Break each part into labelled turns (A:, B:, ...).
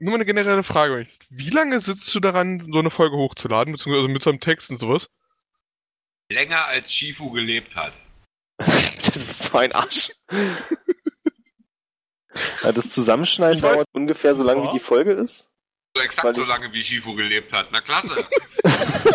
A: nur mal eine generelle Frage. Wie lange sitzt du daran, so eine Folge hochzuladen, beziehungsweise mit seinem Text und sowas?
B: Länger als Shifu gelebt hat.
C: Dann bist du ein Arsch. Ja, das Zusammenschneiden
A: Ich weiß-
C: dauert ungefähr so lange,
A: Ja.
C: wie die Folge ist.
B: So Also exakt
C: Weil
B: so
C: ich-
B: lange, wie Shifu gelebt hat. Na klasse.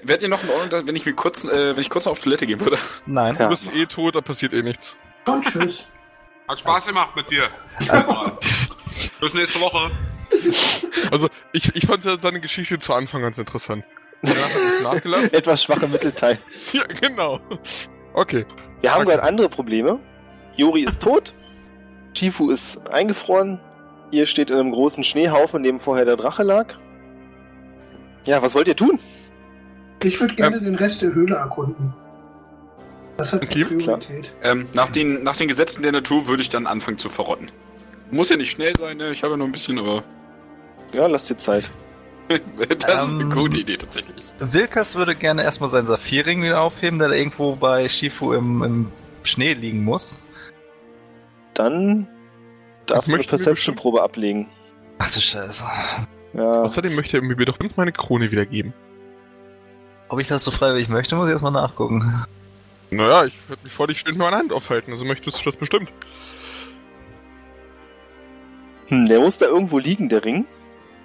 D: Wärt ihr noch in Ordnung, dass- wenn ich mir kurz, äh, wenn ich kurz noch auf Toilette gehen würde?
E: Nein.
A: Du
C: Ja.
A: bist eh tot, da passiert eh nichts.
F: Und tschüss.
B: Hat Spaß gemacht mit dir. Bis nächste Woche.
A: Also, ich, ich fand ja seine Geschichte zu Anfang ganz interessant. Danach hat er nachgelassen.
C: Etwas schwacher Mittelteil.
A: Ja, genau. Okay.
C: Wir haben
A: Okay.
C: gerade andere Probleme. Jori ist tot. Shifu ist eingefroren. Ihr steht in einem großen Schneehaufen, in dem vorher der Drache lag. Ja, was wollt ihr tun?
F: Ich würde gerne den Rest der Höhle erkunden. Das hat
A: Okay,
C: ist klar.
F: Priorität.
D: Ähm, nach, den, nach den Gesetzen der Natur würde ich dann anfangen zu verrotten. Muss ja nicht schnell sein, ne? Ich habe ja noch ein bisschen, aber.
C: Ja, lasst dir Zeit.
D: das ist eine
E: Ähm.
D: gute Idee tatsächlich.
E: Wilkas würde gerne erstmal seinen Saphirring wieder aufheben, der da irgendwo bei Shifu im, im Schnee liegen muss.
C: Dann darfst du eine
A: möchten wir
C: Perception-Probe ablegen.
E: Ach du Scheiße.
C: Ja,
A: Außerdem möchte er mir doch bestimmt meine Krone wiedergeben.
E: Ob ich das so freiwillig möchte, muss ich erstmal nachgucken.
A: Naja, ich würde mich vor dich stehend mit meiner Hand aufhalten, also möchtest du das bestimmt.
C: hm, der muss da irgendwo liegen, der Ring.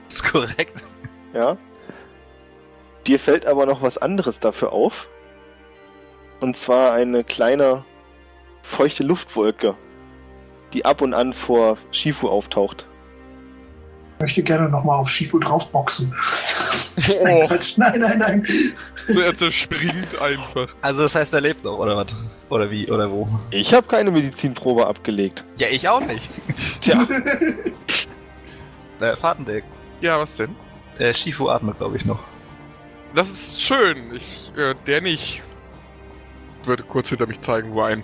E: Ist korrekt.
C: Ja. Dir fällt aber noch was anderes dafür auf. Und zwar eine kleine feuchte Luftwolke, die ab und an vor Shifu auftaucht.
F: Ich möchte gerne nochmal auf Shifu draufboxen.
A: Oh,
F: Quatsch. Nein, nein, nein.
A: so er zerspringt einfach.
E: Also das heißt, er lebt noch, oder was? Oder wie, oder wo?
C: Ich habe keine Medizinprobe abgelegt.
E: Ja, ich auch nicht.
C: Tja,
E: Äh, Fahrtendeck.
A: Ja, was denn?
E: Äh, Shifu atmet, glaube ich, noch.
A: Das ist schön. Ich, äh, der nicht. Würde kurz hinter mich zeigen, wo ein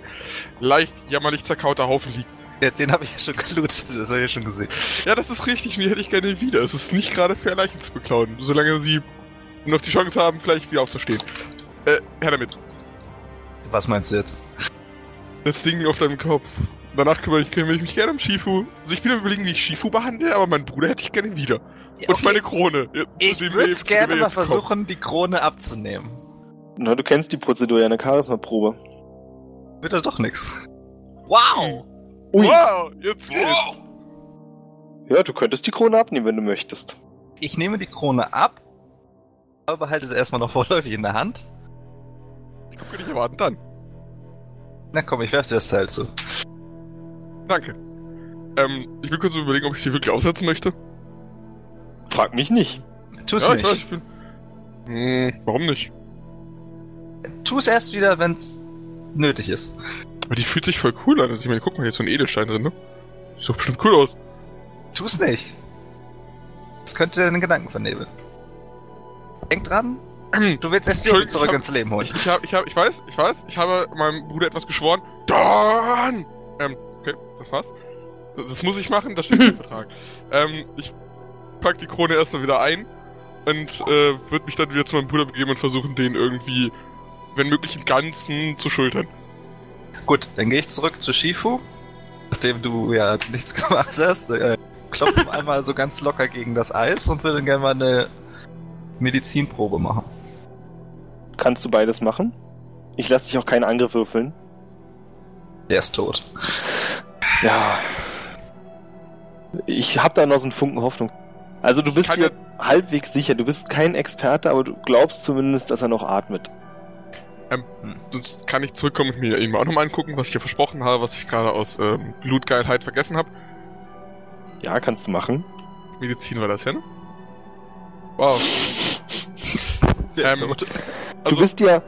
A: leicht jammerlich zerkauter Haufen liegt.
E: Ja, den habe ich ja schon gelutscht, das habe ich ja schon gesehen.
A: Ja, das ist richtig, und die hätte ich gerne wieder. Es ist nicht gerade fair, Leichen zu beklauen, solange sie noch die Chance haben, vielleicht wieder aufzustehen. Äh, her damit.
E: Was meinst du jetzt?
A: Das Ding auf deinem Kopf. Danach kümmere ich, kümmere ich mich gerne um Shifu. Also ich will mir überlegen, wie ich Shifu behandle, aber meinen Bruder hätte ich gerne wieder. Und meine Krone. Ja,
E: ich
A: zu dem wir
E: würde
A: jetzt-
E: es
A: zu dem
E: gerne
A: wir
E: mal
A: jetzt kommen.
E: versuchen, die Krone abzunehmen.
C: na, du kennst die Prozedur ja, eine Charisma-Probe.
E: Wird er doch nichts. Wow!
C: Ui,
A: Wow, jetzt geht's.
B: Wow.
C: ja, du könntest die Krone abnehmen, wenn du möchtest.
E: Ich nehme die Krone ab, aber behalte sie erstmal noch vorläufig in der Hand.
A: Ich gucke nicht erwarten, dann.
E: Na komm, ich werfe dir das Teil zu.
A: Danke. Ähm, ich will kurz überlegen, ob ich sie wirklich aussetzen möchte.
C: Frag mich nicht.
E: Tu es
A: ja, ich weiß,
E: nicht.
A: ich bin... Hm, warum nicht?
E: Tu es erst wieder, wenn es nötig ist.
A: Aber die fühlt sich voll cool an. Also ich meine, guck mal, hier ist so ein Edelstein drin, ne? Sieht doch bestimmt cool aus.
E: Tu es nicht. Das könnte deine Gedanken vernebeln. Denk dran, du willst erst wieder
A: Entschuldigung,
E: zurück
A: ich hab-
E: ins Leben
A: Ich,
E: holen.
A: ich, hab, ich, hab, ich weiß, ich weiß, ich habe meinem Bruder etwas geschworen. Dann! Ähm, okay, das war's. Das- Das muss ich machen, das steht im Vertrag. Ähm, ich pack die Krone erstmal wieder ein und äh, würde mich dann wieder zu meinem Bruder begeben und versuchen, den irgendwie, wenn möglich, im Ganzen zu schultern.
E: Gut, dann gehe ich zurück zu Shifu. Nachdem du ja nichts gemacht hast, äh, klopfe einmal so ganz locker gegen das Eis und würde gerne mal eine Medizinprobe machen.
C: Kannst du beides machen? Ich lasse dich auch keinen Angriff würfeln.
E: Der ist tot.
C: Ja. Ich hab da noch so einen Funken Hoffnung. Also du bist
A: kann
C: dir halbwegs sicher, du bist kein Experte, aber du glaubst zumindest, dass er noch atmet.
A: Sonst kann ich zurückkommen und mir ihn mal auch nochmal angucken, was ich hier versprochen habe, was ich gerade aus ähm, Blutgeilheit vergessen habe.
C: Ja, kannst du machen.
A: Medizin war das ja, ne? Wow.
E: Der ist
A: Ähm,
E: tot.
A: Also-
C: du bist ja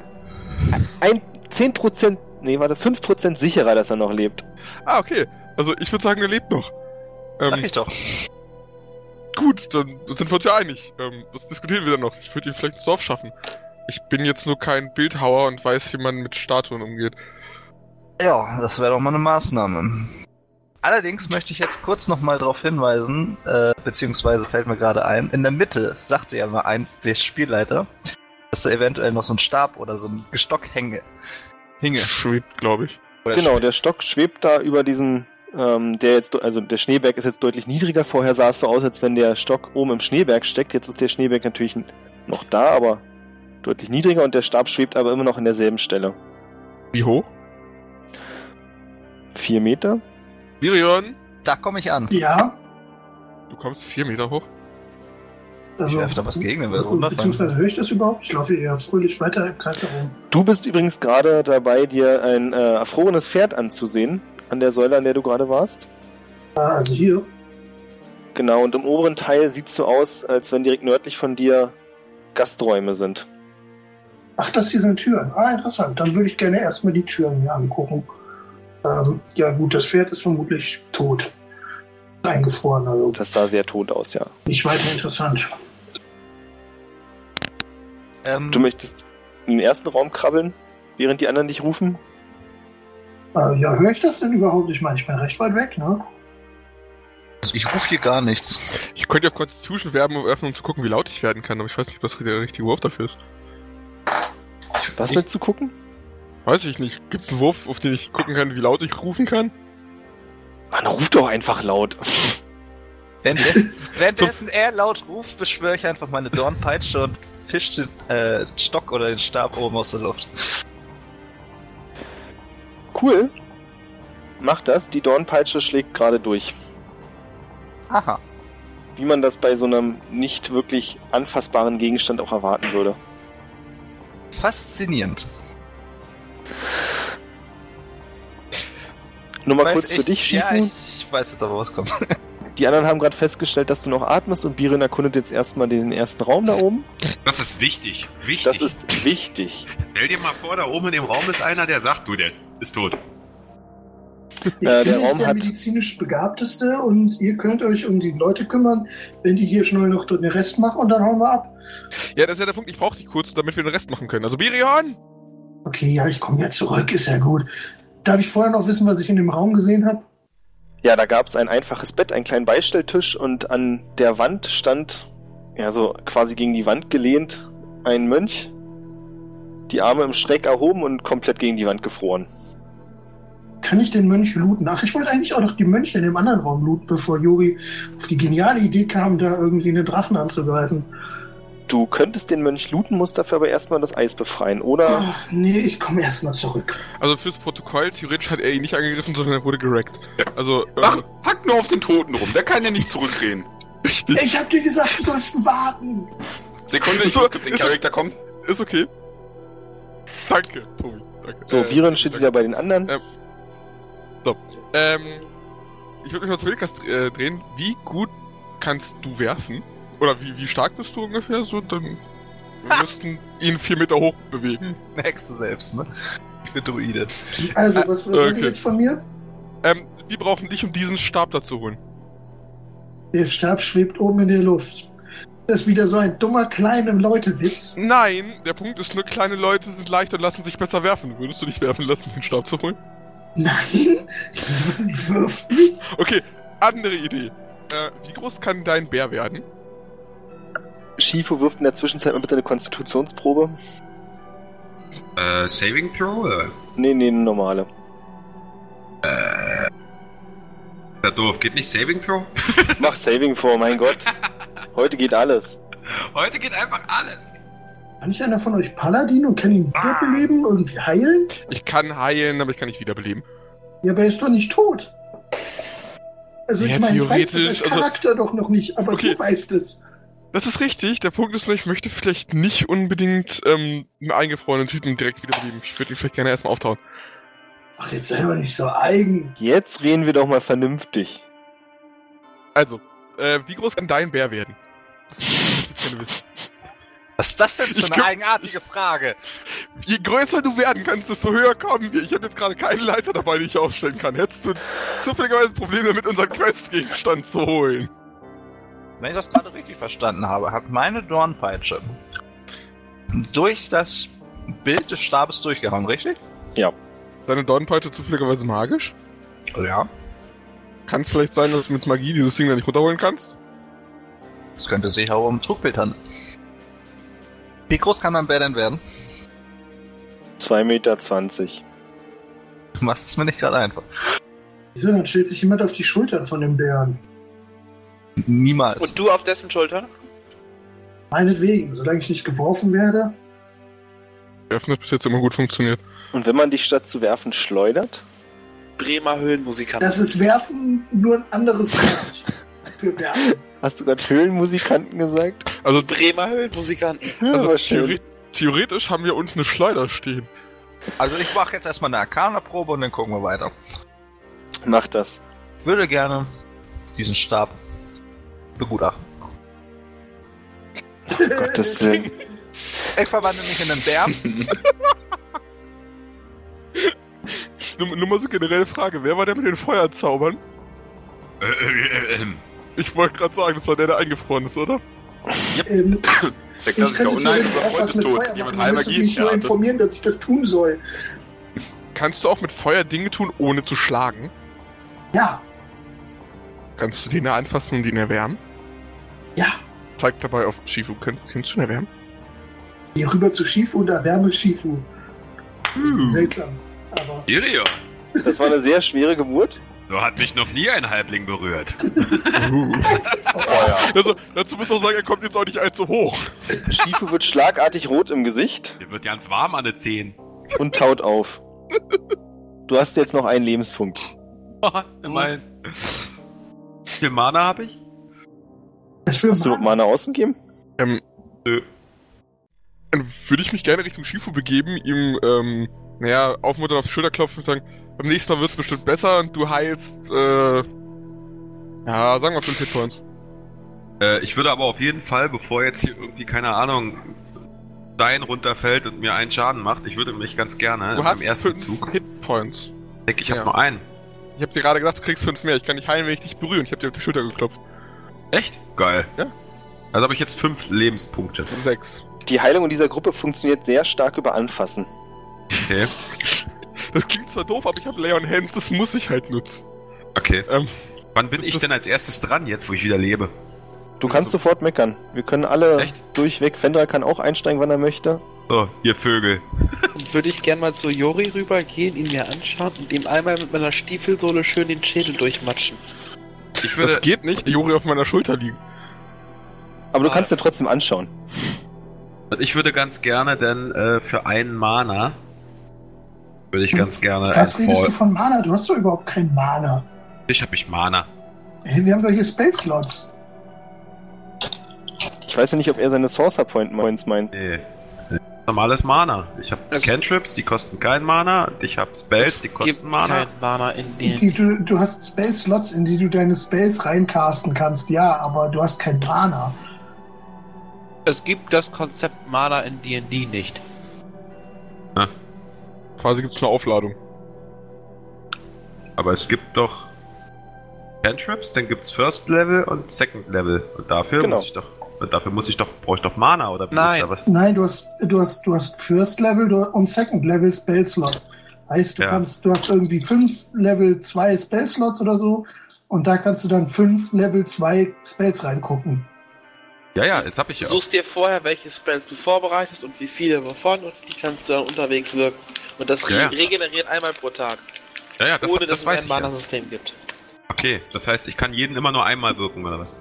C: ein 10%, nee, warte, 5% sicherer, dass er noch lebt.
A: Ah, okay. Also ich würde sagen, er lebt noch.
E: Sag
A: Ähm,
E: ich doch.
A: gut, dann sind wir uns ja einig. Ähm, das diskutieren wir dann noch. Ich würde ihn vielleicht ins Dorf schaffen. Ich bin jetzt nur kein Bildhauer und weiß, wie man mit Statuen umgeht.
E: Ja, das wäre doch mal eine Maßnahme. Allerdings möchte ich jetzt kurz nochmal darauf hinweisen, äh, beziehungsweise fällt mir gerade ein, in der Mitte sagte ja mal eins der Spielleiter, dass da eventuell noch so ein Stab oder so ein Gestock hänge. Hinge.
A: Schwebt, glaube ich.
E: Oder
C: genau, der Stock schwebt da über diesem, ähm, der jetzt, also der Schneeberg ist jetzt deutlich niedriger. Vorher sah es so aus, als wenn der Stock oben im Schneeberg steckt. Jetzt ist der Schneeberg natürlich n- noch da, aber deutlich niedriger und der Stab schwebt aber immer noch in derselben Stelle.
A: Wie hoch?
C: Vier Meter?
A: Mirion,
E: Da komme ich an.
F: Ja,
A: du kommst vier Meter hoch.
E: Ich
F: also.
E: werfe da was gegen, dann wird
F: Beziehungsweise höre ich das überhaupt? Ich laufe hier fröhlich weiter im Kreis herum.
C: Du bist übrigens gerade dabei, dir ein äh, erfrorenes Pferd anzusehen, an der Säule, an der du gerade warst.
F: Ah, also hier.
C: Genau, und im oberen Teil sieht's so aus, als wenn direkt nördlich von dir Gasträume sind.
F: Ach, das hier sind Türen. Ah, interessant. Dann würde ich gerne erstmal die Türen hier angucken. Ähm, ja, gut, das Pferd ist vermutlich tot. Eingefroren, also
C: Das sah sehr tot aus, ja.
E: Mhm.
F: nicht weiter interessant.
E: Ähm,
C: Du möchtest in den ersten Raum krabbeln, während die anderen dich rufen?
F: Äh, ja, höre ich das denn überhaupt? Ich meine, ich bin recht weit weg, ne?
E: also ich rufe hier gar nichts.
A: Ich könnte ja auf Constitution werben, um öffnen, um zu gucken, wie laut ich werden kann, aber ich weiß nicht, was der richtige Wurf dafür ist.
C: Was
A: Ich-
C: willst du gucken?
A: Weiß ich nicht. Gibt's einen Wurf, auf den ich gucken kann, wie laut ich rufen kann?
C: Mann, ruf doch einfach laut.
E: Währenddessen, währenddessen er laut ruft, beschwöre ich einfach meine Dornpeitsche und fisch den äh, Stock oder den Stab oben aus der Luft.
C: Cool. Mach das, die Dornpeitsche schlägt gerade durch.
E: Aha.
C: Wie man das bei so einem nicht wirklich anfassbaren Gegenstand auch erwarten würde.
E: Faszinierend.
C: Nur mal
E: Weiß
C: kurz für
E: ich-
C: dich,
E: Ja,
C: Schiefen.
E: ich weiß jetzt aber, was kommt.
C: Die anderen haben gerade festgestellt, dass du noch atmest und Birin erkundet jetzt erstmal den ersten Raum da oben.
B: Das ist wichtig. Wichtig.
C: Das ist wichtig.
B: Stell dir mal vor, da oben in dem Raum ist einer, der sagt, du, der ist tot.
F: Ich
C: Äh,
F: bin
C: der
F: nicht
C: Raum
F: der
C: hat-
F: medizinisch Begabteste und ihr könnt euch um die Leute kümmern, wenn die hier schnell noch den Rest machen und dann hauen wir ab.
A: Ja, das ist ja der Punkt, ich brauche dich kurz, damit wir den Rest machen können. Also Mirion!
F: Okay, ja, ich komme ja zurück, ist ja gut. Darf ich vorher noch wissen, was ich in dem Raum gesehen habe?
C: Ja, da gab es ein einfaches Bett, einen kleinen Beistelltisch und an der Wand stand, ja, so quasi gegen die Wand gelehnt, ein Mönch. Die Arme im Schreck erhoben und komplett gegen die Wand gefroren.
F: Kann ich den Mönch looten? Ach, ich wollte eigentlich auch noch die Mönche in dem anderen Raum looten, bevor Juri auf die geniale Idee kam, da irgendwie einen Drachen anzugreifen.
C: Du könntest den Mönch looten, musst dafür aber erstmal das Eis befreien, oder?
F: Ach, nee, ich komme erstmal zurück.
A: Also fürs Protokoll, theoretisch hat er ihn nicht angegriffen, sondern er wurde gerackt. Also,
D: Mach,
A: ähm,
D: hack nur auf den Toten rum, der kann ja nicht zurückreden.
A: richtig.
F: Ich hab dir gesagt, du sollst warten.
D: Sekunde, ich muss kurz in Charakter kommen.
A: Ist okay. Danke, Tobi. Danke.
C: So,
A: Äh,
C: Viren steht wieder bei den anderen.
A: äh, Ähm, ich würde mich mal zu Wilkas äh, drehen. Wie gut kannst du werfen? Oder wie, wie stark bist du ungefähr? So, dann wir müssten ihn vier Meter hoch bewegen.
E: Merkst du selbst, ne? Ich bin Druide.
F: Also, was
C: Ah,
F: wollt
A: okay.
F: ihr jetzt von mir?
A: Ähm, wir brauchen dich, um diesen Stab dazu holen.
F: Der Stab schwebt oben in der Luft. Das ist wieder so ein dummer kleiner Leutewitz.
A: Nein, der Punkt ist nur, kleine Leute sind leichter und lassen sich besser werfen. Würdest du dich werfen lassen, den Stab zu holen?
F: Nein, wirft mich.
A: Okay, andere Idee. Äh, wie groß kann dein Bär werden?
C: Shifu wirft in der Zwischenzeit mal bitte eine Konstitutionsprobe.
B: Äh, Saving Throw? Äh,
C: Nee, nee, eine normale.
B: ist ja doof. Geht nicht Saving Throw?
C: Mach Saving vor, mein Gott. Heute geht alles.
B: Heute geht einfach alles.
F: Kann ich einer von euch Paladin und kann ihn wiederbeleben, irgendwie heilen?
A: Ich kann heilen, aber ich kann nicht wiederbeleben.
F: Ja, aber er ist doch nicht tot. Also
A: Ja,
F: ich meine, ich weiß das
A: theoretisch,
F: als
A: also-
F: Charakter doch noch nicht, aber
A: Okay.
F: du weißt es.
A: Das ist richtig. Der Punkt ist nur, ich möchte vielleicht nicht unbedingt ähm, einen eingefrorenen Typen direkt wiederbeleben. Ich würde ihn vielleicht gerne erstmal auftauen.
F: Ach, jetzt sei doch nicht so eigen.
C: Jetzt reden wir doch mal vernünftig.
A: Also, äh, wie groß kann dein Bär werden? Das würde ich gerne wissen.
E: Was ist das denn für
A: Ich
E: eine
A: glaub-
E: eigenartige Frage?
A: Je größer du werden kannst, desto höher kommen wir. Ich habe jetzt gerade keine Leiter dabei, die ich aufstellen kann. Hättest du zufälligerweise Probleme damit, unseren Questgegenstand zu holen?
E: Wenn ich das gerade richtig verstanden habe, hat meine Dornpeitsche durch das Bild des Stabes durchgehauen, richtig?
A: Deine Dornpeitsche zufälligerweise magisch?
E: Ja.
A: Kann es vielleicht sein, dass du mit Magie dieses Ding da nicht runterholen kannst?
E: Das könnte sich auch um ein Trugbild handeln. Wie groß kann mein Bär denn werden?
C: 2,20 Meter. zwanzig.
E: Du machst es mir nicht gerade einfach.
F: Wieso? Dann stellt sich jemand auf die Schultern von dem Bären.
E: Niemals.
G: Und du auf dessen Schultern?
F: Meinetwegen, solange ich nicht geworfen werde.
A: Geöffnet bis jetzt immer gut funktioniert.
C: Und wenn man dich statt zu werfen schleudert?
G: Bremer Höhlenmusikanten.
F: Das ist Werfen nur ein anderes Wort für Werfen.
C: Hast du gerade Höhlenmusikanten gesagt?
A: Also,
G: Bremer Höhlenmusikanten.
A: also
C: aber schön.
A: theori theoretisch haben wir unten eine Schleuder stehen.
E: Also ich mache jetzt erstmal eine Arcana-Probe und dann gucken wir weiter.
C: Mach das.
E: Ich würde gerne diesen Stab begutachten.
C: Gottes Willen.
E: Ich verwandle mich in einen Bären.
A: Nur, nur mal so generelle Frage: Wer war der mit den Feuerzaubern?
B: Äh, äh, äh, äh,
A: Ich wollte gerade sagen, das war der, der eingefroren ist, oder?
F: Ähm,
D: Der Klassiker, oh nein, unser Freund ist tot.
F: Feuer machen.
D: Jemand
F: Du
D: Heimer
F: müsstest mich
D: geht.
F: nur
D: Ja, das-
F: informieren, dass ich das tun soll.
A: Kannst du auch mit Feuer Dinge tun, ohne zu schlagen?
F: Ja,
A: Kannst du den da anfassen und ihn erwärmen?
F: ja.
A: Zeigt dabei auf Shifu. Kön kannst du ihn erwärmen?
F: Geh rüber zu Shifu und erwärme Shifu.
D: Hm.
F: Seltsam. Aber
B: Irio,
C: Das war eine sehr schwere Geburt.
B: so hat mich noch nie ein Halbling berührt.
A: also, dazu musst du auch sagen, er kommt jetzt auch nicht allzu hoch.
C: Schiefe wird schlagartig rot im Gesicht
B: Dir wird ganz warm an den Zehen.
C: und taut auf. Du hast jetzt noch einen Lebenspunkt.
B: Immerhin.
C: Hm.
B: Wie viel Mana habe ich?
F: das für
C: Hast du mal nach außen geben?
A: Ähm,
B: Nö.
A: Dann würde ich mich gerne Richtung Shifu begeben, ihm, ähm, naja, aufmuntern auf die Schulter klopfen und sagen, beim nächsten Mal wird's bestimmt besser und du heilst, äh, ja, sagen wir 5 Hitpoints.
B: Äh, ich würde aber auf jeden Fall, bevor jetzt hier irgendwie, keine Ahnung, Stein runterfällt und mir einen Schaden macht, ich würde mich ganz gerne
A: Du
B: im
A: hast
B: ersten
A: fünf
B: Zug.
A: Hitpoints.
B: Ich denke, ich
A: Ja.
B: habe nur einen.
A: Ich hab dir gerade gesagt, du kriegst 5 mehr. Ich kann dich heilen, wenn ich dich berühre. Und Ich hab dir auf die Schulter geklopft.
B: Echt? Geil.
A: Ja.
B: Also habe ich jetzt fünf Lebenspunkte.
A: 6.
C: Die Heilung in dieser Gruppe funktioniert sehr stark über Anfassen.
B: Okay.
A: Das klingt zwar doof, aber ich hab Leon Hands, das muss ich halt nutzen.
B: Okay.
A: Ähm,
B: Wann bin ich
A: das-
B: denn als erstes dran, jetzt wo ich wieder lebe?
C: Du kannst sofort meckern. Wir können alle
B: Echt?
C: durchweg. Fendra kann auch einsteigen, wann er möchte.
B: So, ihr Vögel.
G: Würde ich gern mal zu Jori rübergehen, ihn mir anschauen und ihm einmal mit meiner Stiefelsohle schön den Schädel durchmatschen.
B: Ich würde.
A: Das geht nicht, Jori auf meiner Schulter liegen.
C: Aber du
G: Ah.
C: kannst dir trotzdem anschauen.
B: Ich würde ganz gerne denn äh, für einen Mana würde ich ganz gerne
F: Was
B: ein
F: redest du
B: Fall-
F: von Mana? Du hast doch überhaupt keinen Mana.
B: Ich habe ich Mana.
F: Hey, wir haben doch hier Spellslots.
C: Ich weiß ja nicht, ob er seine Sorcerer Point Points meint.
B: Nee. Normales Mana. Ich habe
G: Es-
B: Cantrips, die kosten kein Mana. Und ich habe Spells, die kosten Mana.
G: kein Mana in
F: Die,
G: den.
F: du, du hast Spellslots, in die du deine Spells reincasten kannst, ja, aber du hast kein Mana.
G: Es gibt das Konzept Mana in D&D nicht.
A: Quasi gibt's eine Aufladung.
B: Aber es gibt doch Cantrips, dann gibt's First Level und Second Level. Und dafür
C: Genau.
B: muss ich doch. Und dafür muss ich doch. Brauche ich doch Mana oder wie
G: Nein.
B: ist da was?
F: Nein, du hast, du hast, du hast First Level du- und Second Level Spellslots. Heißt, du
B: Ja.
F: kannst, du hast irgendwie fünf Level 2 Spellslots oder so und da kannst du dann fünf Level 2 Spells reingucken.
B: Ja, ja, jetzt habe ich ja. auch.
G: Suchst dir vorher, welche Spells du vorbereitest und wie viele wovon und die kannst du dann unterwegs wirken. Und das re
B: Ja.
G: regeneriert einmal pro Tag,
B: Ja, ja, das,
G: ohne
B: das
G: dass es
B: weiß
G: ein
B: ich. Ja.
G: Mana-System gibt.
B: Okay, das heißt, ich kann jeden immer nur einmal wirken oder was?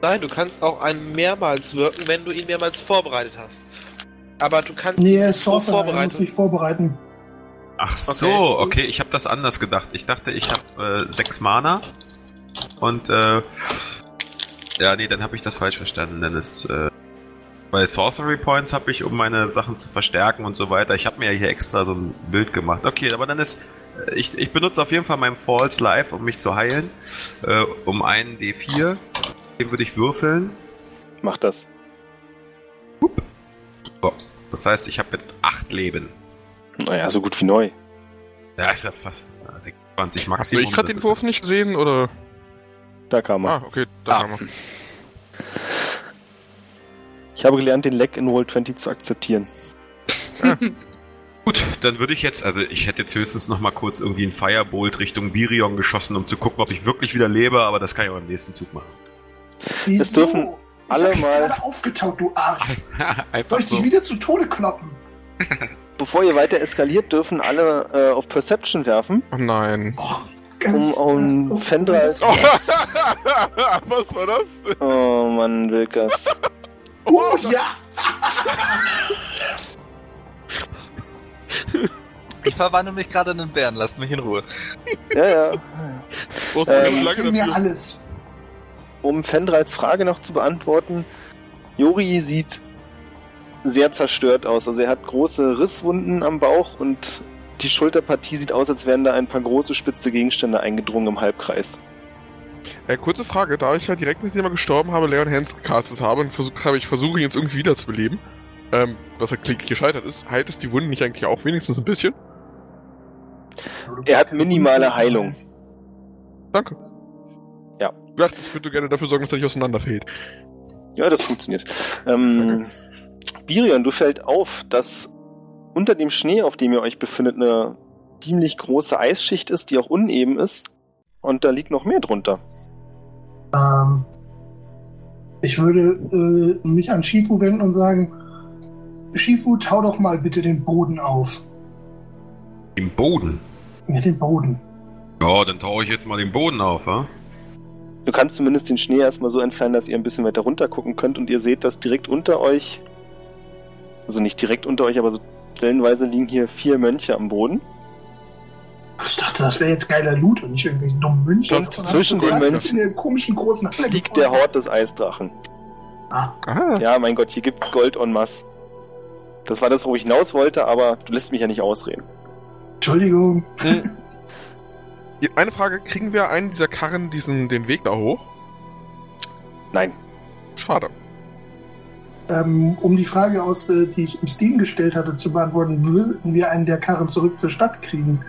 G: Nein, du kannst auch einen mehrmals wirken, wenn du ihn mehrmals vorbereitet hast. Aber du kannst ihn
F: Nee,
G: nicht so
F: Sorcerer, du musst dich
G: vorbereiten.
F: vorbereiten.
B: Ach
G: Okay,
B: so,
G: gut.
B: okay, ich habe das anders gedacht. Ich dachte, ich habe äh, sechs Mana und äh, ja, nee, dann habe ich das falsch verstanden, denn es äh, bei Sorcery Points habe ich, um meine Sachen zu verstärken und so weiter. Ich habe mir ja hier extra so ein Bild gemacht. Okay, aber dann ist ich, ich benutze auf jeden Fall meinen Falls Life, um mich zu heilen. Äh, um einen D4. Den würde ich würfeln.
C: Mach das.
B: Das heißt, ich habe jetzt 8 Leben.
C: Naja, so gut wie neu.
B: Ja, ist ja fast na, 26
A: Hast du
B: Maximum.
A: ich gerade
B: das
A: den
B: ist-
A: Wurf nicht gesehen oder?
C: Da kam er.
A: Ah, okay, da
D: Ah.
A: haben wir.
C: Ich habe gelernt, den Leck in Roll 20 zu akzeptieren.
B: Gut, dann würde ich jetzt, also ich hätte jetzt höchstens noch mal kurz irgendwie einen Firebolt Richtung Virion geschossen, um zu gucken, ob ich wirklich wieder lebe, aber das kann ich auch im nächsten Zug machen.
F: Wieso?
C: Es dürfen alle
F: ich hab dich
C: mal-
F: gerade aufgetaut, du Arsch. Soll
B: Einfach
F: ich dich wieder zu Tode kloppen?
C: Bevor ihr weiter eskaliert, dürfen alle äh, auf Perception werfen,
A: Oh nein.
C: um, um Fender als.
A: Oh.
C: Oh,
A: Was war das? denn?
C: Mann, Wilkas.
F: Oh ja!
E: Ich verwandle mich gerade in einen Bären, lasst mich in Ruhe.
C: Ja, ja.
A: Wo ist
C: Ähm,
A: meine
F: Erzähl
A: Flagge
F: Äh, mir
A: dafür?
F: alles.
C: um Fendrals Frage noch zu beantworten, Jori sieht sehr zerstört aus. Also er hat große Risswunden am Bauch und die Schulterpartie sieht aus, als wären da ein paar große spitze Gegenstände eingedrungen im Halbkreis.
A: Äh, kurze Frage, da ich ja direkt nachdem er gestorben habe, Leon Hands gecastet habe und versucht habe, ich versuche ihn jetzt irgendwie wiederzubeleben, ähm, was ja kläglich gescheitert ist, heilt es die Wunden nicht eigentlich auch wenigstens ein bisschen?
C: Er hat minimale Heilung.
A: Danke.
C: Ja.
A: Ich dachte, ich würde gerne dafür sorgen, dass er nicht auseinanderfällt.
C: Ja, das funktioniert. Ähm, Birion, du fällt auf, dass unter dem Schnee, auf dem ihr euch befindet, eine ziemlich große Eisschicht ist, die auch uneben ist. Und da liegt noch mehr drunter.
F: Ähm, ich würde äh, mich an Shifu wenden und sagen, Shifu, tau doch mal bitte den Boden auf.
B: Im Boden.
F: Ja, den Boden.
B: Ja, dann tauche ich jetzt mal den Boden auf, wa?
C: Du kannst zumindest den Schnee erstmal so entfernen, dass ihr ein bisschen weiter runter gucken könnt und ihr seht, dass direkt unter euch, also nicht direkt unter euch, aber so stellenweise liegen hier vier Mönche am Boden.
F: Ich dachte, das wäre jetzt geiler Loot und nicht irgendwie dummen München.
C: Und zwischen den Mönchen
F: in der komischen großen Halle
C: Liegt der
F: gefunden.
C: Hort des Eisdrachen.
F: Ah,
A: Ah,
C: Ja, mein Gott, hier gibt's Gold en masse. Das war das, wo ich hinaus wollte, aber du lässt mich ja nicht ausreden.
F: Entschuldigung.
A: eine Frage, kriegen wir einen dieser Karren diesen, den Weg da hoch?
C: Nein.
A: Schade.
F: Ähm, um die Frage aus, äh, die ich im Steam gestellt hatte, zu beantworten, würden wir einen der Karren zurück zur Stadt kriegen?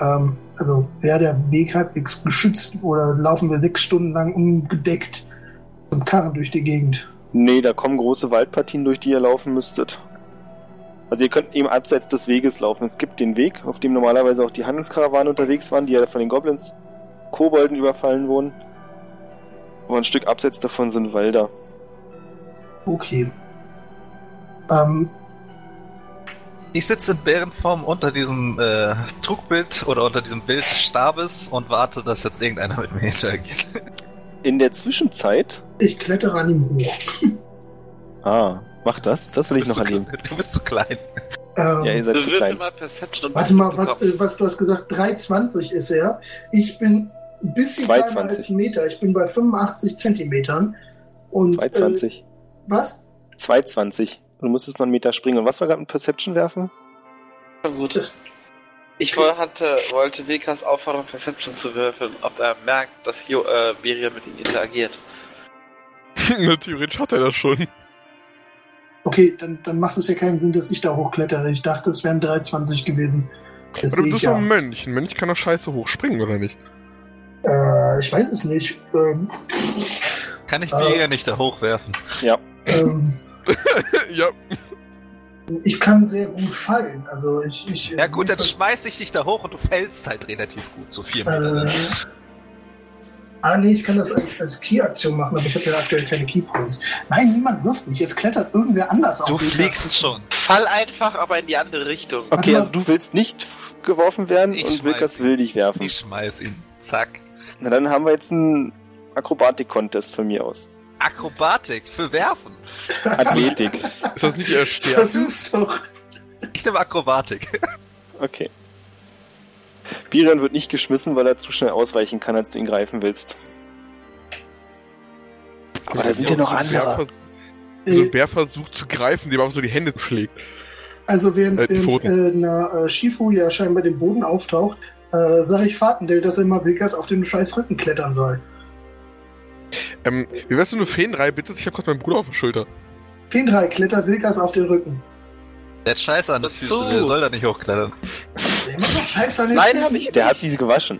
F: Ähm, also wäre der Weg halbwegs geschützt oder laufen wir sechs Stunden lang ungedeckt zum Karren durch die Gegend?
C: Nee, da kommen große Waldpartien, durch die ihr laufen müsstet. Also ihr könnt eben abseits des Weges laufen. Es gibt den Weg, auf dem normalerweise auch die Handelskarawanen unterwegs waren, die ja von den Goblins, Kobolden überfallen wurden. Aber ein Stück abseits davon sind Wälder.
F: Okay. Ähm,
E: Ich sitze in Bärenform unter diesem äh, Trugbild oder unter diesem Bild des Stabes und warte, dass jetzt irgendeiner mit mir interagiert.
C: In der Zwischenzeit...
F: ich klettere an ihm hoch.
C: Ah, mach das. Das will ich noch
E: bist du,
C: erleben.
E: kle- du bist zu klein.
F: Ähm,
C: Ja, ihr seid zu klein.
G: mal Perception und
F: Warte mal, was, äh, was du hast gesagt, 3,20 ist er. Ich bin ein bisschen kleiner
C: 2,20.
F: als ein Meter. Ich bin bei 85 Zentimetern. Und, Äh,
C: 220.
F: was?
C: 220. Du musstest noch einen Meter springen. Und was war gerade mit Perception werfen?
G: Gut. Ich woll- hatte, wollte Vekas auffordern, Perception zu würfeln, ob er merkt, dass jo, äh, Miriam mit ihm interagiert.
A: Ne, Theoretisch hat er das schon.
F: Okay, dann, dann macht es ja keinen Sinn, dass ich da hochklettere. Ich dachte, es wären 3,20 gewesen. Das
A: Aber
F: sehe
A: du
F: ich
A: bist doch
F: ja.
A: ein Mönch. Ein Mönch kann doch scheiße hochspringen, oder nicht?
F: Äh, ich weiß es nicht. Ähm,
E: Kann ich
F: Ah.
E: mir ja nicht da hochwerfen.
F: ähm,
A: ja,
F: ich kann sehr gut fallen. Also ich, ich,
E: Ja gut, dann schmeiß ich dich da hoch und du fällst halt relativ gut, so vier Meter.
F: Äh,
E: ne?
F: ah, nee, ich kann das als, als Key-Aktion machen, aber ich habe ja aktuell keine Keypoints. Nein, niemand wirft mich. Jetzt klettert irgendwer anders auf.
E: Du
F: mich.
E: fliegst schon.
G: Fall einfach, aber in die andere Richtung.
F: Warte
C: Okay,
F: mal.
C: also du willst nicht f- geworfen werden
E: Ich
C: und Wilkas
E: schmeiß ihn.
C: will dich werfen.
E: Ich schmeiß ihn. Zack.
C: Na, dann haben wir jetzt einen Akrobatik-Contest von mir aus.
E: Akrobatik für Werfen.
C: Athletik.
A: ist das nicht eher Stärke?
F: Versuch's doch.
E: Ich nehme Akrobatik.
C: Okay. Birion wird nicht geschmissen, weil er zu schnell ausweichen kann, als du ihn greifen willst. Aber da sind ja noch
A: So ein Bär
C: andere.
A: vers- So
F: Äh,
A: ein Bär versucht zu greifen, dem aber so die Hände schlägt.
F: Also während,
A: Äh, die
F: während
A: Pfoten.
F: äh, na, äh, Shifu ja scheinbar den Boden auftaucht, äh, sage ich Fatendale, dass er mal Wilkas auf den scheiß Rücken klettern soll.
A: Ähm, wie wär's, wenn du Feenrei bittest? Ich hab grad meinen Bruder auf der Schulter.
F: Findrei, kletter Wilkas auf den Rücken.
E: Der hat Scheiße an den Füßen,
G: Dazu.
E: der soll da nicht hochklettern.
F: Der macht doch Scheiße an den
G: Nein,
F: Füßen.
G: hab ich
C: Der hat sie gewaschen.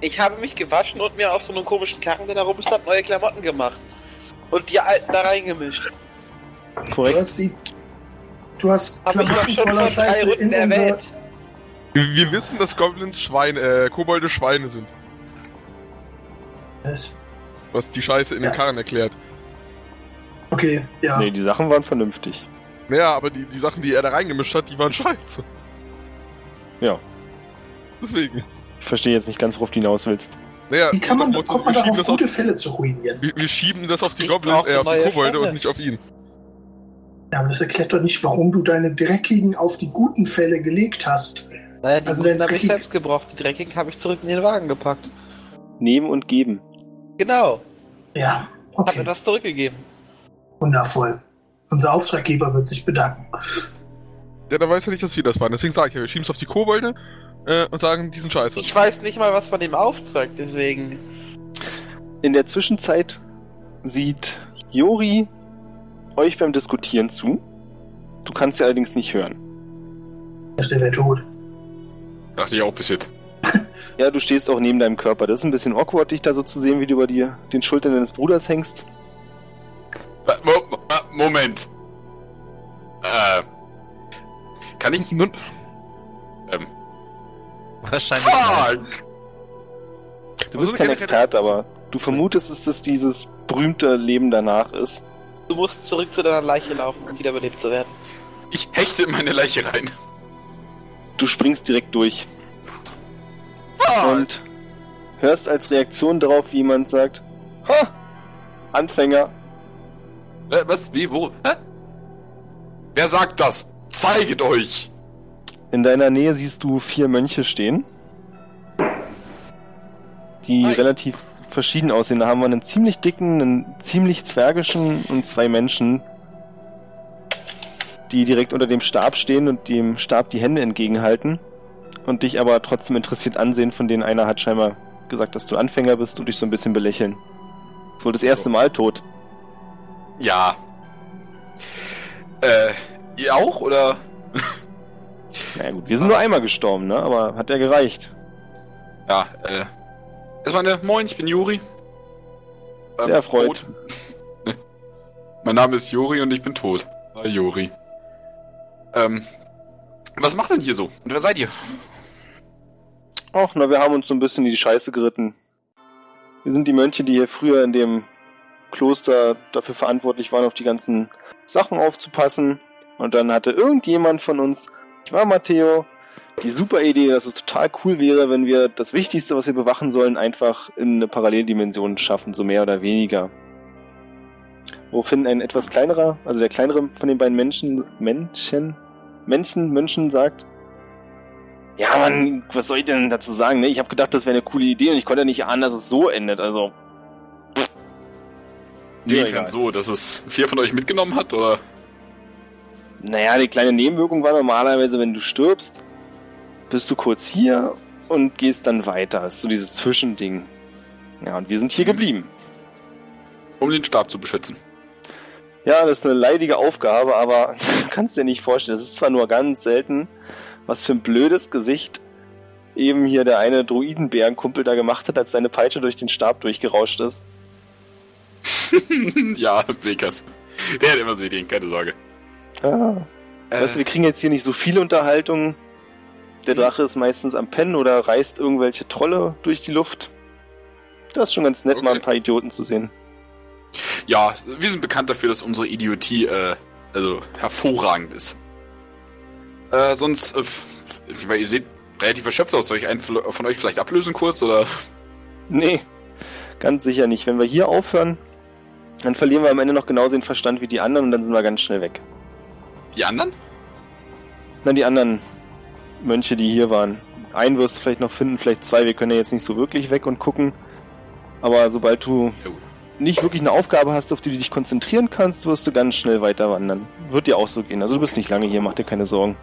G: Ich habe mich gewaschen und mir auf so einem komischen Karren, der da rumstand, neue Klamotten gemacht. Und die alten da reingemischt.
F: Du
C: Korrekt.
F: hast die. Du hast
G: Hab ich doch
F: Klamotten
G: schon
F: voller
G: vor drei
F: Scheiße in
G: Runden
F: unser,
G: erwähnt.
A: Wir, wir wissen, dass Goblins Schweine, äh, Kobolde Schweine sind. Was die Scheiße in den
F: Ja.
A: Karren erklärt.
F: Okay, ja.
C: Nee, die Sachen waren vernünftig.
A: Naja, aber die, die Sachen, die er da reingemischt hat, die waren scheiße.
C: Ja.
A: Deswegen.
C: Ich verstehe jetzt nicht ganz, worauf du hinaus willst.
A: Naja,
F: Wie kann man,
A: wir-
F: kommt
A: wir,
F: man darauf,
A: schieben das auf,
F: gute Fälle zu ruinieren?
A: wir, wir schieben das auf die
G: Ich
A: Goblins,
G: brauche
A: äh, auf die
G: neue
A: Kobolde
G: Schweine.
A: und nicht auf ihn.
F: Ja, aber das erklärt doch nicht, warum du deine dreckigen auf die guten Fälle gelegt hast.
G: Naja, die
F: Also
G: also
F: den
G: guten habe ich
F: Dreckig-
G: selbst gebraucht. Die dreckigen habe ich zurück in den Wagen gepackt.
C: Nehmen und geben.
G: Genau.
F: Ja,
G: Hab mir
F: okay.
G: Also das zurückgegeben.
F: Wundervoll. Unser Auftraggeber wird sich bedanken.
A: Ja, da weiß er nicht, dass wir das waren. Deswegen sage ich ja, wir schieben es auf die Kobolde äh, und sagen, die sind scheiße.
G: Ich weiß nicht mal was von dem Auftrag, deswegen.
C: In der Zwischenzeit sieht Jori euch beim Diskutieren zu. Du kannst sie allerdings nicht hören.
F: Ich dachte, er wäre tot.
D: Dachte ich auch bis jetzt.
C: Ja, du stehst auch neben deinem Körper. Das ist ein bisschen awkward, dich da so zu sehen, wie du über die, den Schultern deines Bruders hängst.
D: Äh, Mo Mo- Moment. Äh. Kann ich.
A: Nun,
E: Wahrscheinlich.
D: Fuck!
C: Du bist kein Experte, aber du vermutest, dass das dieses berühmte Leben danach ist.
G: Du musst zurück zu deiner Leiche laufen, um wiederbelebt zu werden.
D: Ich hechte in meine Leiche rein.
C: Du springst direkt durch
D: Fuck!
C: und hörst als Reaktion darauf, wie jemand sagt, ha, Anfänger,
D: Äh, was? Wie? Wo? Hä? Wer sagt das? Zeiget euch!
C: In deiner Nähe siehst du vier Mönche stehen, die
D: Hi.
C: relativ verschieden aussehen. Da haben wir einen ziemlich dicken, einen ziemlich zwergischen und zwei Menschen, die direkt unter dem Stab stehen und dem Stab die Hände entgegenhalten und dich aber trotzdem interessiert ansehen, von denen einer hat scheinbar gesagt, dass du Anfänger bist und dich so ein bisschen belächeln. Ist wohl das erste Mal tot.
D: Ja. Äh, ihr auch oder?
C: Naja gut, wir sind nur einmal gestorben, ne? Aber hat ja gereicht.
D: Ja, äh. Erstmal eine Moin, ich bin Juri. Ähm,
C: Sehr erfreut.
D: tot. mein Name ist Juri und ich bin tot. Hi, Juri. Ähm. Was macht denn hier so? Und wer seid ihr?
C: Ach, na, wir haben uns so ein bisschen in die Scheiße geritten. Wir sind die Mönche, die hier früher in dem Kloster dafür verantwortlich waren, auf die ganzen Sachen aufzupassen. Und dann hatte irgendjemand von uns, ich war Matteo, die super Idee, dass es total cool wäre, wenn wir das Wichtigste, was wir bewachen sollen, einfach in eine Paralleldimension schaffen, so mehr oder weniger. Woraufhin ein etwas kleinerer, also der kleinere von den beiden Menschen, Menschen, Menschen, Menschen sagt, ja, Mann, was soll ich denn dazu sagen? Ne? Ich habe gedacht, das wäre eine coole Idee und ich konnte nicht ahnen, dass es so endet. Also, Ja,
D: Inwiefern
C: egal.
D: so, dass es vier von euch mitgenommen hat oder?
C: naja, die kleine Nebenwirkung war normalerweise, wenn du stirbst, bist du kurz hier und gehst dann weiter. Das ist so dieses Zwischending. Ja, und wir sind hier
D: Mhm.
C: geblieben.
D: Um den Stab zu beschützen.
C: Ja, das ist eine leidige Aufgabe, aber du kannst dir nicht vorstellen. Das ist zwar nur ganz selten, was für ein blödes Gesicht eben hier der eine Druidenbärenkumpel da gemacht hat, als seine Peitsche durch den Stab durchgerauscht ist.
D: ja, Wilkers. Der hat immer so Ideen, keine Sorge.
C: Ah. Weißt du, wir kriegen jetzt hier nicht so viel Unterhaltung. Der Drache ist meistens am Pennen oder reißt irgendwelche Trolle durch die Luft. Das ist schon ganz nett, mal
D: Okay.
C: ein paar Idioten zu sehen.
D: Ja, wir sind bekannt dafür, dass unsere Idiotie äh, also hervorragend ist. Äh, sonst, äh, ich meine, ihr seht relativ erschöpft aus. Soll ich einen von euch vielleicht ablösen kurz oder?
C: Nee, ganz sicher nicht. Wenn wir hier aufhören, dann verlieren wir am Ende noch genauso den Verstand wie die anderen und dann sind wir ganz schnell weg.
D: Die anderen?
C: Na, die anderen Mönche, die hier waren. Einen wirst du vielleicht noch finden, vielleicht zwei. Wir können ja jetzt nicht so wirklich weg und gucken. Aber sobald du
D: Ja, gut.
C: nicht wirklich eine Aufgabe hast, auf die du dich konzentrieren kannst, wirst du ganz schnell weiter wandern. Wird dir auch so gehen. Also du bist nicht lange hier, mach dir keine Sorgen.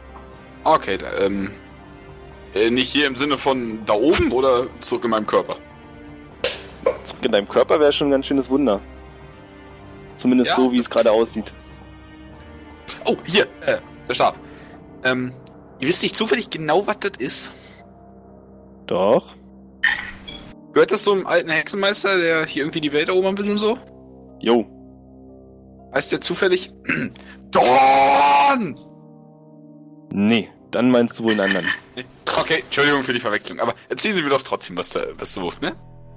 D: Okay, da, ähm, Äh, nicht hier im Sinne von da oben oder zurück in meinem Körper?
C: Zurück in deinem Körper wäre schon ein ganz schönes Wunder. Zumindest
D: Ja.
C: so, wie es gerade aussieht.
D: Oh, hier, äh, der Stab. Ähm, ihr wisst nicht zufällig genau, was das ist?
C: Doch.
D: Gehört das so einem alten Hexenmeister, der hier irgendwie die Welt erobern will und so?
C: Jo.
D: Heißt der zufällig? Dorn!
C: Nee, dann meinst du wohl einen anderen.
D: Okay, Entschuldigung für die Verwechslung, aber erzählen Sie mir doch trotzdem, was da, was so, ne?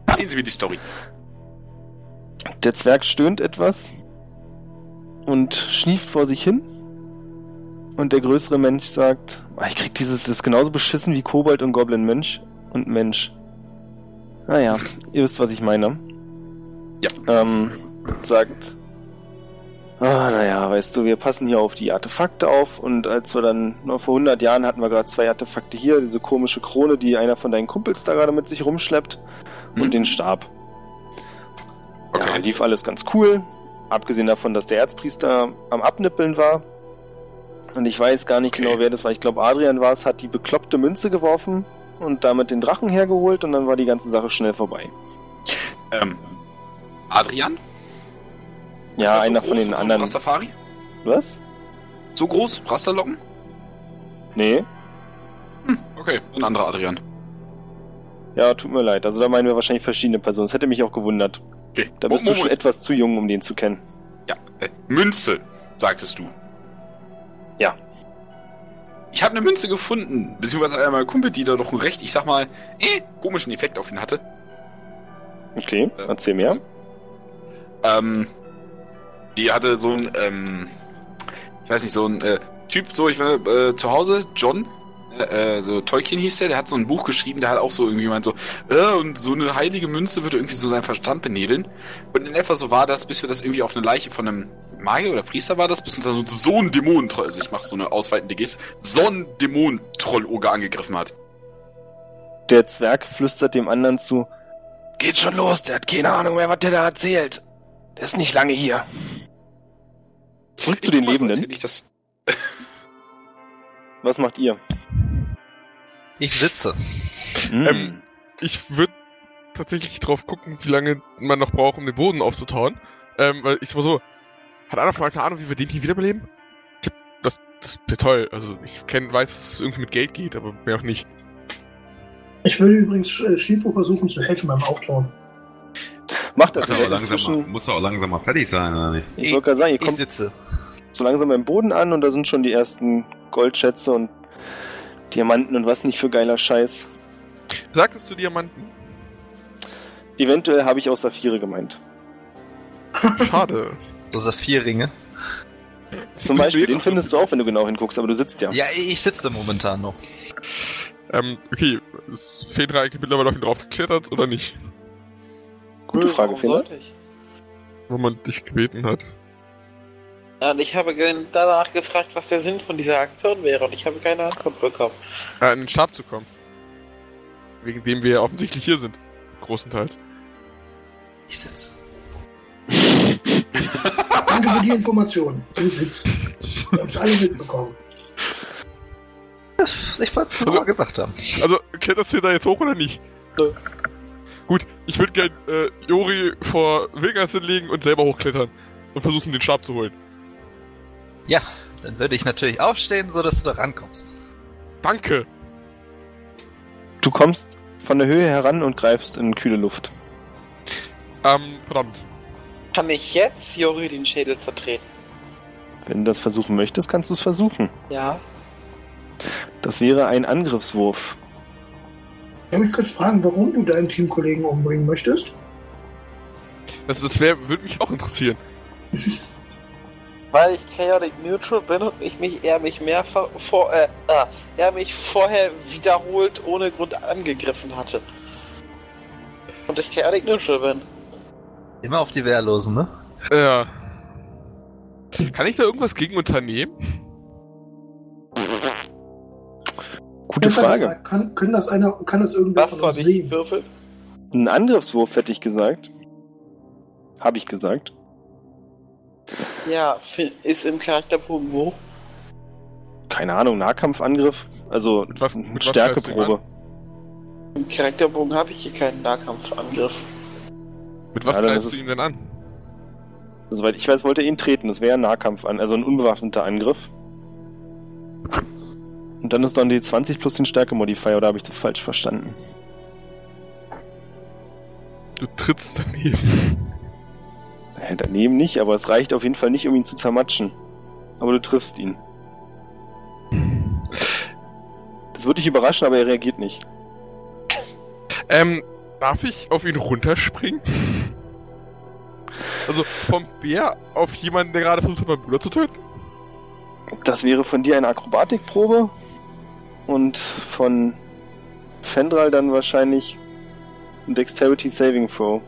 D: Erzählen Sie mir die Story.
C: Der Zwerg stöhnt etwas und schnieft vor sich hin. Und der größere Mensch sagt, "Ah, ich krieg dieses, das ist genauso beschissen wie Kobold und Goblin Mensch und Mensch. Naja, ihr wisst, was ich meine.
D: Ja.
C: Ähm, sagt, ah, naja, weißt du, wir passen hier auf die Artefakte auf und als wir dann, na, vor 100 Jahren hatten wir gerade zwei Artefakte hier, diese komische Krone, die einer von deinen Kumpels da gerade mit sich rumschleppt
D: Mhm.
C: und den Stab. Ja,
D: Okay.
C: lief alles ganz cool. Abgesehen davon, dass der Erzpriester am Abnippeln war. Und ich weiß gar nicht
D: Okay.
C: genau, wer das war. Ich glaube, Adrian war es, hat die bekloppte Münze geworfen und damit den Drachen hergeholt und dann war die ganze Sache schnell vorbei.
D: Ähm, Adrian?
C: Ja,
D: Ist das so
C: einer
D: groß
C: von
D: so
C: den
D: ein
C: anderen.
D: Rastafari?
C: Was?
D: So groß? Rasterlocken? Hm,
C: Nee?
D: Okay, ein anderer Adrian.
C: Ja, tut mir leid. Also da meinen wir wahrscheinlich verschiedene Personen. Das hätte mich auch gewundert.
D: Okay.
C: Da bist du
D: Moment,
C: schon etwas zu jung, um den zu kennen.
D: Ja, äh, Münze, sagtest du.
C: Ja.
D: Ich habe eine Münze gefunden, beziehungsweise einmal Kumpel, die da doch ein recht, ich sag mal, eh, komischen Effekt auf ihn hatte.
C: Okay,
D: Äh,
C: erzähl mir.
D: Ähm, die hatte so ein, ähm, ich weiß nicht, so ein äh, Typ, so ich war äh, zu Hause, John, äh, äh, so Tolkien hieß der, der hat so ein Buch geschrieben, der hat auch so irgendwie gemeint so, äh, und so eine heilige Münze würde irgendwie so seinen Verstand benebeln. Und in etwa so war das, bis wir das irgendwie auf eine Leiche von einem Magier oder Priester war das, bis uns dann so, so ein Dämonentroll, also ich mache so eine ausweitende Geste, so ein Dämonentroll-Oger angegriffen hat.
C: Der Zwerg flüstert dem anderen zu. Geht schon los, der hat keine Ahnung mehr, was der da erzählt. Der ist nicht lange hier. Zurück zu
D: Ich
C: den
D: tu mal so, als
C: Lebenden.
D: hätte Ich das
C: Was macht ihr?
E: Ich sitze. Hm.
A: Ähm, Ich würde tatsächlich drauf gucken, wie lange man noch braucht, um den Boden aufzutauen. Ähm, weil ich sag mal so, hat einer von euch eine Ahnung, wie wir den hier wiederbeleben? Ich hab- Das, das wäre toll. Also ich kenn, weiß, dass es irgendwie mit Geld geht, aber mehr auch nicht.
F: Ich würde übrigens äh, Shifu versuchen zu helfen beim Auftauen.
C: Macht
B: Muss
C: das
B: er,
C: ihr
B: auch
C: seid
B: langsam mal,
C: inzwischen.
B: muss er auch langsam mal fertig sein, oder nicht?
C: Ich wollte gerade sagen, ihr
E: Ich
C: kommt
E: sitze.
C: so langsam beim Boden an und da sind schon die ersten Goldschätze und Diamanten und was nicht für geiler Scheiß.
A: Sagtest du Diamanten?
C: Eventuell habe ich auch Saphire gemeint.
A: Schade.
E: So Saphirringe.
C: Zum Beispiel, den findest du auch, wenn du genau hinguckst, aber du sitzt ja.
E: Ja, ich sitze momentan noch.
A: ähm, okay, ist Fedra eigentlich mittlerweile auf ihn draufgeklettert oder nicht?
C: Gute
G: Nö,
C: Frage,
G: warum
C: Fehler.
G: sollte ich?
A: Wo man dich gebeten hat.
G: Ja, und ich habe gen- danach gefragt, was der Sinn von dieser Aktion wäre und ich habe keine Antwort bekommen.
A: Äh, in den Stab zu kommen. Wegen dem wir offensichtlich hier sind. Großenteils.
E: Ich sitze.
F: Danke für die Information. Du sitzt. Wir haben es alle mitbekommen.
E: Ich wollte es nur gesagt haben.
A: Also, kletterst du da jetzt hoch oder nicht?
G: Nö.
A: Gut, ich würde gern äh, Jori vor Vegas hinlegen und selber hochklettern. Und versuchen, den Stab zu holen.
E: Ja, dann würde ich natürlich aufstehen, sodass du da rankommst.
A: Danke!
C: Du kommst von der Höhe heran und greifst in kühle Luft.
A: Ähm, verdammt.
G: Kann ich jetzt Jori den Schädel zertreten?
C: Wenn du das versuchen möchtest, kannst du es versuchen.
G: Ja.
C: Das wäre ein Angriffswurf.
F: Kann ich kurz fragen, warum du deinen Teamkollegen umbringen möchtest?
A: Das, das wär, würde mich auch interessieren.
G: Weil ich Chaotic Neutral bin und ich mich er mich mehr ver- vor äh, ah, er mich vorher wiederholt ohne Grund angegriffen hatte. Und ich Chaotic Neutral bin.
E: Immer auf die Wehrlosen, ne?
A: Ja. Äh, Kann ich da irgendwas gegen unternehmen?
C: Gute
F: Ich hab
C: Frage.
F: gefragt, Kann, können das einer, kann das irgendwer
G: Was
F: von
G: soll
F: uns
G: ich
F: sehen?
G: würfeln?
C: Ein Angriffswurf hätte ich gesagt. Habe ich gesagt.
G: Ja, fi- ist im Charakterbogen hoch.
C: keine Ahnung, Nahkampfangriff? Also
A: Mit was- mit was
C: Stärkeprobe.
G: Im Charakterbogen habe ich hier keinen Nahkampfangriff.
A: Mit was
C: Ja, dann
A: greifst
C: ist
A: du
C: es-
A: ihn denn an?
C: Soweit Also, ich weiß, wollte er ihn treten. Das wäre ein Nahkampf an, also ein unbewaffneter Angriff. Und dann ist dann die 20 plus den Stärkemodifier, oder habe ich das falsch verstanden?
A: Du trittst daneben.
C: Naja, Äh, daneben nicht, aber es reicht auf jeden Fall nicht, um ihn zu zermatschen. Aber du triffst ihn. Das würde dich überraschen, aber er reagiert nicht.
A: Ähm, darf ich auf ihn runterspringen? Also vom Bär auf jemanden, der gerade versucht hat, meinen Bruder zu töten?
C: Das wäre von dir eine Akrobatikprobe und von Fendral dann wahrscheinlich ein Dexterity Saving Throw,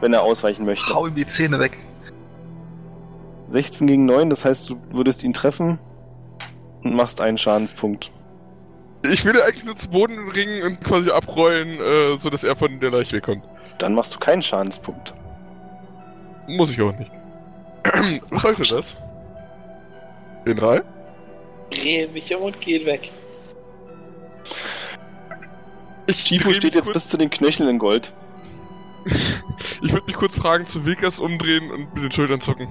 C: wenn er ausweichen möchte.
E: Hau ihm die Zähne weg.
C: 16 gegen 9, das heißt, du würdest ihn treffen und machst einen Schadenspunkt.
A: Ich will eigentlich nur zu Boden ringen und quasi abrollen, äh, sodass er von der Leiche wegkommt.
C: Dann machst du keinen Schadenspunkt.
A: Muss ich auch nicht. was sollte das? Den Rai?
G: Drehe mich um und gehe weg.
A: Ich dreh
C: Chifu
A: mich
C: steht jetzt
A: kurz-
C: bis zu den Knöcheln in Gold.
A: Ich würde mich kurz fragen, zu Wilkas umdrehen und mit den Schultern zucken.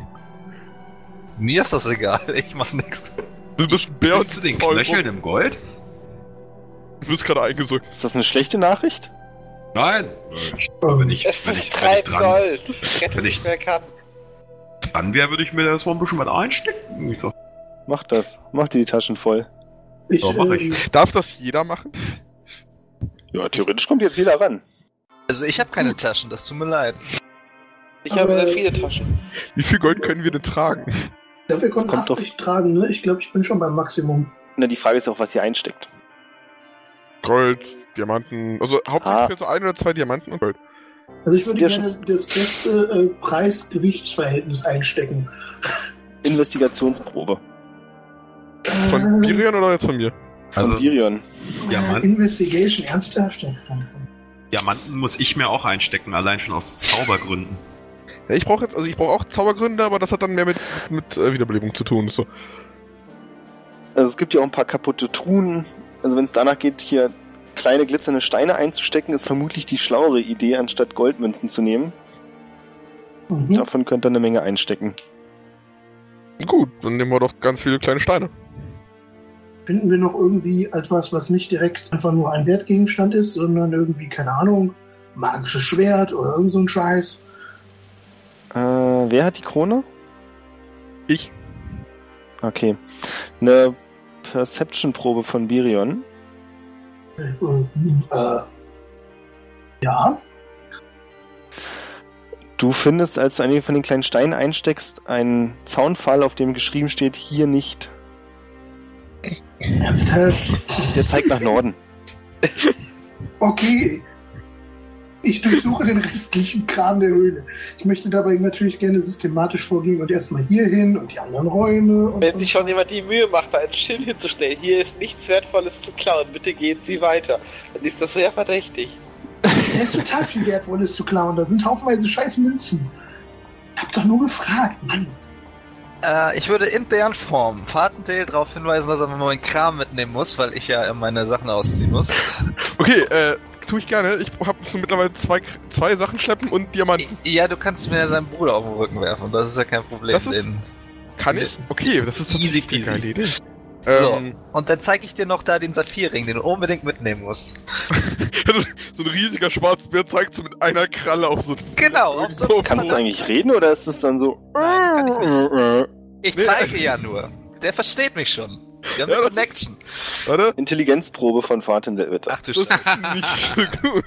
E: Mir ist das egal, ich mach nichts.
A: Du bist ein Bär
B: Bist du
A: und
B: den
A: voll-
B: Knöcheln im Gold?
A: Du bist gerade eingesunken.
C: Ist das eine schlechte Nachricht?
B: Nein. Äh, Wenn ich,
G: Es
B: wenn ich,
G: ist
B: wenn ich
G: treib
B: dran,
G: Gold. Rette
B: Wenn
G: sich,
B: ich-
G: wer kann.
B: dran wäre, würde ich mir da erstmal ein bisschen was einstecken. Ich so,
C: Mach das. Mach dir die Taschen voll.
F: Ich,
B: Ja, mach
F: äh,
A: Darf das jeder machen?
C: Ja, theoretisch kommt jetzt jeder ran.
E: Also ich habe keine Taschen, das tut mir leid.
G: Ich habe
F: Aber-
G: sehr viele Taschen.
A: Wie viel Gold können wir denn tragen?
F: ja, wir konnten
C: kommt drauf-
F: 80 tragen, ne? Ich glaube, ich bin schon beim Maximum.
C: Na, die Frage ist auch, was hier einsteckt.
A: Gold, Diamanten. Also
C: Ah.
A: hauptsächlich so ein oder zwei Diamanten und Gold.
F: Also ich
C: Ist
F: würde
C: dir
F: gerne das beste äh, Preis-Gewichtsverhältnis einstecken.
C: Investigationsprobe.
A: Von
F: Äh,
A: Birion oder jetzt von mir?
C: Von
B: Also-
C: Birion.
B: Diamant-
F: Investigation ernsthaft? Ja,
B: Diamanten muss ich mir auch einstecken, allein schon aus Zaubergründen.
A: Ja, ich brauche jetzt, also ich brauche auch Zaubergründe, aber das hat dann mehr mit, mit äh, Wiederbelebung zu tun. So.
C: Also es gibt ja auch ein paar kaputte Truhen. Also wenn es danach geht, hier kleine glitzernde Steine einzustecken, ist vermutlich die schlauere Idee, anstatt Goldmünzen zu nehmen.
E: Hm.
F: mhm.
C: Davon könnt ihr eine Menge einstecken.
A: Gut, dann nehmen wir doch ganz viele kleine Steine.
F: Finden wir noch irgendwie etwas, was nicht direkt einfach nur ein Wertgegenstand ist, sondern irgendwie, keine Ahnung, magisches Schwert oder irgend so ein Scheiß?
C: Äh, wer hat die Krone?
A: Ich.
C: Okay. Eine Perception-Probe von Birion.
F: Äh, äh, ja,
C: Du findest, als du einige von den kleinen Steinen einsteckst, einen Zaunpfahl, auf dem geschrieben steht, hier nicht.
F: ernsthaft.
C: Der zeigt nach Norden.
F: Okay. Ich durchsuche den restlichen Kram der Höhle. Ich möchte dabei natürlich gerne systematisch vorgehen und erstmal hier hin und die anderen Räume. Und
G: Wenn sich schon jemand die Mühe macht, da ein Schild hinzustellen, hier ist nichts Wertvolles zu klauen, bitte gehen Sie weiter. Dann ist das sehr verdächtig.
F: Da ist total viel Wertvolles zu klauen. Da sind haufenweise scheiß Münzen. Ich hab doch nur gefragt, Mann.
E: Äh, ich würde in Bärenform Fahrtendale darauf hinweisen, dass er mir meinen Kram mitnehmen muss, weil ich ja äh, meine Sachen ausziehen muss.
A: Okay, äh, tue ich gerne. Ich habe so mittlerweile zwei, zwei Sachen schleppen und Diamanten.
E: Ja, du kannst mir deinen Bruder auf den Rücken werfen, das ist ja kein Problem.
A: Das ist-
E: den-
A: Kann ich? Okay, das ist
E: Easy
A: tatsächlich eine
E: peasy.
A: geile Idee.
E: So.
A: Ähm,
E: Und dann zeige ich dir noch da den Saphirring, den du unbedingt mitnehmen musst.
A: so ein riesiger Schwarzbär zeigt so mit einer Kralle auf so einen
E: Genau, auf so einen
C: Kannst du eigentlich reden oder ist es dann so?
E: Nein, kann Ich
A: Nee,
E: zeige ja nur. Der versteht mich schon. Wir haben
A: Ja,
E: eine
A: das
E: Connection.
A: Warte,
C: Intelligenzprobe von Fatin der Witter.
E: Ach du
A: das
E: Scheiße.
A: ist nicht so gut.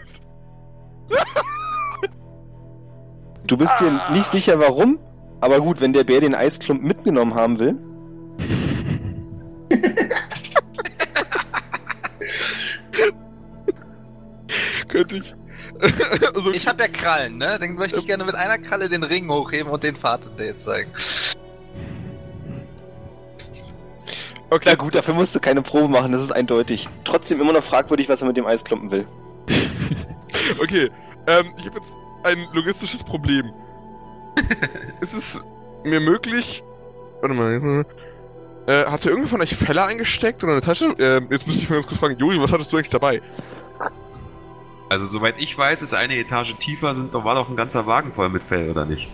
C: Du bist
A: Ah.
C: dir nicht sicher, warum, aber gut, wenn der Bär den Eisklump mitgenommen haben will.
A: Könnte ich. also,
E: Ich habe ja Krallen, ne? Dann möchte ich gerne mit einer Kralle den Ring hochheben und den Fahrtendale zeigen.
A: okay.
C: Na gut, dafür musst du keine Probe machen, das ist eindeutig. Trotzdem immer noch fragwürdig, was er mit dem Eisklumpen will.
A: Okay, ähm, ich habe jetzt ein logistisches Problem. ist es mir möglich, warte mal, Äh, hatte irgendwer von euch Fälle eingesteckt oder eine Tasche? Äh, jetzt müsste ich mal ganz kurz fragen, Juri, was hattest du eigentlich dabei?
B: Also soweit ich weiß, ist eine Etage tiefer, sind, doch- war doch ein ganzer Wagen voll mit Fell, oder nicht?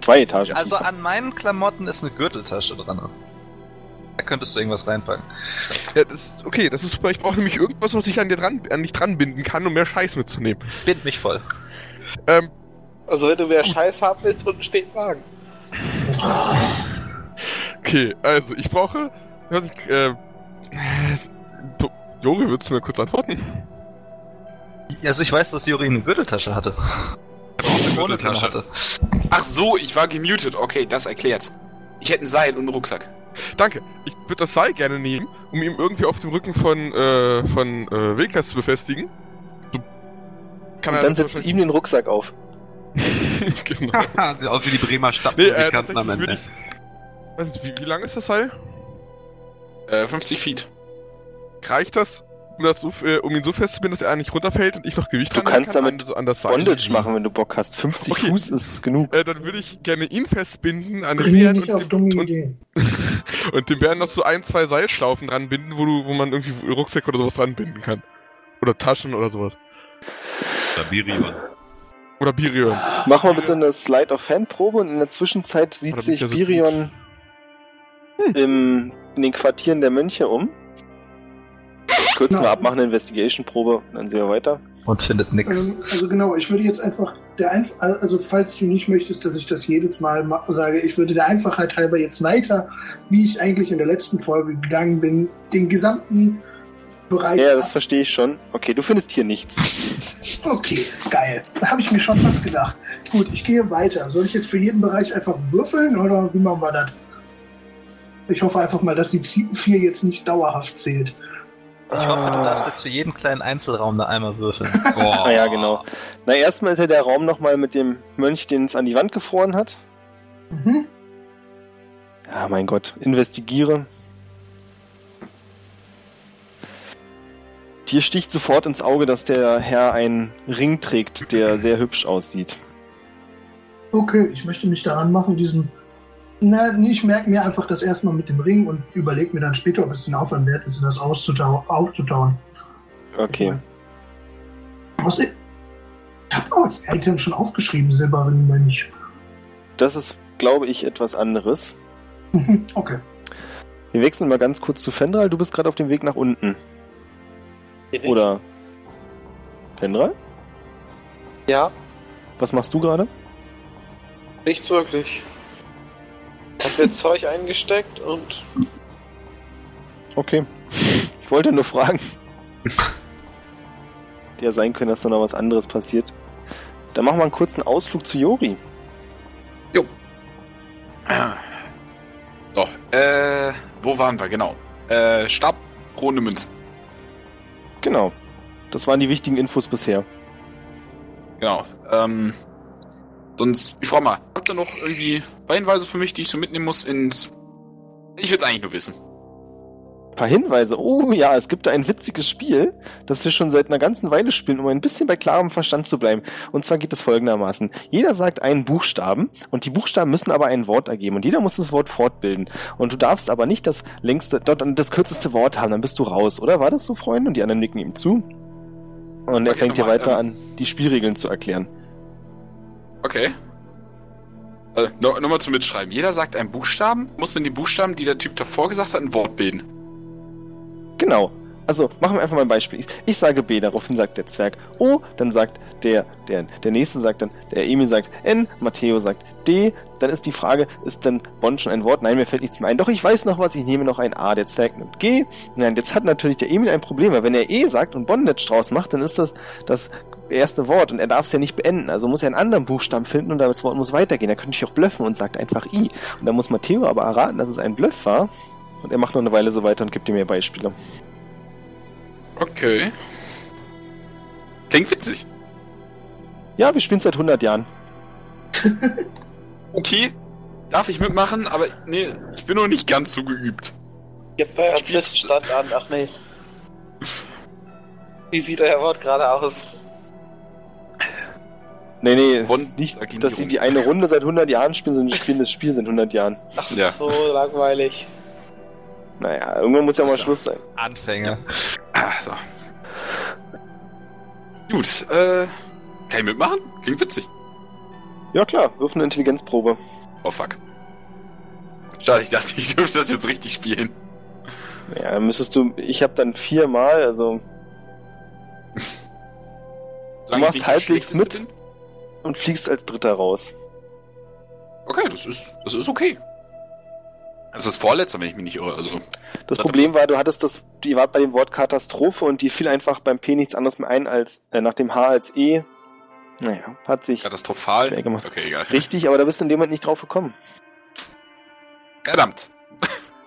C: Zwei Etagen.
E: Also
C: tiefer.
E: an meinen Klamotten ist eine Gürteltasche dran. Da könntest du irgendwas reinpacken.
A: Ja, das ist okay, das ist super. Ich brauche nämlich irgendwas, was ich an dir dran, an dich dranbinden kann, um mehr Scheiß mitzunehmen.
E: Bind mich voll.
A: Ähm,
G: Also wenn du mehr Scheiß haben willst, unten steht Wagen.
A: okay, also ich brauche. Ich weiß nicht, äh, äh, du- Juri, würdest du mir kurz antworten?
E: Also ich weiß, dass Juri eine Gürteltasche hatte.
B: Ich hab auch eine
E: Ohne
B: Gürteltasche.
E: hatte.
D: Ach so, ich war gemutet. Okay, das erklärt's. Ich hätte ein Seil und einen Rucksack.
A: Danke. Ich würde das Seil gerne nehmen, um ihm irgendwie auf dem Rücken von, äh, von äh, Wilkas zu befestigen. So, kann
C: Und dann setzt du ihm den Rucksack auf.
A: genau.
B: Sieht aus wie die Bremer
A: Nee, äh,
B: Stadtmusikanten am
A: tatsächlich würde
B: Ende.
A: ich. Weiß nicht, wie, wie lang ist das Seil?
D: Äh, 50 Feet.
A: Reicht das, um, das so, äh, um ihn so festzubinden, dass er nicht runterfällt und ich noch Gewicht
C: Du
A: dran also
C: kannst damit
A: an, an das Seil?
C: Bondage machen, wenn du Bock hast. 50
A: Okay.
C: Fuß ist genug.
A: Äh, dann würde ich gerne ihn festbinden an den
F: Bring mich
A: Bären
F: nicht auf
A: und,
F: dumme
A: dem, und,
F: Ideen.
A: und dem Bären noch so ein, zwei Seilschlaufen dranbinden, wo, du, wo man irgendwie Rucksäcke oder sowas dranbinden kann. Oder Taschen oder sowas.
B: Sabirion.
A: Oder Birion.
C: Mach mal bitte eine Slide of Hand Probe und in der Zwischenzeit
A: Oh,
C: sieht
A: da bin ich
C: sich
A: ja so
C: Birion Hm. im, in den Quartieren der Mönche um. Kurz
F: Na.
C: mal abmachen, eine Investigation Probe, dann sehen wir weiter.
E: Und findet nix.
F: Ähm, also genau, ich würde jetzt einfach der Einf also falls du nicht möchtest, dass ich das jedes Mal ma sage, ich würde der Einfachheit halber jetzt weiter, wie ich eigentlich in der letzten Folge gegangen bin, den gesamten Bereich.
C: Ja, das verstehe ich schon. Okay, du findest hier nichts.
F: okay, geil. Da habe ich mir schon fast gedacht. Gut, ich gehe weiter. Soll ich jetzt für jeden Bereich einfach würfeln oder wie machen wir das? Ich hoffe einfach mal, dass die 4 jetzt nicht dauerhaft zählt.
E: Ich hoffe,
B: Ah.
E: du darfst jetzt für jeden kleinen Einzelraum da einmal würfeln.
B: Boah.
C: Ah ja, genau. Na, erstmal ist ja der Raum nochmal mit dem Mönch, den es an die Wand gefroren hat.
F: Mhm.
C: Ja, mein Gott, investigiere. Dir sticht sofort ins Auge, dass der Herr einen Ring trägt, der sehr hübsch aussieht.
F: Okay, ich möchte mich daran machen, diesen. Na, nee, ich merke mir einfach das erstmal mit dem Ring und überlege mir dann später, ob es den Aufwand wert ist, das auszutau- aufzutauen.
C: Okay.
F: Was ich ich habe auch das Item schon aufgeschrieben, Silberring Mönch.
C: Das ist, glaube ich, etwas anderes.
F: Mhm, okay.
C: Wir wechseln mal ganz kurz zu Fendral. Du bist gerade auf dem Weg nach unten, oder? Fendral?
G: Ja,
C: Was machst du gerade?
G: nichts wirklich. Hab mir Zeug eingesteckt und
C: Okay. Ich wollte nur fragen. Hätte Ja, sein können, dass da noch was anderes passiert. Dann machen wir einen kurzen Ausflug zu Jori.
D: So, äh, wo waren wir? Genau. Äh, Stab, Krone, Münzen.
C: Genau. Das waren die wichtigen Infos bisher.
D: Genau. Ähm, sonst, ich frage mal, habt ihr noch irgendwie Hinweise für mich, die ich so mitnehmen muss ins... Ich will's eigentlich nur wissen.
C: Ein paar Hinweise. Oh ja, es gibt da ein witziges Spiel, das wir schon seit einer ganzen Weile spielen, um ein bisschen bei klarem Verstand zu bleiben. Und zwar geht es folgendermaßen. Jeder sagt einen Buchstaben und die Buchstaben müssen aber ein Wort ergeben und jeder muss das Wort fortbilden. Und du darfst aber nicht das längste, dort das kürzeste Wort haben, dann bist du raus, oder? War das so, Freunde? Und die anderen nicken ihm zu. Und er
D: Okay,
C: fängt dir
D: nochmal,
C: weiter
D: ähm,
C: an, die Spielregeln zu erklären.
D: Okay. Äh, no, Nochmal zum Mitschreiben. Jeder sagt einen Buchstaben, muss man die Buchstaben, die der Typ davor gesagt hat, ein Wort bilden.
C: Genau. Also machen wir einfach mal ein Beispiel. Ich, ich sage B, daraufhin sagt der Zwerg O, dann sagt der, der, der nächste sagt dann, der Emil sagt N, Matteo sagt D, dann ist die Frage, ist denn Bonn schon ein Wort? Nein, mir fällt nichts mehr ein. Doch ich weiß noch was, ich nehme noch ein A, der Zwerg nimmt G. Nein, jetzt hat natürlich der Emil ein Problem, weil wenn er E sagt und Bonn jetzt draus macht, dann ist das das erste Wort und er darf es ja nicht beenden. Also muss er einen anderen Buchstaben finden und das Wort muss weitergehen. Er könnte ich auch bluffen und sagt einfach I. Und dann muss Matteo aber erraten, dass es ein Bluff war. Und er macht noch eine Weile so weiter und gibt dir mehr Beispiele.
D: Okay. Klingt witzig.
C: Ja, wir spielen seit 100 Jahren.
D: Okay. Darf ich mitmachen, aber nee, ich bin noch nicht ganz so geübt.
G: gib bei uns
D: Spielst-
G: Stand an. Ach nee. Wie sieht euer Wort gerade aus?
C: Nee, nee, es
D: Von-
C: ist nicht,
D: da gehen
C: dass
D: die
C: sie
D: um.
C: die eine Runde seit 100 Jahren spielen, sondern die spielen das Spiel seit 100 Jahren.
G: Ach
D: Ja.
G: so langweilig.
C: Naja, irgendwann muss ja mal Schluss sein.
E: Anfänger.
D: Ah, so. Gut, äh, kann ich mitmachen? Klingt witzig.
C: Ja klar, wirf eine Intelligenzprobe.
D: Oh fuck. Schade, ich dachte, ich dürfte das jetzt richtig spielen.
C: Ja, dann müsstest du. Ich habe dann viermal, also
D: Solange ich
C: machst
D: nicht der
C: halbwegs mit?
D: Schlechteste bin.
C: und fliegst als Dritter raus.
D: Okay, das ist, das ist okay. Das ist das Vorletzte, wenn ich mich nicht irre. Also,
C: Das
D: Warte.
C: Problem war, du hattest das, die war bei dem Wort Katastrophe und die fiel einfach beim P nichts anderes mehr ein als äh, nach dem H als E. Naja, hat sich
D: katastrophal.
C: Schwer gemacht.
D: Okay, egal.
C: richtig, aber da bist du in dem Moment nicht drauf gekommen.
D: Verdammt.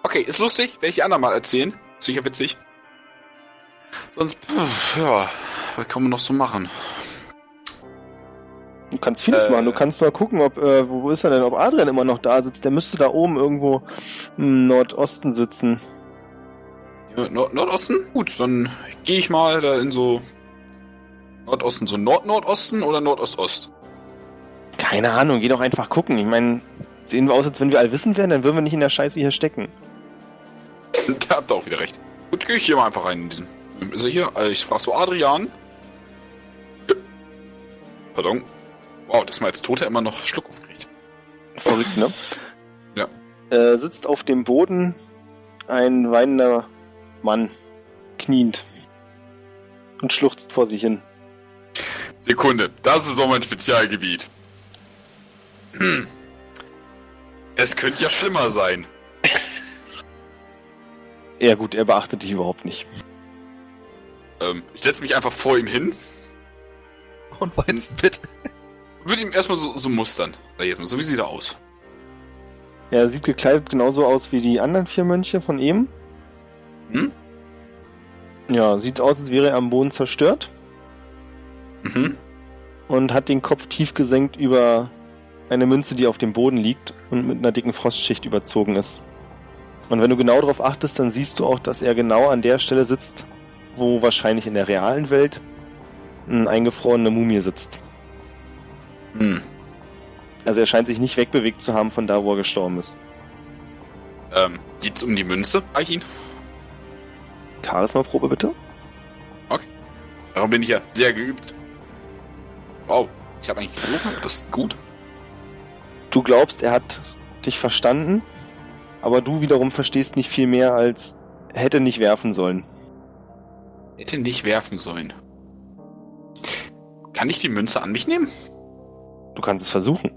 D: Okay, ist lustig, werde ich die anderen mal erzählen. Sicher witzig. Sonst, pff, ja, was kann man noch so machen?
C: Du kannst vieles
D: Äh.
C: machen. Du kannst mal gucken, ob äh, wo wo ist er denn, ob Adrian immer noch da sitzt. Der müsste da oben irgendwo im Nordosten sitzen.
D: Ja, Nord Nordosten? Gut, dann gehe ich mal da in so Nordosten, so Nord-Nordosten oder Nordost-Ost?
C: Keine Ahnung, geh doch einfach gucken. Ich meine, sehen wir aus, als wenn wir allwissend wären, dann würden wir nicht in der Scheiße hier stecken.
D: da habt ihr auch wieder recht. Gut, gehe ich hier mal einfach rein in diesen. Ist er hier? Äh, Ich frage so Adrian. Pardon. Wow, dass man als Toter immer noch Schluck aufkriegt.
C: Verrückt, ne?
D: Ja.
C: Äh, sitzt auf dem Boden ein weinender Mann, kniend und schluchzt vor sich hin.
D: Sekunde, das ist doch mein Spezialgebiet. Hm. Es könnte ja schlimmer sein.
C: Ja gut, er beachtet dich überhaupt nicht.
D: Ähm, ich setze mich einfach vor ihm hin,
E: Und Weizen bitte.
D: würde ihm erstmal so, so mustern. Sag ich jetzt mal, So wie sieht er aus?
C: Er sieht gekleidet genauso aus wie die anderen vier Mönche von eben.
D: Hm?
C: Ja, sieht aus, als wäre er am Boden zerstört
D: Mhm.
C: und hat den Kopf tief gesenkt über eine Münze, die auf dem Boden liegt und mit einer dicken Frostschicht überzogen ist. Und wenn du genau darauf achtest, dann siehst du auch, dass er genau an der Stelle sitzt, wo wahrscheinlich in der realen Welt eine eingefrorene Mumie sitzt.
D: Hm.
C: Also er scheint sich nicht wegbewegt zu haben von da, wo er gestorben ist.
D: Ähm, geht's um die Münze? Frag ich ihn.
C: Charisma-Probe bitte.
D: Darum bin ich ja sehr geübt. Wow, ich habe eigentlich gelogen, aber das ist gut.
C: Du glaubst, er hat dich verstanden, aber du wiederum verstehst nicht viel mehr als hätte nicht werfen sollen.
D: Hätte nicht werfen sollen. Kann ich die Münze an mich nehmen?
C: Du kannst es versuchen.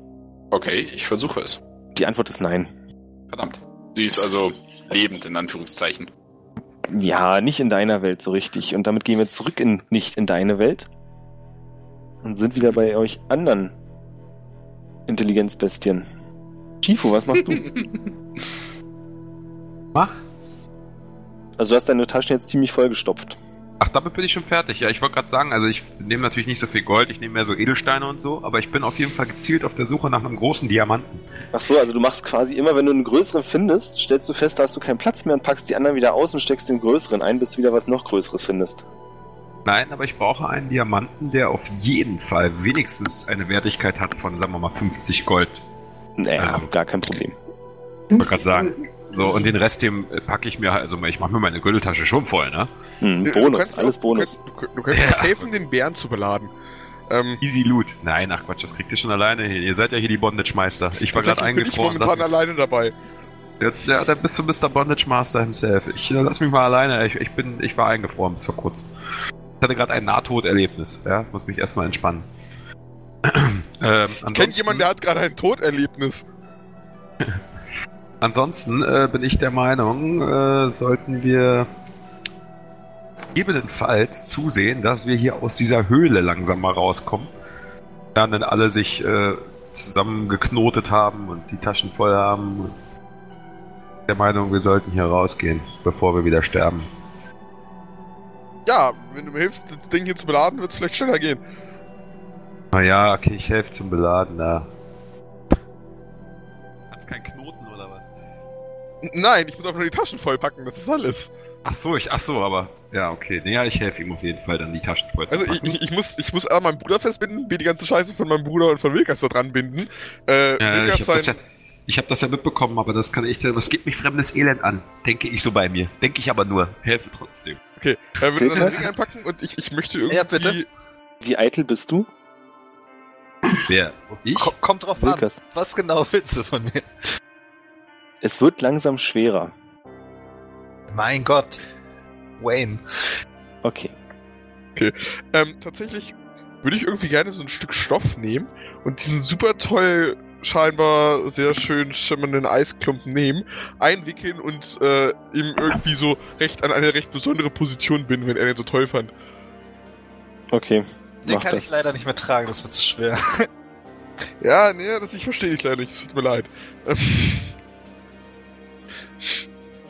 D: Okay, ich versuche es.
C: Die Antwort ist nein.
D: Verdammt. Sie ist also lebend, in Anführungszeichen.
C: Ja, nicht in deiner Welt so richtig. Und damit gehen wir zurück in nicht in deine Welt und sind wieder bei euch anderen Intelligenzbestien. Shifu, was machst du?
B: Mach.
C: Also du hast deine Taschen jetzt ziemlich vollgestopft.
B: Ach, damit bin ich schon fertig. Ja, ich wollte gerade sagen, also ich nehme natürlich nicht so viel Gold, ich nehme mehr so Edelsteine und so, aber ich bin auf jeden Fall gezielt auf der Suche nach einem großen Diamanten.
C: Ach so, also du machst quasi immer, wenn du einen größeren findest, stellst du fest, da hast du keinen Platz mehr und packst die anderen wieder aus und steckst den größeren ein, bis du wieder was noch größeres findest.
B: Nein, aber ich brauche einen Diamanten, der auf jeden Fall wenigstens eine Wertigkeit hat von, sagen wir mal, 50 Gold.
C: Naja,
B: Also-
C: gar kein Problem.
F: Ich
B: wollte gerade sagen. So, und den Rest, dem äh, packe ich mir halt, also ich mache mir meine Gürteltasche schon voll, ne?
C: Hm,
A: Du- du
C: Bonus,
A: kannst
C: alles
A: Äh, auch-
C: Bonus.
A: Du könntest, du, könntest
B: Ja.
A: auch helfen, den Bären zu beladen. Ähm,
B: Easy Loot. Nein, ach Quatsch, das kriegt ihr schon alleine hin. Ihr seid ja hier die Bondage-Meister. Ich war gerade
A: tatsächlich bin ich
B: eingefroren.
A: momentan alleine dabei.
B: Ja, ja, da bist du Mr. Bondage Master himself. Ich ja, lass mich mal alleine. Ich, ich bin, ich war eingefroren bis vor kurzem. Ich hatte gerade ein Nahtoderlebnis. Ja, muss mich erstmal entspannen. ähm, ansonsten-
A: Kennt jemand, der hat gerade ein Toderlebnis?
B: Ansonsten äh, bin ich der Meinung, äh, sollten wir gegebenenfalls zusehen, dass wir hier aus dieser Höhle langsam mal rauskommen. Dann, wenn alle sich äh, zusammengeknotet haben und die Taschen voll haben. Und der Meinung, wir sollten hier rausgehen, bevor wir wieder sterben.
A: Ja, wenn du mir hilfst, das Ding hier zu beladen, wird es vielleicht schneller gehen.
B: Naja, okay, ich helfe zum Beladen da. Hat's keinen Knoten oder was?
A: N- Nein, ich muss einfach nur die Taschen vollpacken, das ist alles.
B: Ach so, ich, ach so, aber ja, okay. Naja, ich helfe ihm auf jeden Fall dann die Taschen voll
A: Also
B: zu
A: ich,
B: packen.
A: ich, ich muss, ich muss A, meinen Bruder festbinden, B, die ganze Scheiße von meinem Bruder und von Wilkas da dran binden. Äh,
B: Äh, ich
A: Wilkas
B: hab das ja,
A: sein,
B: Ich habe das ja mitbekommen, aber das kann echt, was geht mich fremdes Elend an? Denke ich so bei mir. Denke ich aber nur. Helfe trotzdem.
A: Okay, er
C: Seht
A: würde das
C: ihr's?
A: Ding einpacken und ich, ich möchte irgendwie.
E: Ja, bitte.
C: Wie eitel bist du?
B: Wer? Ich?
E: Ko kommt drauf
C: Wilkas.
E: an. Was genau willst du von mir?
C: Es wird langsam schwerer.
E: Mein Gott. Wayne.
C: Okay.
A: Ähm, tatsächlich würde ich irgendwie gerne so ein Stück Stoff nehmen und diesen super toll scheinbar sehr schön schimmernden Eisklumpen nehmen, einwickeln und äh, ihm irgendwie so recht an eine recht besondere Position binden, wenn er den so toll fand.
C: Okay.
E: Den
C: Mach
E: kann
C: das.
E: ich leider nicht mehr tragen, das wird zu schwer.
A: Ja, nee, das ich verstehe ich leider nicht. Es tut mir leid. Ähm,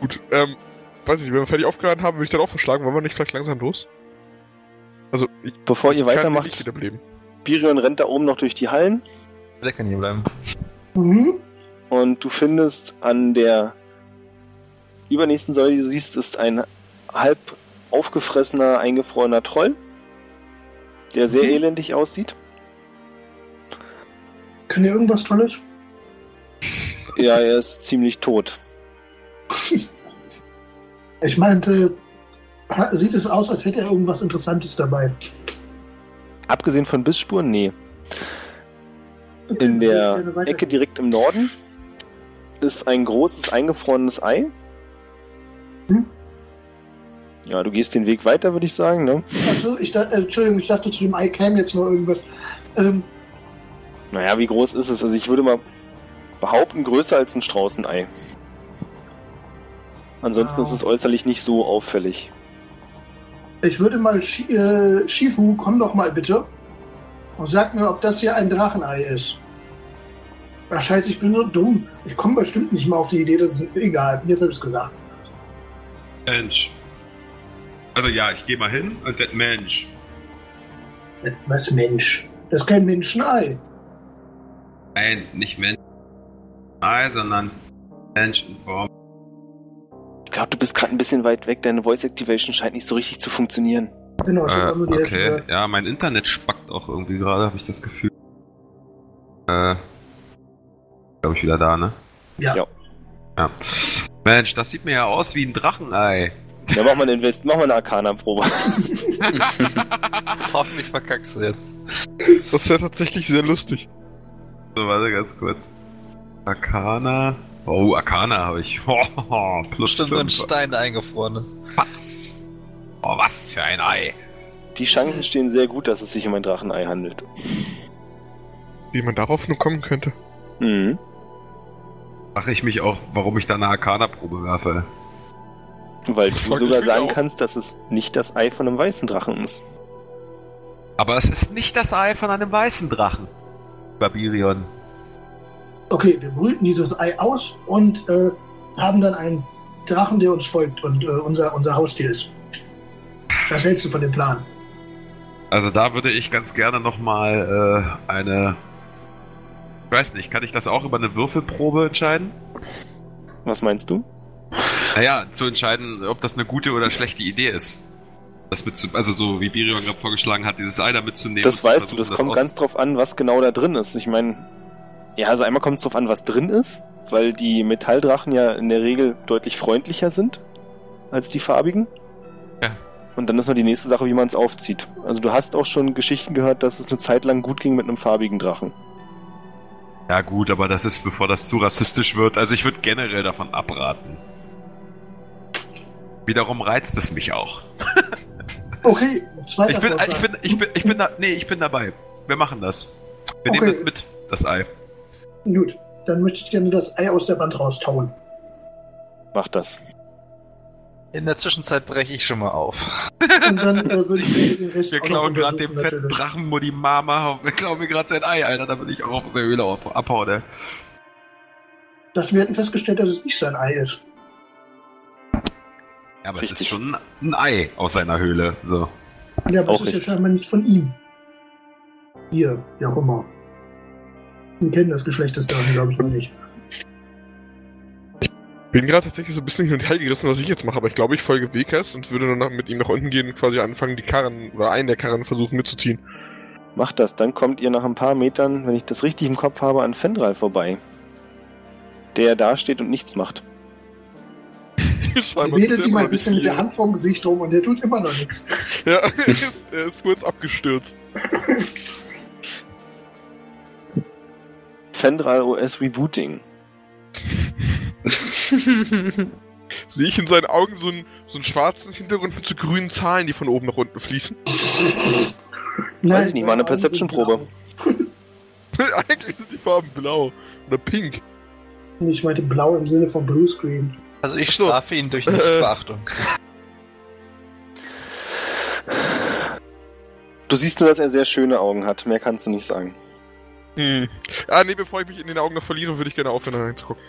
A: Gut, ähm, weiß nicht, wenn wir fertig aufgeladen haben, würde ich dann auch verschlagen, wollen wir nicht vielleicht langsam los? Also, ich
C: Bevor ihr
A: kann hier nicht
C: weitermacht,
A: wiederbleiben.
C: Birion rennt da oben noch durch die Hallen
E: Der kann hier bleiben.
F: Mhm.
C: und du findest an der übernächsten Säule, die du siehst, ist ein halb aufgefressener, eingefrorener Troll, der sehr elendig aussieht.
F: Kann ja irgendwas Tolles?
C: Ja, er ist ziemlich tot.
F: Ich meinte, ha- sieht es aus, als hätte er irgendwas Interessantes dabei.
C: Abgesehen von Bissspuren, nee. In
F: Äh,
C: der Ecke direkt im Norden ist ein großes eingefrorenes Ei.
F: Hm.
C: Ja, du gehst den Weg weiter, würde ich sagen, ne?
F: Achso, ich, da, äh, Entschuldigung, ich dachte, zu dem Ei käme jetzt noch irgendwas. Ähm,
C: Naja, wie groß ist es? Also ich würde mal behaupten, größer als ein Straußenei. Ansonsten
F: Wow.
C: ist es äußerlich nicht so auffällig.
F: ich würde mal, Shi- äh, Shifu, komm doch mal bitte und sag mir, ob das hier ein Drachenei ist. Ach scheiße, ich bin so dumm. Ich komme bestimmt nicht mal auf die Idee, das ist egal. Mir selbst gesagt.
B: Mensch. Also ja, ich gehe mal hin und werd Mensch.
F: Was Mensch? Das ist kein Menschenei.
B: Nein, nicht Mensch. Nein, sondern Mensch in Form.
C: Ich glaube, du bist gerade ein bisschen weit weg. Deine Voice Activation scheint nicht so richtig zu funktionieren.
F: Genau, ich hab
B: Äh,
F: da nur die Hälfte
B: okay,
F: gehört.
B: ja, mein Internet spackt auch irgendwie gerade, habe ich das Gefühl. Äh, glaube ich wieder da, ne?
F: Ja.
C: Ja.
B: Ja. Mensch, das sieht mir ja aus wie ein Drachenei.
C: Ja, mach mal einen Invest, mach mal eine Arcana-Probe.
E: Hoffentlich verkackst du jetzt.
A: Das wäre tatsächlich sehr lustig.
B: So, warte ganz kurz. Arcana. Oh, Arcana habe ich. Hohoho, plus
E: Bestimmt nur ein
B: fünf.
E: Stein der eingefroren ist.
B: Was? Oh, was für ein Ei.
C: Die Chancen stehen sehr gut, dass es sich um ein Drachenei handelt.
A: Wie man darauf nur kommen könnte.
C: Mhm.
B: Mache ich mich auch, warum ich da eine Arcana-Probe werfe.
C: Weil
A: Das
C: du
A: wollte
C: sogar
A: ich mir
C: sagen
A: auch.
C: kannst, dass es nicht das Ei von einem weißen Drachen ist.
B: Aber es ist nicht das Ei von einem weißen Drachen. Barbarion.
F: Okay, wir brüten dieses Ei aus und äh, haben dann einen Drachen, der uns folgt und äh, unser, unser Haustier ist. Was hältst du von dem Plan?
B: Also da würde ich ganz gerne nochmal äh, eine... Ich weiß nicht, kann ich das auch über eine Würfelprobe entscheiden?
C: Was meinst du?
B: Naja, zu entscheiden, ob das eine gute oder schlechte Idee ist. Das mit zu, also so wie Birion gerade vorgeschlagen hat, dieses Ei da mitzunehmen.
C: das
B: und
C: weißt du,
B: versuchen,
C: das kommt
B: aus-
C: ganz drauf an, was genau da drin ist. Ich meine, ja, also einmal kommt es drauf an, was drin ist, weil die Metalldrachen ja in der Regel deutlich freundlicher sind als die farbigen.
B: Ja.
C: Und dann ist noch die nächste Sache, wie man es aufzieht. Also du hast auch schon Geschichten gehört, dass es eine Zeit lang gut ging mit einem farbigen Drachen.
B: Ja gut, aber das ist, bevor das zu rassistisch wird. Also ich würde generell davon abraten. Wiederum reizt es mich auch.
F: Okay, zweiter
B: Ich bin, äh,
F: Vorschlag.
B: ich bin, ich bin, ich bin, da, nee, ich bin dabei. Wir machen das. Wir nehmen
F: Okay.
B: das mit, das Ei.
F: Gut, dann möchte ich gerne das Ei aus der Wand raustauen.
C: Mach das.
E: In der Zwischenzeit breche ich schon mal auf.
F: Und dann äh, würde ich gerne den Rest
B: Wir
F: auch
B: klauen
F: noch
B: gerade dem
F: untersuchen,
B: fetten
F: natürlich.
B: Drachen Mutti Mama. Wir klauen mir gerade sein Ei, Alter, damit ich auch auf der Höhle ab- abhaue. ne?
F: Das wir hätten festgestellt, dass es nicht sein Ei ist.
B: Ja, aber es ist
C: Richtig.
B: schon ein Ei aus seiner Höhle. So.
F: Ja, aber
C: Auch
F: es ist ja
C: richtig.
F: scheinbar nicht von ihm. Hier, wie auch immer. Wir kennen das Geschlecht des Drachen, glaube ich, noch nicht.
A: Bin gerade tatsächlich so ein bisschen hin und her gerissen, was ich jetzt mache, aber ich glaube, ich folge Wekas und würde dann nach- mit ihm nach unten gehen und quasi anfangen, die Karren oder einen der Karren versuchen mitzuziehen.
C: Mach das. Dann kommt ihr nach ein paar Metern, wenn ich das richtig im Kopf habe, an Fendral vorbei. der da steht und nichts macht.
A: Scheinbar tut
F: Wedelt
A: er
F: ihm
A: immer
F: ein
A: noch
F: bisschen
A: nicht
F: mit der
A: viel.
F: Hand vorm Gesicht rum und der tut immer noch nichts.
A: Ja, er ist, er ist kurz abgestürzt.
C: Fendral OS Rebooting.
A: Sehe ich in seinen Augen so einen, so einen schwarzen Hintergrund mit so grünen Zahlen, die von oben nach unten fließen.
C: Weiß ich nicht, mal eine
F: also
C: Perception-Probe.
A: Eigentlich sind die Farben blau oder pink.
F: Ich meinte blau im Sinne von Bluescreen.
E: Also ich
A: Ach so.
E: strafe ihn durch Nichtbeachtung.
C: Du siehst nur, dass er sehr schöne Augen hat. Mehr kannst du nicht sagen.
A: Hm. Ah, nee, bevor ich mich in den Augen noch verliere, würde ich gerne aufhören, da reinzugucken.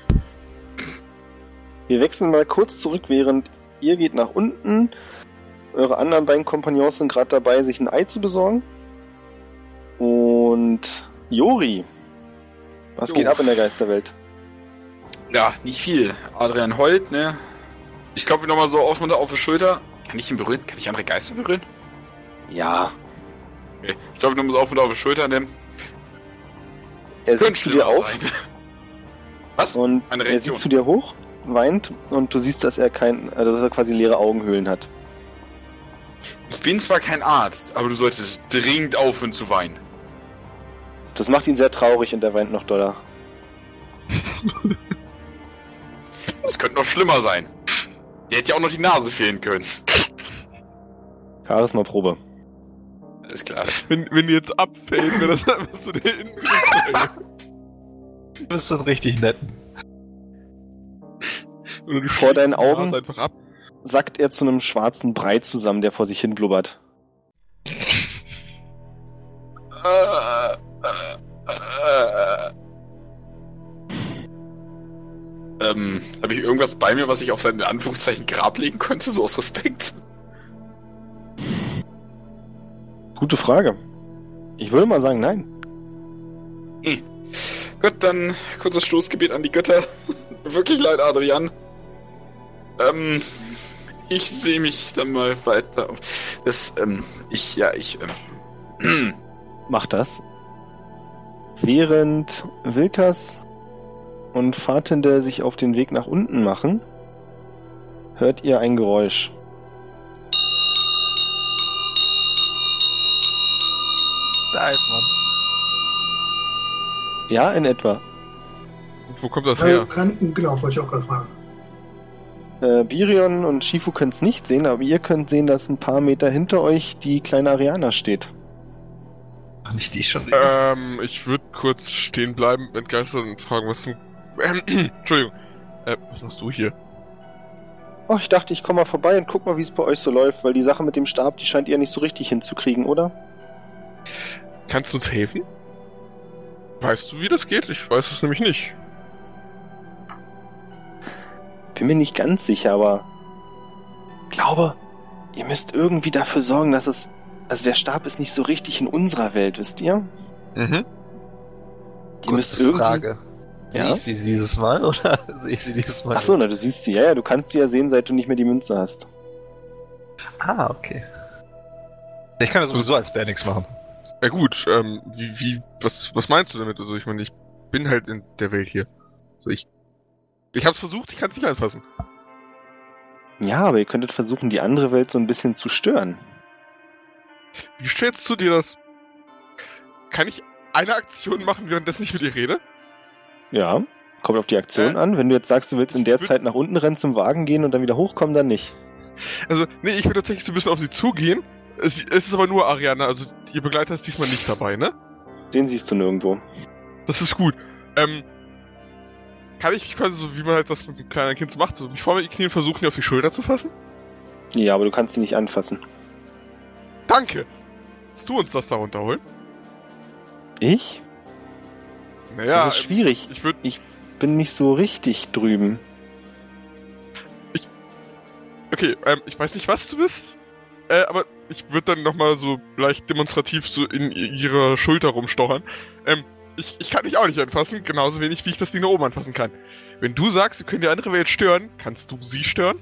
C: Wir wechseln mal kurz zurück, während ihr geht nach unten. Eure anderen beiden Kompagnons sind gerade dabei, sich ein Ei zu besorgen. Und Jori, was
D: Jo.
C: geht ab in der Geisterwelt?
D: Ja, nicht viel. Adrian heult, ne? Ich klopfe nochmal so auf und auf die Schulter. Kann ich ihn berühren? Kann ich andere Geister berühren?
C: Ja,
D: Okay. Ich klopfe nochmal so auf und auf die Schulter, denn
C: er sieht zu dir
D: schlimmer
C: auf
D: sein.
C: und
D: Eine
C: er
D: Reaktion.
C: sieht zu dir hoch, weint und du siehst, dass er kein, also dass er quasi leere Augenhöhlen hat.
D: Ich bin zwar kein Arzt, aber du solltest dringend aufhören zu weinen.
C: Das macht ihn sehr traurig und er weint noch doller.
D: Es könnte noch schlimmer sein. Dir hätte ja auch noch die Nase fehlen können.
C: Charisma-Probe.
D: Alles klar.
A: Wenn, wenn die jetzt abfällt, wäre das einfach so der Innen.
E: Du bist ein richtig nett.
A: Oder du
C: Vor deinen
A: schlägst die Nase
C: Augen?
A: Einfach ab.
C: sackt er zu einem schwarzen Brei zusammen, der vor sich hin blubbert.
D: Ähm, habe ich irgendwas bei mir, was ich auf sein in Anführungszeichen Grab legen könnte, so aus Respekt?
C: Gute Frage. Ich würde mal sagen, nein.
D: Gut, dann kurzes Stoßgebet an die Götter. Wirklich leid, Adrian. Ähm, ich sehe mich dann mal weiter. um. Das, ähm, ich, ja, ich, ähm,
C: Macht das. Während Wilkas und Fahrtende sich auf den Weg nach unten machen, hört ihr ein Geräusch.
E: Der Eismann.
C: Ja, in etwa.
A: Wo kommt das
F: Weil
A: her?
F: Kanten, genau, wollte ich auch gerade fragen.
C: Äh, Birion und Shifu können es nicht sehen, aber ihr könnt sehen, dass ein paar Meter hinter euch die kleine Ariana steht.
E: Ach, nicht die schon.
A: Ähm, ich würde kurz stehen bleiben, entgeistert und fragen, was zum. Ähm, Entschuldigung. Äh, was machst du hier?
C: Oh, ich dachte, ich komme mal vorbei und guck mal, wie es bei euch so läuft, weil die Sache mit dem Stab, die scheint ihr nicht so richtig hinzukriegen, oder?
A: Kannst du uns helfen? Weißt du, wie das geht? Ich weiß es nämlich nicht.
C: Bin mir nicht ganz sicher, aber ich glaube, ihr müsst irgendwie dafür sorgen, dass es. Also der Stab ist nicht so richtig in unserer Welt, wisst ihr?
A: Mhm.
C: Ihr müsst irgendwie.
E: Frage. Sehe
C: Ja?
E: ich sie dieses Mal oder sehe ich sie dieses Mal?
C: Ach so, na, du siehst sie. Ja, ja, du kannst sie ja sehen, seit du nicht mehr die Münze hast.
E: Ah, okay. Ich kann ja sowieso als Bär nichts machen.
A: Ja gut, ähm, wie, wie, was, was meinst du damit? Also ich meine, ich bin halt in der Welt hier. Also ich. Ich hab's versucht, ich kann's nicht anfassen.
C: Ja, aber ihr könntet versuchen, die andere Welt so ein bisschen zu stören.
A: Wie stellst du dir das? Kann ich eine Aktion machen, währenddessen ich mit dir rede?
C: Ja. Kommt auf die Aktion
A: Äh?
C: an. Wenn du jetzt sagst, du willst in der
A: würd-
C: Zeit nach unten rennen, zum Wagen gehen und dann wieder hochkommen, dann nicht.
A: Also, nee, ich will tatsächlich so ein bisschen auf sie zugehen. Es, es ist aber nur Ariana, also ihr Begleiter ist diesmal nicht dabei, ne?
C: Den siehst du nirgendwo.
A: Das ist gut. Ähm, kann ich mich quasi so, wie man halt das mit einem kleinen Kind so macht, so mich vor mir knien und versuchen, die auf die Schulter zu fassen?
C: Ja, aber du kannst sie nicht anfassen.
A: Danke! Kannst du uns das da runterholen?
C: Ich?
A: Naja,
C: das ist
A: ähm,
C: schwierig.
A: ich würde.
C: Bin nicht so richtig drüben.
A: Okay, ähm, ich weiß nicht, was du bist, äh, aber ich würde dann nochmal so leicht demonstrativ so in i- ihre Schulter rumstochern. Ähm, ich, ich kann dich auch nicht anfassen, genauso wenig wie ich das Ding da oben anfassen kann. Wenn du sagst, wir können die andere Welt stören, kannst du sie stören?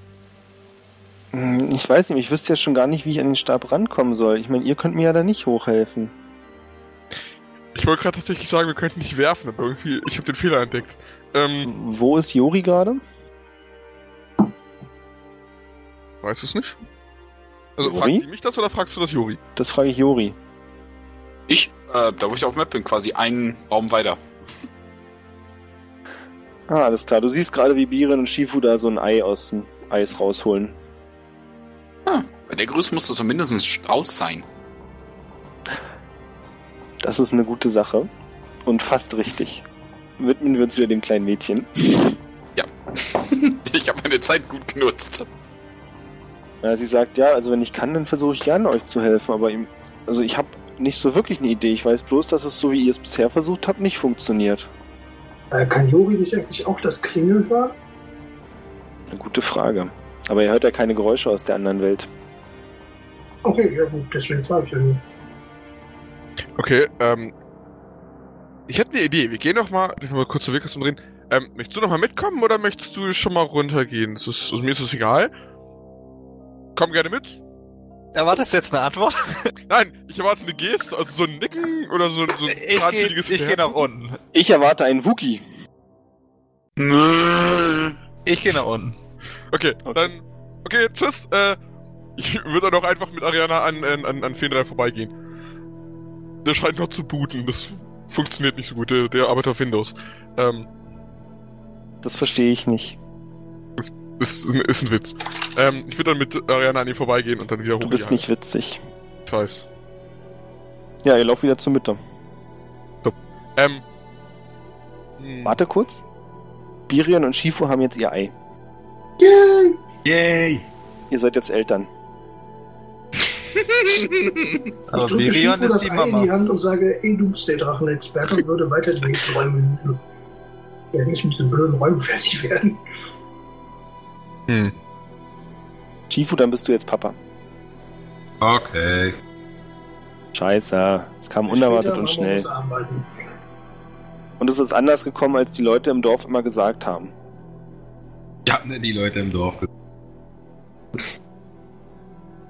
C: Hm, Ich weiß nicht, ich wüsste ja schon gar nicht, wie ich an den Stab rankommen soll. Ich meine, ihr könnt mir ja da nicht hochhelfen.
A: Ich wollte gerade tatsächlich sagen, wir könnten nicht werfen, aber irgendwie, ich habe den Fehler entdeckt. Ähm,
C: Wo ist Jori gerade?
A: weißt du es nicht? Also
C: Juri?
A: fragst du mich das oder fragst du das Juri?
C: Das frage ich Jori.
D: Ich, äh, da wo ich auf dem Map bin, quasi einen Raum weiter.
C: Ah, alles klar. Du siehst gerade, wie Biren und Shifu da so ein Ei aus dem Eis rausholen.
D: Bei der Größe musst du zumindest raus sein.
C: Das ist eine gute Sache. Und fast richtig. Widmen wir uns wieder dem kleinen Mädchen.
D: ich habe meine Zeit gut genutzt.
C: Ja, sie sagt, ja, also wenn ich kann, dann versuche ich gerne euch zu helfen, aber ihm, also ich habe nicht so wirklich eine Idee. Ich weiß bloß, dass es so, wie ihr es bisher versucht habt, nicht funktioniert.
F: Äh, kann Jori nicht eigentlich auch das Klingeln hören?
C: Eine gute Frage. Aber ihr hört ja keine Geräusche aus der anderen Welt.
F: Okay, ja gut, deswegen frage ich ja nur.
A: Okay, ähm. Ich hätte eine Idee. Wir gehen noch mal, ich mal kurz zur zum Drehen. Ähm, möchtest du noch mal mitkommen oder möchtest du schon mal runtergehen? Das ist, also mir ist es egal. Komm gerne mit.
E: Erwartest du jetzt eine Antwort?
A: Nein, ich erwarte eine Geste, also so ein Nicken oder so, so ein
E: Ich gehe
A: Pferd.
E: geh nach unten.
C: Ich erwarte einen Wookie.
E: Ich gehe nach unten.
A: Okay,
C: Okay.
A: dann. Okay, tschüss. Äh, ich würde dann auch einfach mit Ariana an, an, an, an Fenrir vorbeigehen. Der scheint noch zu booten. Das funktioniert nicht so gut. Der, der arbeitet auf Windows. Ähm,
C: Das verstehe ich nicht.
A: ist, ein- ist ein Witz. Ähm, ich würde dann mit Ariana an ihm vorbeigehen und dann wieder hoch.
C: Du bist nicht witzig.
A: Ich weiß.
C: Ja, ihr lauft wieder zur Mitte.
A: Ähm. hm,
C: Warte kurz. Birion und Shifu haben jetzt ihr Ei.
F: Yay!
B: Yay!
C: Ihr seid jetzt Eltern.
E: Aber
F: ich drücke
E: Virion
F: Shifu
E: ist
F: das
E: die
F: Ei in die
E: Mama.
F: Hand und sage, ey, du bist der Drachenexperte und würde weiter die nächsten Räume hüten. Wir werden nicht mit den blöden Räumen fertig werden.
A: Hm.
C: Shifu, dann bist du jetzt Papa.
B: Okay.
C: Scheiße. Es kam unerwartet
F: Später
C: und
F: Raum
C: schnell.
F: muss arbeiten.
C: Und es ist anders gekommen, als die Leute im Dorf immer gesagt haben.
B: Ich hab ne die Leute im Dorf.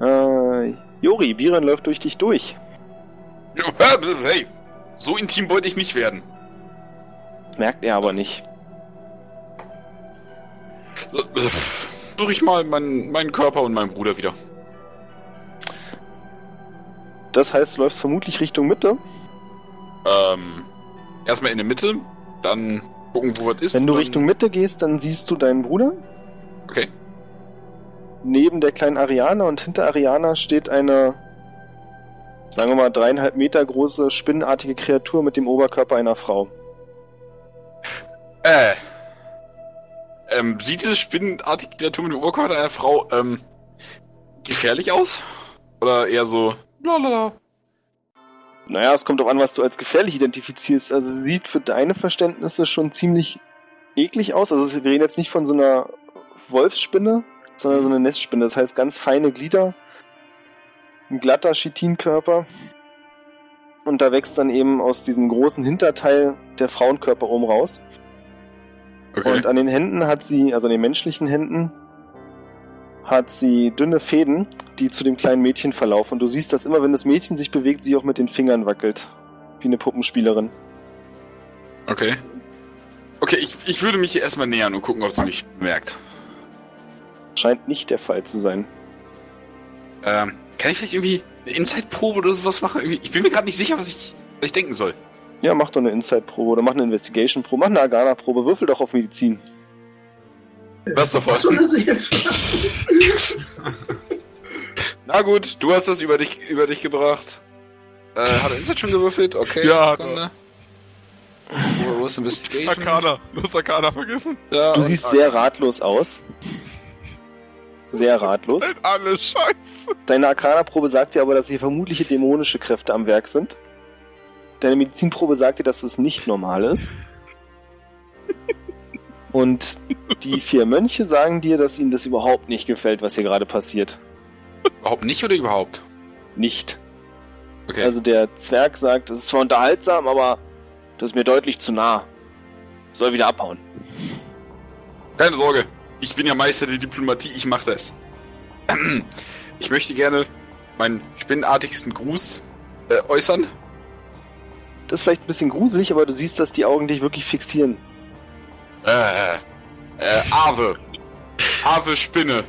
C: Äh, Jori, Biren läuft durch dich durch.
D: Hey, so intim wollte ich nicht werden.
C: Merkt er aber nicht.
D: So, äh, Suche ich mal meinen, meinen Körper und meinen Bruder wieder.
C: Das heißt, du läufst vermutlich Richtung Mitte.
D: Ähm, erstmal in der Mitte, dann gucken, wo was ist.
C: Wenn du
D: dann-
C: Richtung Mitte gehst, dann siehst du deinen Bruder.
D: Okay.
C: Neben der kleinen Ariana und hinter Ariana steht eine, sagen wir mal, dreieinhalb Meter große, spinnenartige Kreatur mit dem Oberkörper einer Frau.
D: Äh. Ähm, sieht diese spinnenartige Kreatur mit dem Oberkörper einer Frau, ähm, gefährlich aus? Oder eher so, lalala.
C: Naja, es kommt auch an, was du als gefährlich identifizierst. Also sie sieht für deine Verständnisse schon ziemlich eklig aus. Also wir reden jetzt nicht von so einer Wolfsspinne, sondern so einer Nestspinne. Das heißt ganz feine Glieder, ein glatter Chitinkörper. Und da wächst dann eben aus diesem großen Hinterteil der Frauenkörper oben raus.
D: Okay.
C: Und an den Händen hat sie, also an den menschlichen Händen, hat sie dünne Fäden, die zu dem kleinen Mädchen verlaufen. Und du siehst, dass immer, wenn das Mädchen sich bewegt, sie auch mit den Fingern wackelt. Wie eine Puppenspielerin.
D: Okay. Okay, ich, ich würde mich hier erstmal nähern und gucken, ob sie mich bemerkt.
C: Scheint nicht der Fall zu sein.
D: Ähm, kann ich vielleicht irgendwie eine Inside-Probe oder sowas machen? Irgendwie- Ich bin mir gerade nicht sicher, was ich, was ich denken soll.
C: Ja, mach doch eine Inside-Probe oder mach eine Investigation-Probe, mach eine Agana-Probe, würfel doch auf Medizin.
D: Was
F: Was
D: davon?
F: soll das jetzt?
D: Na gut, du hast das über dich, über dich gebracht. Äh, hat er Inside schon gewürfelt? Okay.
A: Ja, hat
D: Sekunde. Wo, wo ist Investigation?
A: Arcana. Du hast Arcana vergessen.
D: Ja,
C: Du
D: und-
C: siehst sehr ratlos aus. Sehr ratlos.
A: Alle Scheiße.
C: Deine Arcana-Probe sagt dir aber, dass hier vermutliche dämonische Kräfte am Werk sind. Deine Medizinprobe sagt dir, dass das nicht normal ist. Und die vier Mönche sagen dir, dass ihnen das überhaupt nicht gefällt, was hier gerade passiert.
D: Überhaupt nicht oder überhaupt?
C: Nicht.
D: Okay.
C: Also der Zwerg sagt, es ist zwar unterhaltsam, aber das ist mir deutlich zu nah. Soll wieder abhauen.
D: Keine Sorge. Ich bin ja Meister der Diplomatie, ich mach das. Ich möchte gerne meinen spinnenartigsten Gruß äh, äußern.
C: Das ist vielleicht ein bisschen gruselig, aber du siehst, dass die Augen dich wirklich fixieren.
D: Äh, äh, Ave. Ave Spinne.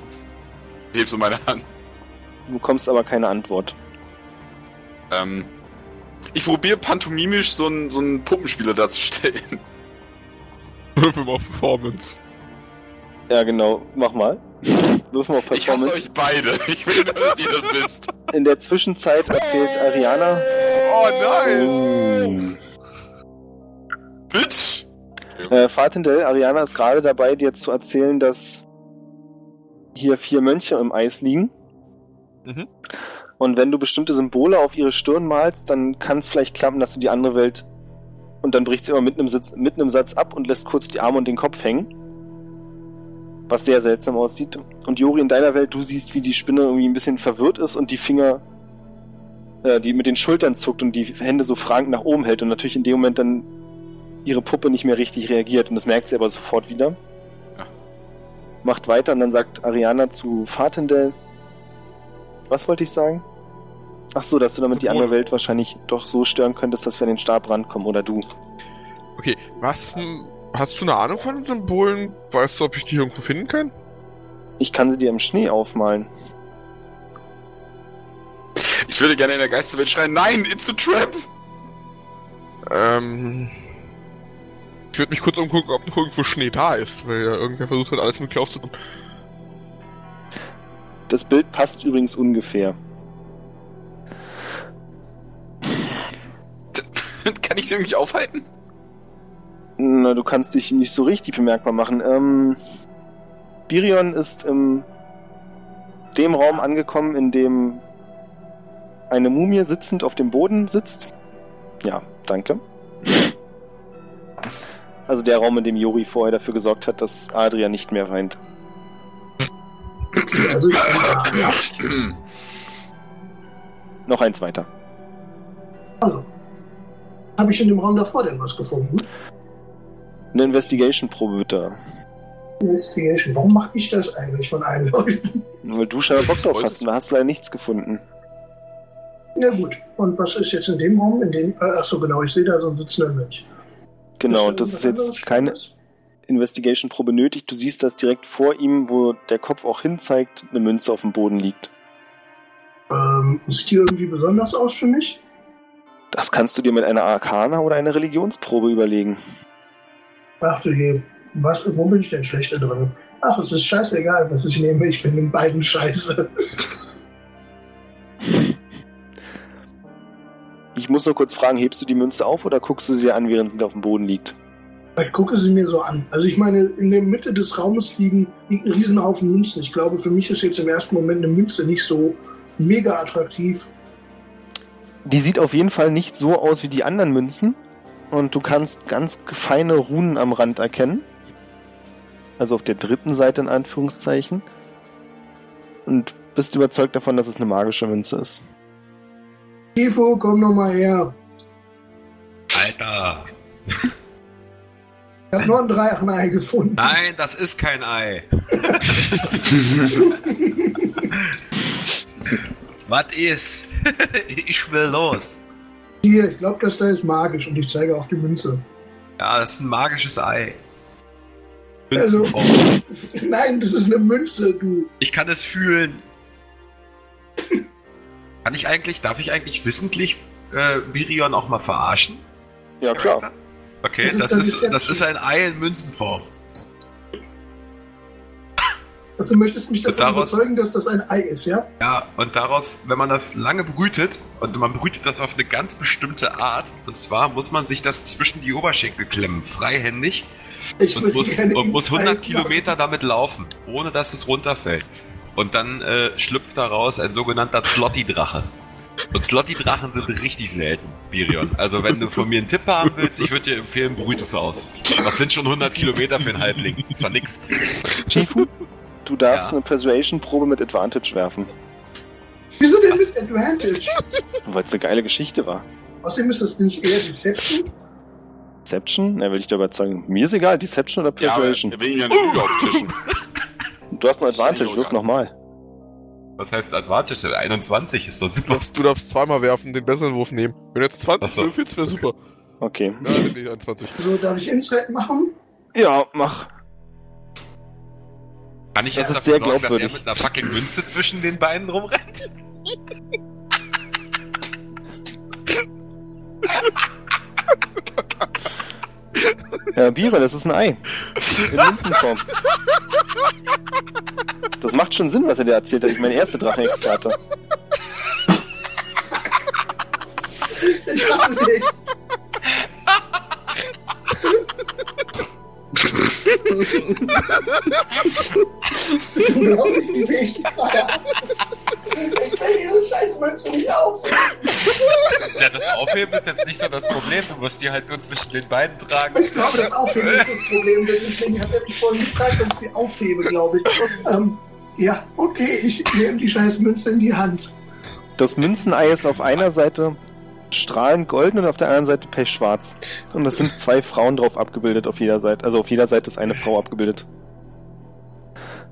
D: Ich heb's in meine Hand.
C: Du bekommst aber keine Antwort.
D: Ähm, ich probiere pantomimisch so einen so einen Puppenspieler darzustellen.
A: Würfel mal auf Performance.
C: Ja, genau. Mach mal. Wirf mal auf
D: Ich hasse
C: Performance.
D: euch beide. Ich will nur, dass ihr das wisst.
C: In der Zwischenzeit erzählt Ariana.
A: Oh nein!
D: Oh. Bitch!
C: Äh, Fatindel, Ariana ist gerade dabei, dir zu erzählen, dass hier vier Mönche im Eis liegen.
A: Mhm.
C: Und wenn du bestimmte Symbole auf ihre Stirn malst, dann kann es vielleicht klappen, dass du die andere Welt. Und dann bricht sie immer mitten im, Sitz, mitten im Satz ab und lässt kurz die Arme und den Kopf hängen. Was sehr seltsam aussieht. Und Jori, in deiner Welt, du siehst, wie die Spinne irgendwie ein bisschen verwirrt ist und die Finger, äh, die mit den Schultern zuckt und die Hände so fragend nach oben hält und natürlich in dem Moment dann ihre Puppe nicht mehr richtig reagiert und das merkt sie aber sofort wieder.
D: Ja.
C: Macht weiter und dann sagt Ariana zu Fatindel, was wollte ich sagen? Ach so, dass du damit die andere Welt wahrscheinlich doch so stören könntest, dass wir an den Stab rankommen oder du.
A: Okay, was. m- Hast du eine Ahnung von den Symbolen? Weißt du, ob ich die irgendwo finden kann?
C: Ich kann sie dir im Schnee aufmalen.
D: Ich würde gerne in der Geisterwelt schreien, nein, it's a trap!
A: Ähm. Ich würde mich kurz umgucken, ob noch irgendwo Schnee da ist, weil ja irgendwer versucht hat, alles mögliche aufzutun.
C: Das Bild passt übrigens ungefähr.
D: Kann ich sie irgendwie aufhalten?
C: Na, du kannst dich nicht so richtig bemerkbar machen. Ähm, Birion ist in dem Raum angekommen, in dem eine Mumie sitzend auf dem Boden sitzt. Ja, danke. Also der Raum, in dem Jori vorher dafür gesorgt hat, dass Adria nicht mehr weint.
F: Also ich,
C: Noch eins weiter.
F: also, habe ich in dem Raum davor denn was gefunden?
C: Eine Investigation-Probe bitte.
F: Investigation. Warum mache ich das eigentlich von allen Leuten?
C: Weil du scheinbar Bock drauf
D: Wolltest-
C: hast und da hast du leider nichts gefunden.
F: Na gut. Und was ist jetzt in dem Raum? In dem, äh, ach so genau, ich sehe da so einen sitzenden Mensch.
C: Genau, das ist
F: irgendwas
C: jetzt
F: anderes
C: keine,
F: Spannendes?
C: Investigation-Probe nötig. Du siehst, dass direkt vor ihm, wo der Kopf auch hinzeigt, eine Münze auf dem Boden liegt.
F: Ähm, sieht die irgendwie besonders aus für mich?
C: Das kannst du dir mit einer Arkana oder einer Religionsprobe überlegen.
F: Ach du je, was, wo bin ich denn schlechter drin? Ach, es ist scheißegal, was ich nehme. Ich bin in beiden scheiße.
C: Ich muss nur kurz fragen, hebst du die Münze auf oder guckst du sie dir an, während sie auf dem Boden liegt?
F: Ich gucke sie mir so an. Also ich meine, in der Mitte des Raumes liegen, liegt ein Riesenhaufen Münzen. Ich glaube, für mich ist jetzt im ersten Moment eine Münze nicht so mega attraktiv.
C: Die sieht auf jeden Fall nicht so aus wie die anderen Münzen. Und du kannst ganz feine Runen am Rand erkennen. Also auf der dritten Seite in Anführungszeichen. Und bist überzeugt davon, dass es eine magische Münze ist.
F: Tifo, komm noch mal her.
B: Alter!
F: Ich habe noch ein Dreiachnein gefunden.
B: Nein, das ist kein Ei! Was ist? ich will los.
F: Hier, ich glaube, das da ist magisch und ich zeige auf die Münze.
E: Ja, das ist ein magisches Ei.
F: Also-
E: Münzenform.
F: Nein, das ist eine Münze, du.
E: Ich kann es fühlen. Kann ich eigentlich, darf ich eigentlich wissentlich äh, Virion auch mal verarschen?
C: Ja, klar.
F: Das
E: Okay,
F: ist
E: das,
F: dann
E: ist,
F: Deception.
E: das ist ein Ei in Münzenform.
F: Also, du möchtest mich davon
E: Daraus-
F: überzeugen, dass das ein Ei ist, ja?
E: Ja, und daraus, wenn man das lange brütet, und man brütet das auf eine ganz bestimmte Art, und zwar muss man sich das zwischen die Oberschenkel klemmen, freihändig,
F: Ich
E: und muss, und
F: ihm
E: muss 100
F: zeigen, aber-
E: Kilometer damit laufen, ohne dass es runterfällt. Und dann äh, schlüpft daraus ein sogenannter Slotty-Drache. Und Slotty-Drachen sind richtig selten, Birion. Also wenn du von mir einen Tipp haben willst, ich würde dir empfehlen, brüt es aus. Das sind schon 100 Kilometer für einen Halbling. Ist ja nix.
C: Chifu, du darfst
E: Ja.
C: eine Persuasion-Probe mit Advantage werfen,
F: Wieso denn
E: Was?
F: mit Advantage?
C: weil es eine geile Geschichte war.
F: Außerdem ist das nicht eher Deception?
C: Deception? Na, will ich dir überzeugen. Mir ist egal, Deception oder
D: Ja, aber
C: Persuasion.
D: wir will ihm ja eine Lüge auftischen.
C: du hast noch
D: Das ist ja
C: Advantage, wirf
D: egal.
C: nochmal.
B: Was heißt Advantage? denn? 21 ist doch
A: Du
B: super.
A: darfst, du darfst zweimal werfen, den besseren Wurf nehmen. Wenn du jetzt 20
B: Ach so.
A: würfelst, wäre super.
C: Okay.
A: Ja, nee, nee, 21.
F: So, Also, darf ich Insight machen?
C: Ja, mach.
B: Kann ich
C: Das
B: jetzt
C: ist sehr
B: dafür sorgen, dass er
C: glaubwürdig.
B: mit einer fucking Münze zwischen den Beinen rumrennt?
C: Ja, Biere, das ist ein Ei. In Münzenform. Das macht schon Sinn, was er dir erzählt hat. Ich bin mein erster Drachenexperte.
F: Ich hasse dich. das ist unglaublich, wie sehe ich die gerade an. Ich kriege diese scheiß Münze nicht auf.
B: Ja, das Aufheben ist jetzt nicht so das Problem. Du musst die halt nur zwischen den Beinen tragen.
F: Ich glaube, das Aufheben ist das Problem. Deswegen hat er mich vorhin gefragt, ob ich sie aufhebe, glaube ich. Ähm, ja, okay, ich nehme die scheiß Münze in die Hand.
C: Das Münzenei ist auf einer Seite strahlend golden und auf der anderen Seite pechschwarz. Und das sind zwei Frauen drauf abgebildet auf jeder Seite. Also auf jeder Seite ist eine Frau abgebildet.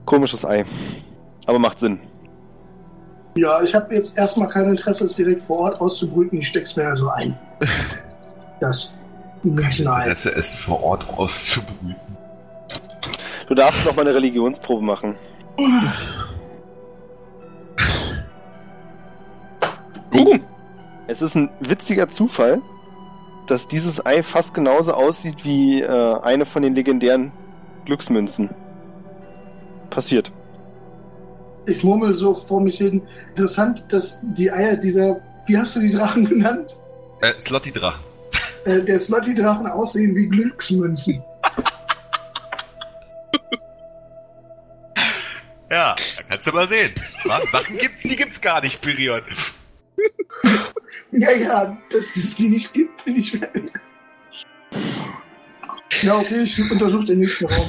C: Komisches Ei. Aber macht Sinn.
F: Ja, ich habe jetzt erstmal kein Interesse, es direkt vor Ort auszubrüten. Ich steck's mir also ein. Das Münzenei.
B: ist vor Ort auszubrüten.
C: Du darfst noch mal eine Religionsprobe machen.
D: Uh,
C: Es ist ein witziger Zufall, dass dieses Ei fast genauso aussieht wie äh, eine von den legendären Glücksmünzen. Passiert.
F: Ich murmel so vor mich hin. Interessant, dass die Eier dieser, wie hast du die Drachen genannt?
B: Äh, Slotty-Drachen.
F: Äh, der Slotty-Drachen aussehen wie Glücksmünzen.
B: Ja, da kannst du mal sehen. Was? Sachen gibt's, die gibt's gar nicht, Period.
F: Ja, ja, dass es die nicht gibt, bin ich weg. Ja, okay, ich untersuche den nächsten Raum.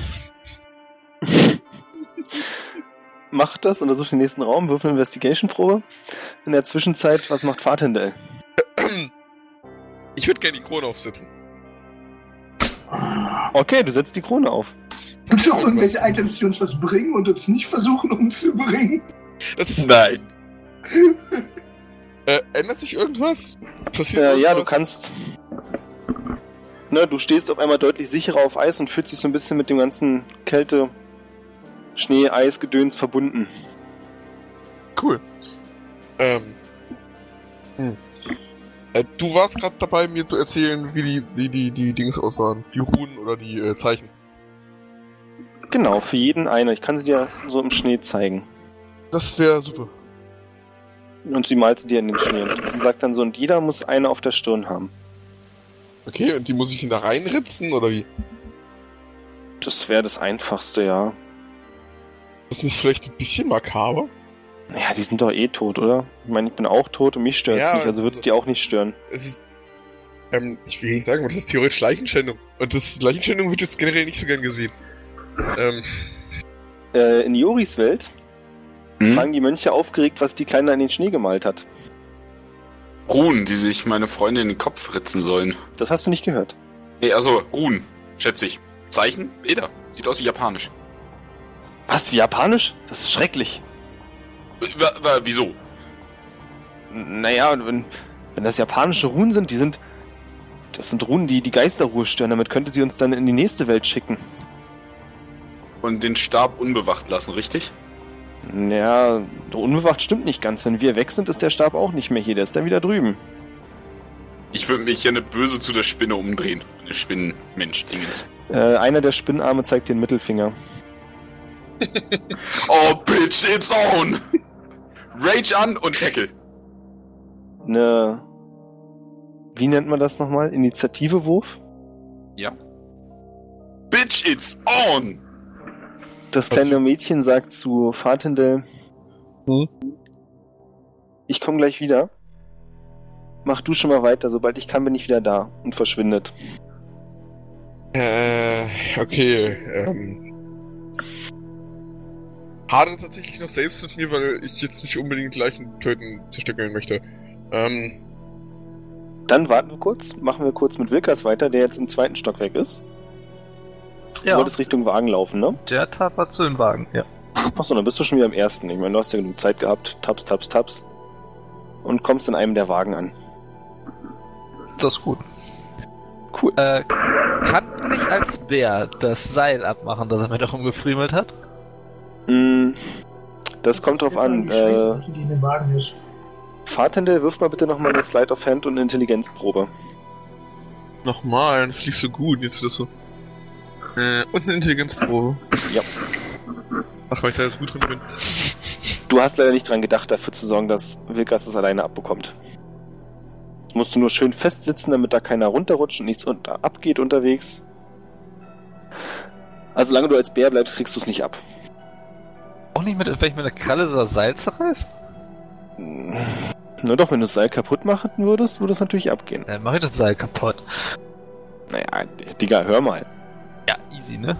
C: Macht das, untersucht den nächsten Raum, wirf eine Investigation-Probe. In der Zwischenzeit, was macht Fahrtindel?
A: Ich würde gerne die Krone aufsetzen.
C: Okay, du setzt die Krone auf.
F: Gibt es auch irgendwelche Items, die uns was bringen und uns nicht versuchen umzubringen?
A: Das ist,
D: nein.
A: äh, ändert sich irgendwas? Passiert
C: Äh, ja,
A: irgendwas?
C: du kannst. Ne, du stehst auf einmal deutlich sicherer auf Eis und fühlst dich so ein bisschen mit dem ganzen Kälte, Schnee, Eis, Gedöns verbunden.
A: Cool. Ähm. Hm. Äh, du warst gerade dabei, mir zu erzählen, wie die, die, die, die Dings aussahen. Die Runen oder die äh, Zeichen.
C: Genau, für jeden eine. Ich kann sie dir so im Schnee zeigen.
A: Das wäre super.
C: Und sie malte dir in den Schnee und sagt dann so, und jeder muss eine auf der Stirn haben.
A: Okay, und die muss ich da reinritzen oder wie?
C: Das wäre das Einfachste, ja.
A: Das ist nicht vielleicht ein bisschen makaber?
C: Ja, die sind doch eh tot, oder? Ich meine, ich bin auch tot und mich stört's
A: Ja,
C: nicht, also wird's
A: also-
C: dir auch nicht stören.
A: Es ist. Ähm, ich will nicht sagen, aber das ist theoretisch Leichenschändung. Und das Leichenschändung wird jetzt generell nicht so gern gesehen. Ähm,
C: Äh, in Joris Welt
D: Hm?
C: fragen die Mönche aufgeregt, was die Kleine an den Schnee gemalt hat.
D: Ruhen, die sich meine Freunde in den Kopf ritzen sollen.
C: Das hast du nicht gehört.
D: Nee, also Ruhen, schätze ich. Zeichen? Eda. Sieht aus wie japanisch.
C: Was, wie japanisch? Das ist schrecklich.
D: W- w- Wieso?
C: N- Naja, und wenn, wenn das japanische Runen sind, die sind... Das sind Runen, die die Geisterruhe stören. Damit könnte sie uns dann in die nächste Welt schicken.
D: Und den Stab unbewacht lassen, richtig?
C: Ja, unbewacht stimmt nicht ganz. Wenn wir weg sind, ist der Stab auch nicht mehr hier. Der ist dann wieder drüben.
D: Ich würde mich gerne böse zu der Spinne umdrehen. Eine Spinnenmensch-Dingens.
C: Äh, einer der Spinnarme zeigt den Mittelfinger.
D: Oh, bitch, it's on! Rage an und tackle.
C: Eine. Wie nennt man das nochmal? Initiativewurf?
D: Bitch, it's on!
C: Das
A: Was?
C: kleine Mädchen sagt zu Fatindel:
A: Hm?
C: Ich komme gleich wieder. Mach du schon mal weiter. Sobald ich kann, bin ich wieder da. Und verschwindet.
A: äh, okay, ähm. Hadere tatsächlich noch selbst mit mir, weil ich jetzt nicht unbedingt Leichen töten, zerstückeln möchte. Ähm,
C: Dann warten wir kurz. Machen wir kurz mit Wilkas weiter, der jetzt im zweiten Stockwerk ist. Du
E: Ja,
C: wolltest Richtung Wagen laufen, ne?
E: der tapert zu den Wagen, ja.
C: Achso, dann bist du schon wieder am ersten. Ich meine, du hast ja genug Zeit gehabt. Taps, taps, taps. Und kommst in einem der Wagen an.
E: Das ist gut.
C: Cool.
E: Äh, kann ich als Bär das Seil abmachen, das er mir da rumgefriemelt hat?
C: Mm, Das kommt drauf an. Äh,
F: die in dem Wagen ist.
C: Fahrtendel, wirf mal bitte nochmal eine Slide of Hand und eine Intelligenzprobe.
A: Nochmal, das lief so gut, jetzt wird das so. Äh, und eine Intelligenzprobe.
C: Ja.
A: Ach, weil ich da jetzt gut drin bin.
C: Du hast leider nicht dran gedacht, dafür zu sorgen, dass Wilkas es alleine abbekommt. Das musst du nur schön festsitzen, damit da keiner runterrutscht und nichts unter abgeht unterwegs. Also solange du als Bär bleibst, kriegst du es nicht ab.
E: Auch nicht mit, wenn ich mit einer Kralle so das Seil zerreiß?
C: Hm. Na doch, wenn du das Seil kaputt machen würdest, würde es natürlich abgehen.
E: Dann mache ich das Seil kaputt.
C: Naja, Digga, hör mal.
E: Ja, easy, ne?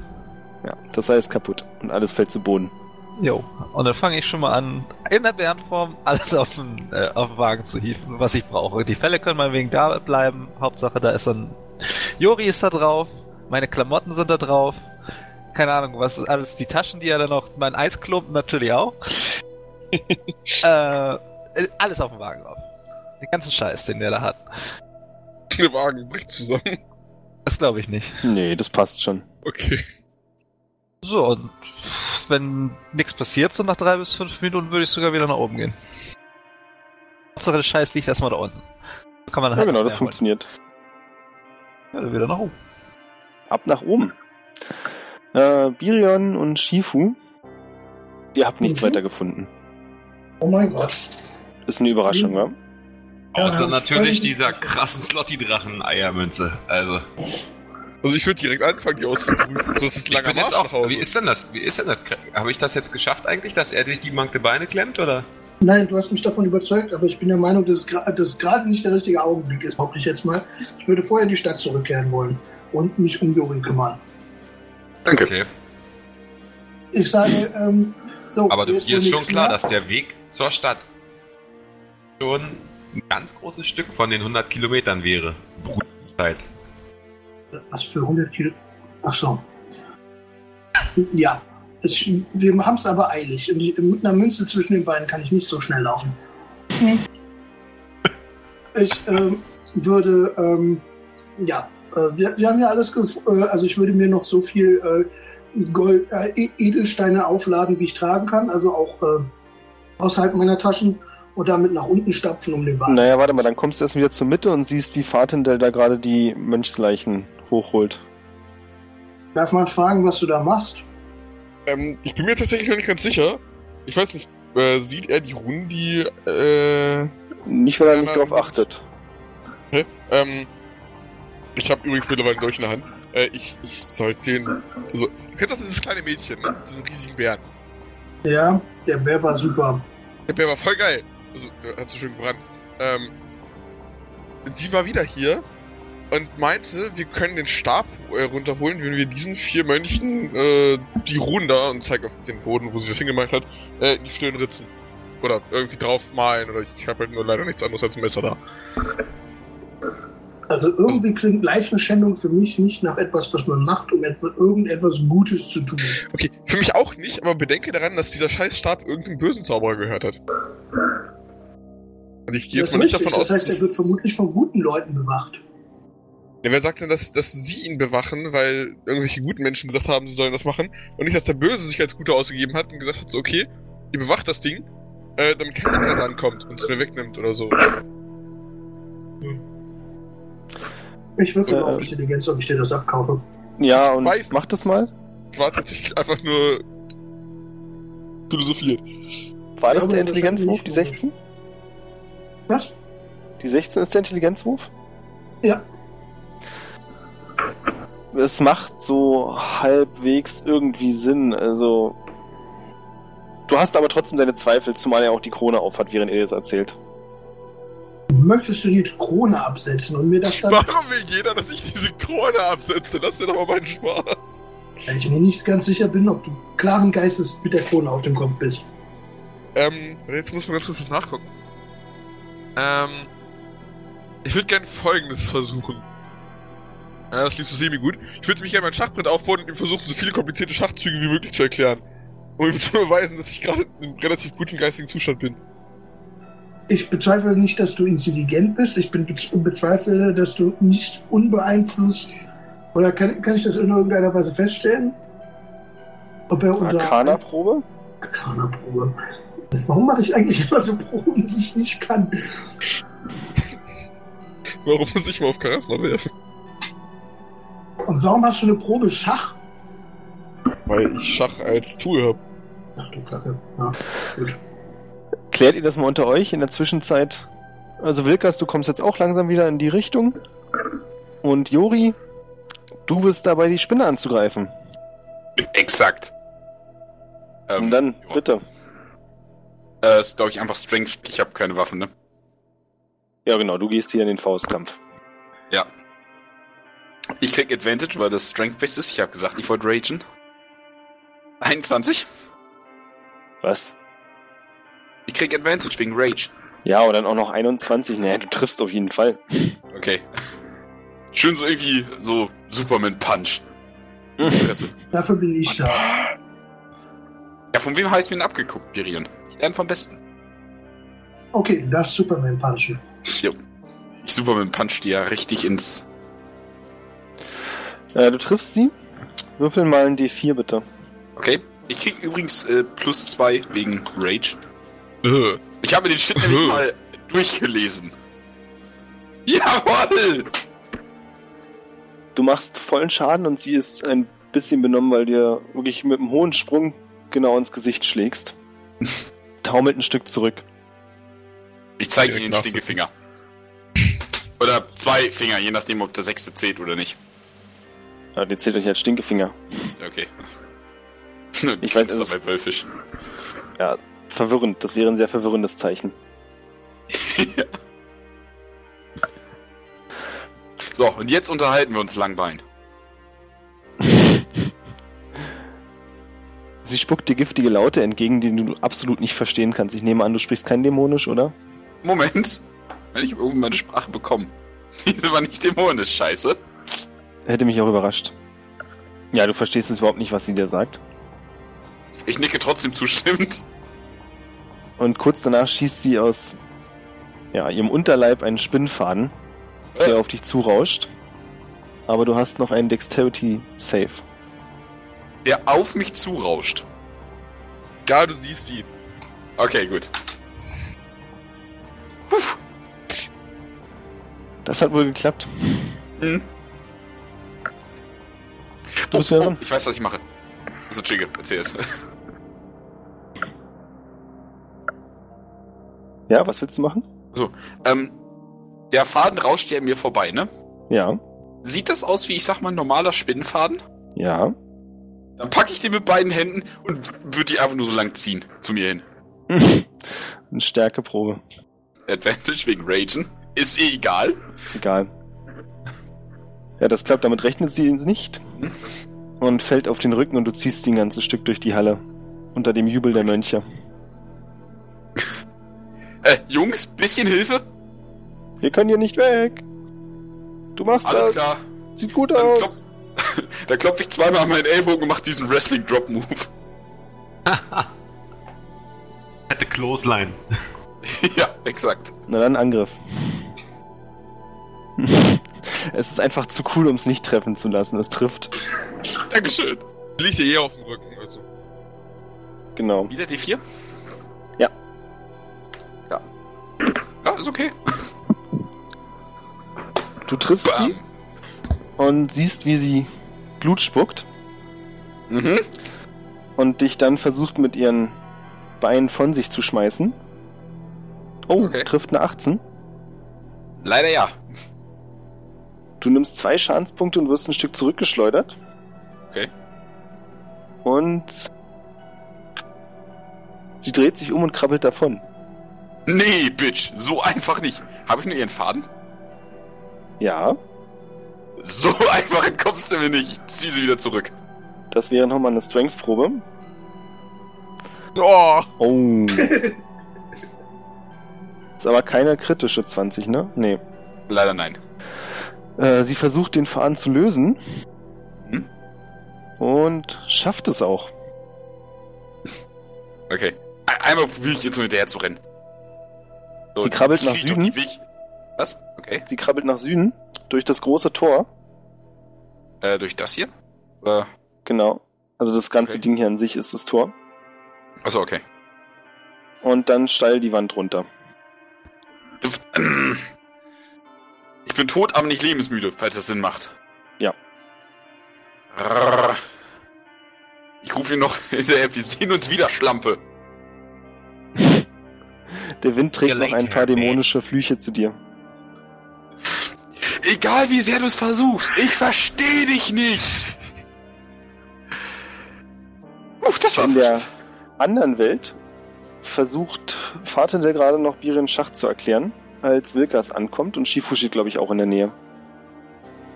C: Ja, das Seil ist kaputt und alles fällt zu Boden.
E: Jo. Und dann fange ich schon mal an, in der Bärenform alles auf den, äh, auf den Wagen zu hieven, was ich brauche. Die Fälle können meinetwegen da bleiben. Hauptsache, da ist dann. Jori ist da drauf. Meine Klamotten sind da drauf. Keine Ahnung, was ist alles. Die Taschen, die er dann noch. Mein Eisklumpen natürlich auch. äh, alles auf den Wagen drauf. Den ganzen Scheiß, den der da hat.
A: Der Wagen bricht zusammen.
E: Das glaube ich nicht.
C: Nee, das passt schon.
A: Okay.
E: So, und wenn nichts passiert, so nach drei bis fünf Minuten würde ich sogar wieder nach oben gehen. Hauptsache der Scheiß liegt erstmal da unten. So Kann man
C: Ja,
E: dann halt
C: genau,
E: nicht
C: das
E: mehr holen.
C: funktioniert.
E: Ja, dann wieder nach oben.
C: Ab nach oben. Äh, Birion und Shifu. Ihr habt nichts
F: Mhm.
C: weiter gefunden.
F: Oh mein Gott.
C: Ist eine Überraschung,
F: Mhm.
C: wa?
F: Ja,
H: Außer
F: ja,
H: natürlich
F: völlig-
H: dieser krassen Slotty-Drachen-Eiermünze. Also.
A: Also ich würde direkt anfangen, die auszuprüfen. So ist es
H: Ich
A: langer
H: bin jetzt
A: Marsch nach
H: auch, wie
A: Hause.
H: ist denn das? Wie ist denn das? Habe ich das jetzt geschafft eigentlich, dass er sich die mankte Beine klemmt oder?
F: Nein, du hast mich davon überzeugt, aber ich bin der Meinung, dass gra- dass gerade nicht der richtige Augenblick ist, hoffe ich jetzt mal. Ich würde vorher in die Stadt zurückkehren wollen und mich um Juri kümmern.
D: Danke.
H: Okay.
F: Ich sage, ähm, so.
H: Aber du,
F: jetzt
H: dir
F: wohl
H: ist schon
F: nichts
H: klar,
F: mehr.
H: dass der Weg zur Stadt schon ein ganz großes Stück von den 100 Kilometern wäre. Brutzeit.
F: Was für 100 Kilo? Ach so. Ja. Ich, wir haben es aber eilig. Und ich, mit einer Münze zwischen den beiden kann ich nicht so schnell laufen. Ich ähm, würde, ähm, ja, äh, wir, wir haben ja alles, gef- äh, also ich würde mir noch so viel äh, Gold, äh, E- Edelsteine aufladen, wie ich tragen kann, also auch äh, außerhalb meiner Taschen und damit nach unten stapfen, um den Wagen.
C: Naja, warte mal, dann kommst du erst wieder zur Mitte und siehst, wie Fatendel da gerade die Mönchsleichen hochholt.
F: Darf man fragen, was du da machst?
A: Ähm, ich bin mir tatsächlich noch nicht ganz sicher. Ich weiß nicht, äh, sieht er die Runen, die, äh,
C: Nicht, weil er
A: Ja,
C: nicht
A: dann-
C: drauf achtet.
A: ähm, ich habe übrigens mittlerweile einen Dolch in der Hand. Äh, ich, ich sollte den, also, du kennst doch dieses kleine Mädchen, ne? Diesen riesigen Bären.
F: Ja, der Bär war super.
A: Der Bär war voll geil. Also, der hat so schön gebrannt. Ähm, sie war wieder hier und meinte, wir können den Stab äh, runterholen, wenn wir diesen vier Mönchen äh, die Runen da und zeigt auf den Boden, wo sie das hingemacht hat, äh, in die Stirn ritzen. Oder irgendwie drauf malen. Oder ich habe halt nur leider nichts anderes als ein Messer da.
F: Also irgendwie klingt Leichenschändung für mich nicht nach etwas, was man macht, um etwa, irgendetwas Gutes zu tun.
A: Okay, für mich auch nicht, aber bedenke daran, dass dieser Scheißstab irgendeinem bösen Zauberer gehört hat. Und ich gehe jetzt
F: Das
A: mal nicht
F: ist
A: davon
F: richtig.
A: aus.
F: das heißt, er wird
A: dass-
F: vermutlich von guten Leuten bewacht.
A: Ja, wer sagt denn, dass, dass sie ihn bewachen, weil irgendwelche guten Menschen gesagt haben, sie sollen das machen und nicht, dass der Böse sich als Guter ausgegeben hat und gesagt hat, so, okay, ihr bewacht das Ding, äh, damit kein anderer dran kommt und es mir wegnimmt oder so.
F: Ich würfel
C: Äh,
F: mal auf
C: äh.
F: Intelligenz, ob ich dir das abkaufe.
C: Ja, und
A: Weiß-
C: mach das mal.
A: Es war tatsächlich einfach nur philosophiert.
C: War das
F: Ja,
C: der
F: aber das
C: Intelligenzwurf,
F: hat
C: die
F: nicht
C: 16?
F: Was?
C: Die 16 ist der Intelligenzwurf?
F: Ja.
C: Es macht so halbwegs irgendwie Sinn, also. Du hast aber trotzdem deine Zweifel, zumal er auch die Krone aufhat, während er das erzählt.
F: Möchtest du die Krone absetzen und mir das dann,
A: Warum will jeder, dass ich diese Krone absetze? Lass dir doch mal meinen Spaß.
F: weil ich mir nicht ganz sicher bin, ob du klaren Geistes mit der Krone auf dem Kopf bist?
A: Ähm, jetzt muss man ganz kurz was nachgucken. Ähm, ich würde gerne Folgendes versuchen. Ja, das lief so semi gut. Ich würde mich gerne mein Schachbrett aufbauen und ihm versuchen, so viele komplizierte Schachzüge wie möglich zu erklären. um ihm zu beweisen, dass ich gerade in einem relativ guten geistigen Zustand bin.
F: Ich bezweifle nicht, dass du intelligent bist. Ich bin bez- bezweifle, dass du nicht unbeeinflusst. Oder kann, kann ich das in irgendeiner Weise feststellen? Ob er unter
C: Arcana-Probe?
F: Arcana-Probe. Warum mache ich eigentlich immer so Proben, die ich nicht kann?
A: Warum muss ich mal auf Charisma werfen?
F: Und warum hast du eine Probe Schach?
A: Weil ich Schach als Tool habe.
F: Ach du Kacke. Ja, gut.
C: Klärt ihr das mal unter euch in der Zwischenzeit? Also Wilkas, du kommst jetzt auch langsam wieder in die Richtung. Und Jori, du bist dabei, die Spinne anzugreifen.
D: Exakt. Ähm,
C: Und dann,
D: ja.
C: bitte.
D: Äh, ist, glaube ich, einfach Strength. Ich habe keine Waffen, ne?
C: Ja, genau, du gehst hier in den Faustkampf.
D: Ich krieg Advantage, weil das Strength-based ist. Ich habe gesagt, ich wollte ragen. 21.
C: Was?
D: Ich krieg Advantage wegen Rage.
C: Ja, und dann auch noch 21. Naja, du triffst auf jeden Fall.
D: Okay. Schön so irgendwie so Superman-Punch. In die Fresse.
F: Dafür bin ich da.
D: ja, von wem habe ich mir denn abgeguckt, Birion? Ich lerne vom Besten.
F: Okay, du darfst Superman punchen.
D: Ich Superman-Punch dir ja richtig ins...
C: Äh, du triffst sie. Würfel mal ein D4, bitte.
D: Okay. Ich krieg übrigens äh, plus 2 wegen Rage.
A: Äh,
D: Ich habe den Shit nämlich mal durchgelesen. Jawoll!
C: Du machst vollen Schaden und sie ist ein bisschen benommen, weil dir wirklich mit einem hohen Sprung genau ins Gesicht schlägst. Taumelt ein Stück zurück.
D: Ich zeige
A: Direkt
D: Ihnen den Stinkefinger. Oder zwei Finger, je nachdem, ob der sechste zählt oder nicht.
C: Ja, die zählt euch als Stinkefinger.
D: Okay.
C: Ich weiß, es ist-
D: dabei wölfisch.
C: Verwirrend, das wäre ein sehr verwirrendes Zeichen.
D: So, und jetzt unterhalten wir uns langbein.
C: Sie spuckt dir giftige Laute entgegen, die du absolut nicht verstehen kannst. Ich nehme an, du sprichst kein Dämonisch, oder?
D: Moment. Ich habe irgendwann meine Sprache bekommen. Diese war nicht dämonisch, scheiße.
C: Hätte mich auch überrascht. Ja, du verstehst jetzt überhaupt nicht, was sie dir sagt.
D: Ich nicke trotzdem zustimmend.
C: Und kurz danach schießt sie aus ja, ihrem Unterleib einen Spinnfaden,
D: Äh.
C: der auf dich zurauscht. Aber du hast noch einen Dexterity Save.
D: Der auf mich zurauscht.
A: ja, du siehst ihn.
D: Okay, gut.
C: Das hat wohl geklappt.
D: Mhm.
C: Du bist wieder dran.
D: Ich weiß, was ich mache. Also, Jigge, erzähl es.
C: Ja, was willst du machen?
D: ähm, der Faden rauscht ja an mir vorbei, ne?
C: Ja,
D: Sieht das aus wie, ich sag mal, ein normaler Spinnenfaden?
C: ja.
D: Dann packe ich den mit beiden Händen und würde die einfach nur so lang ziehen zu mir hin.
C: Eine Stärkeprobe.
D: Advantage wegen Ragen. Ist eh egal.
C: Ist egal. Ja, das klappt. Damit rechnet sie nicht. Und fällt auf den Rücken und du ziehst sie ein ganzes Stück durch die Halle. Unter dem Jubel der Mönche.
D: Äh, Jungs, bisschen Hilfe?
C: Wir können hier nicht weg. Du machst
D: Alles
C: das.
D: klar.
C: Sieht gut
D: Dann
C: aus.
D: Da klopfe ich zweimal an meinen Ellbogen und mach diesen Wrestling-Drop-Move.
H: Hätte Clothesline.
D: ja, exakt.
C: Na dann Angriff. es ist einfach zu cool, um es nicht treffen zu lassen. Es trifft.
D: Dankeschön.
A: Liegt dir eh auf dem Rücken, also.
C: Genau.
D: Wieder die 4?
C: Ja.
D: Ja. Ja, ist okay.
C: Du triffst sie
D: Bam.
C: und siehst, wie sie Blut spuckt
D: Mhm.
C: und dich dann versucht mit ihren Beinen von sich zu schmeißen. Oh,
D: Okay.
C: trifft eine 18.
D: Leider ja.
C: Du nimmst zwei Schadenspunkte und wirst ein Stück zurückgeschleudert.
D: Okay.
C: Und sie dreht sich um und krabbelt davon.
D: Nee, Bitch, so einfach nicht. Habe ich nur ihren Faden?
C: Ja,
D: So einfach entkommst du mir nicht. Ich zieh sie wieder zurück.
C: das wäre nochmal eine Strength-Probe.
A: Oh,
C: Oh. Ist aber keine kritische 20, ne? Nee.
D: Leider nein.
C: Äh, sie versucht den Faden zu lösen.
D: Hm?
C: Und schafft es auch.
D: Okay. Ein- Einmal probiere ich jetzt nur hinterher zu rennen. So,
C: Sie krabbelt
D: die
C: nach
D: fliegt um
C: Süden.
D: die Weg- Was? Okay.
C: Sie krabbelt nach Süden durch das große Tor.
D: Äh, durch das hier? Oder?
C: Genau. Also das ganze
D: Okay.
C: Ding hier an sich ist das Tor.
D: Achso, okay.
C: Und dann steil die Wand runter.
D: Ich bin tot, aber nicht lebensmüde, falls das Sinn macht.
C: Ja.
D: Rrrr. Ich rufe ihn noch hinterher. Wir sehen uns wieder, Schlampe.
C: Der Wind trägt noch ein paar
H: Gelenkherr, ey.
C: dämonische Flüche zu dir.
D: Egal wie sehr du es versuchst, ich verstehe dich nicht. Uff, das war
C: In der anderen Welt versucht Fatendel gerade noch Biren Schach zu erklären, als Wilkas ankommt und Shifu steht, glaube ich, auch in der Nähe.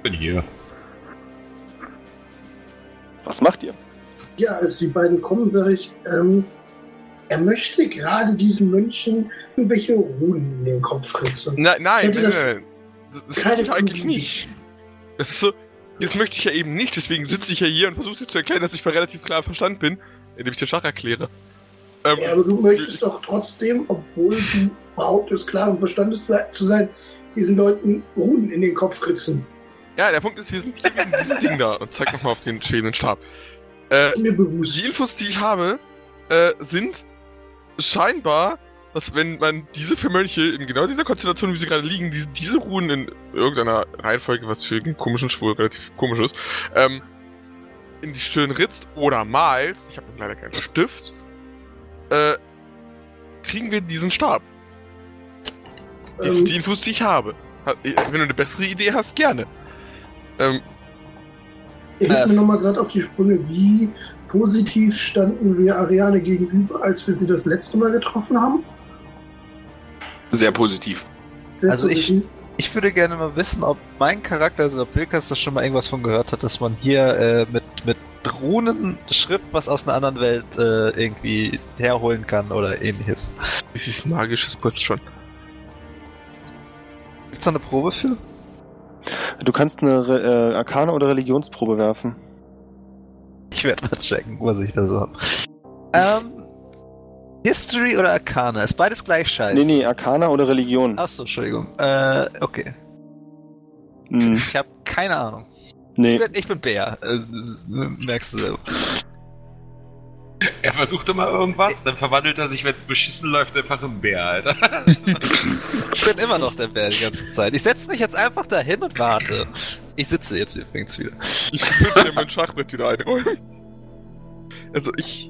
H: bin hier.
C: Was macht ihr?
F: Ja, als die beiden kommen, sage ich, ähm, er möchte gerade diesen Mönchen irgendwelche Runen in den Kopf ritzen.
A: Nein, nein,
F: Hätte
A: nein,
F: das-
A: nein. Das, das
F: Keine
A: möchte ich eigentlich
F: Gründe.
A: nicht. Das ist so. Das möchte ich ja eben nicht, deswegen sitze ich ja hier und versuche dir zu erklären, dass ich bei relativ klarem Verstand bin, indem ich dir Schach erkläre. Ähm,
F: Ja, aber du möchtest doch trotzdem, obwohl du behauptest, klaren Verstandes sei- zu sein, diesen Leuten Runen in den Kopf ritzen.
A: ja, der Punkt ist, wir sind hier in diesem Ding da. Und zeig nochmal auf den schwebenden Stab. Äh,
F: Ist mir bewusst.
A: die Infos, die ich habe, äh, sind scheinbar, dass wenn man diese für Mönche in genau dieser Konstellation, wie sie gerade liegen, diese, diese Ruhen in irgendeiner Reihenfolge, was für einen komischen Schwul relativ komisch ist, ähm, in die Stirn ritzt oder malt, ich habe leider keinen Stift, äh, kriegen wir diesen Stab. Das sind die
F: ähm,
A: Infos, die ich habe. Ha- Wenn du eine bessere Idee hast, gerne. Ähm,
E: Äh.
F: hilf mir nochmal gerade auf die Sprünge. Wie positiv standen wir Ariane gegenüber, als wir sie das letzte Mal getroffen haben?
D: sehr positiv.
F: Sehr
E: Also ich-
F: positiv.
E: Ich würde gerne mal wissen, ob mein Charakter, also ob Wilkas da schon mal irgendwas von gehört hat, dass man hier äh, mit, mit Runenschrift was aus einer anderen Welt äh, irgendwie herholen kann oder ähnliches.
A: es ist magisch, das passt schon.
E: Gibt's da eine Probe für?
C: Du kannst eine Re- äh, Arkane- oder Religionsprobe werfen.
E: Ich werde mal checken, was ich da so hab. Ähm, History oder Arcana? Ist beides gleich scheiße.
C: Nee, nee, Arkane oder
D: Ah.
C: Religion.
E: Achso, Entschuldigung. Äh, okay.
C: Hm,
E: Ich habe keine Ahnung. Ich
C: nee.
E: bin, ich bin Bär. Äh, das merkst du selber.
H: Er versucht immer irgendwas, dann verwandelt er sich, wenn es beschissen läuft, einfach im Bär, Alter.
E: Ich bin immer noch der Bär die ganze Zeit. Ich setze mich jetzt einfach dahin und warte. Ich sitze jetzt übrigens wieder.
A: Ich würde dir mein Schachbrett wieder einräumen. Also ich.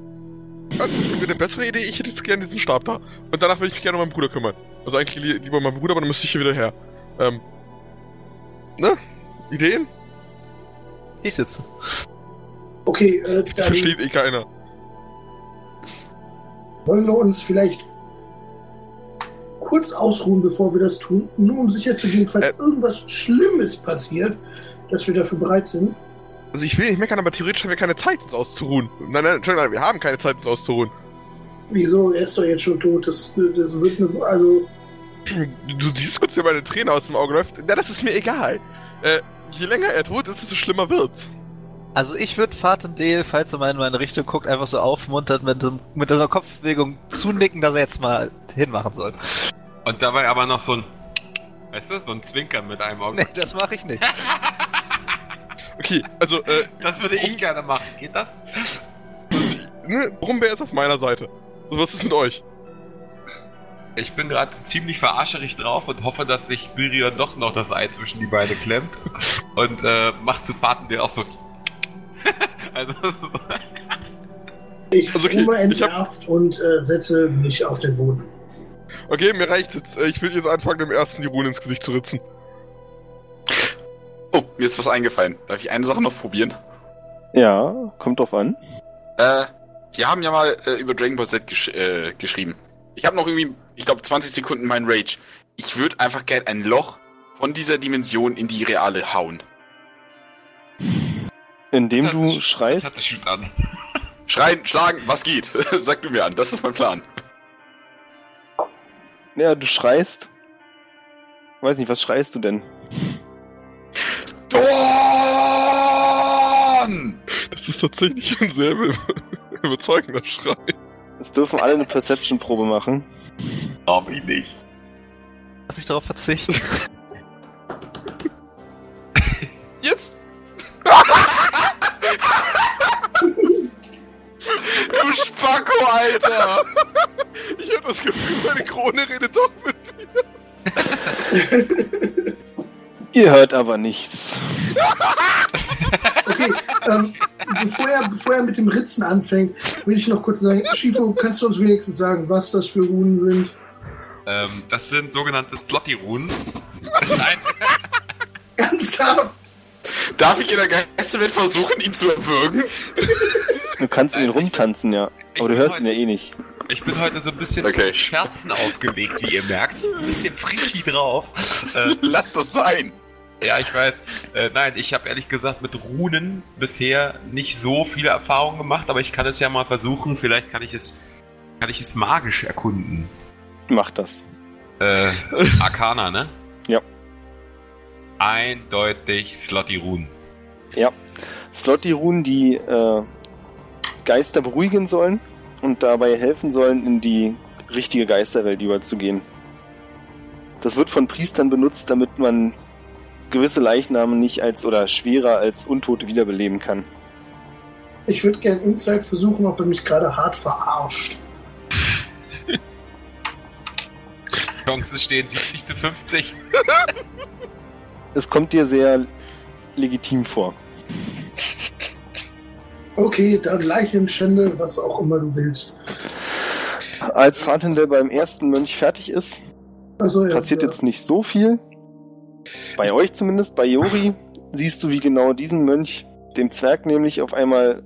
A: Also ich hätte eine bessere Idee, ich hätte jetzt gerne diesen Stab da. Und danach würde ich mich gerne um meinen Bruder kümmern. Also eigentlich li- lieber um meinen Bruder, aber dann müsste ich hier wieder her. Ähm. Ne? Ideen?
E: Ich sitze.
F: Okay, äh,
A: Das
F: dann
A: versteht eh keiner.
F: wollen wir uns vielleicht kurz ausruhen, bevor wir das tun, nur um sicherzugehen, falls
A: Äh.
F: irgendwas Schlimmes passiert, dass wir dafür bereit sind.
A: Also ich will nicht meckern, aber theoretisch haben wir keine Zeit, uns auszuruhen. Nein, nein, Entschuldigung, nein, wir haben keine Zeit, uns auszuruhen.
F: Wieso? Er ist doch jetzt schon tot. Das, das wird eine, also
A: Du siehst kurz, wie meine Träne aus dem Auge läuft. Na, das ist mir egal. Äh, je länger er tot ist, desto schlimmer wird's.
E: Also ich würde Fatendale, falls er mal in meine Richtung guckt, einfach so aufmuntern mit, dem- mit einer Kopfbewegung zunicken, dass er jetzt mal hinmachen soll.
H: Und dabei aber noch so ein, weißt du, so ein Zwinkern mit einem Auge.
E: Nee, das mache ich nicht.
A: Okay, also, äh,
H: Das würde ich gerne machen. Geht das?
A: ne, Brummbär ist auf meiner Seite. So, was ist mit euch?
H: Ich bin gerade ziemlich verarscherig drauf und hoffe, dass sich Birion doch noch das Ei zwischen die Beine klemmt und äh, macht zu Fahrten der auch so. also,
F: ich
A: Also,
F: also,
A: okay,
F: okay,
A: ich hab-
F: entnervt und äh, setze mich auf den Boden.
A: Okay, mir reicht's jetzt. Äh, Ich will jetzt anfangen, dem ersten die Ruhe ins Gesicht zu ritzen.
D: Oh, mir ist was eingefallen. Darf ich eine Sache noch probieren?
C: Ja, kommt drauf an.
D: Äh, wir haben ja mal äh, über Dragon Ball Z gesch äh, geschrieben. Ich habe noch irgendwie, ich glaube, 20 Sekunden mein Rage. Ich würde einfach gern ein Loch von dieser Dimension in die reale hauen.
C: Indem
H: Das
C: du
H: ist- das hat
C: schreist,
H: sich gut an.
D: Schreien, schlagen, was geht? Sag du mir an, das ist mein Plan.
C: ja, du schreist. Weiß nicht, was schreist du denn?
D: Dorn!
A: Das ist tatsächlich ein sehr be- überzeugender Schrei.
C: Es dürfen alle eine Perception-Probe machen.
H: Glaube ich nicht.
E: Darf ich darauf verzichten?
D: Yes! du Spacko, Alter!
A: Ich hab das Gefühl, meine Krone redet doch mit.
C: Ihr hört aber nichts.
F: Okay, ähm, bevor, er, bevor er mit dem Ritzen anfängt, will ich noch kurz sagen, Schifo, kannst du uns wenigstens sagen, was das für Runen sind?
H: Ähm, das sind sogenannte Slotty-Runen. Nein,
F: Ernsthaft?
D: Darf ich in der Geisterwelt versuchen, ihn zu erwürgen?
C: Du kannst in den rumtanzen, ja. Aber du hörst ihn ja eh nicht.
H: ich bin heute so ein bisschen
D: Okay.
H: zum Scherzen aufgelegt, wie ihr merkt. Ein bisschen freaky drauf. Äh,
D: Lass das sein!
H: Ja, ich weiß. Äh, nein, ich habe ehrlich gesagt mit Runen bisher nicht so viele Erfahrungen gemacht, aber ich kann es ja mal versuchen. Vielleicht kann ich es, kann ich es magisch erkunden.
C: Mach das.
H: Äh, Arcana, ne?
C: Ja.
H: Eindeutig Slotty Runen.
C: Slotty-Runen, die äh, Geister beruhigen sollen und dabei helfen sollen, in die richtige Geisterwelt überzugehen. Das wird von Priestern benutzt, damit man gewisse Leichnamen nicht als oder schwerer als Untote wiederbeleben kann.
F: Ich würde gern Insight versuchen, ob er mich gerade hart verarscht.
H: Chancen stehen 70 zu 50.
C: Es kommt dir sehr legitim vor.
F: Okay, dann Leichenschände, was auch immer du willst.
C: Als Fatin, der beim ersten Mönch fertig ist,
F: Also, ja,
C: passiert
F: ja.
C: jetzt nicht so viel. Bei euch zumindest, bei Yori, siehst du, wie genau diesen Mönch, dem Zwerg nämlich, auf einmal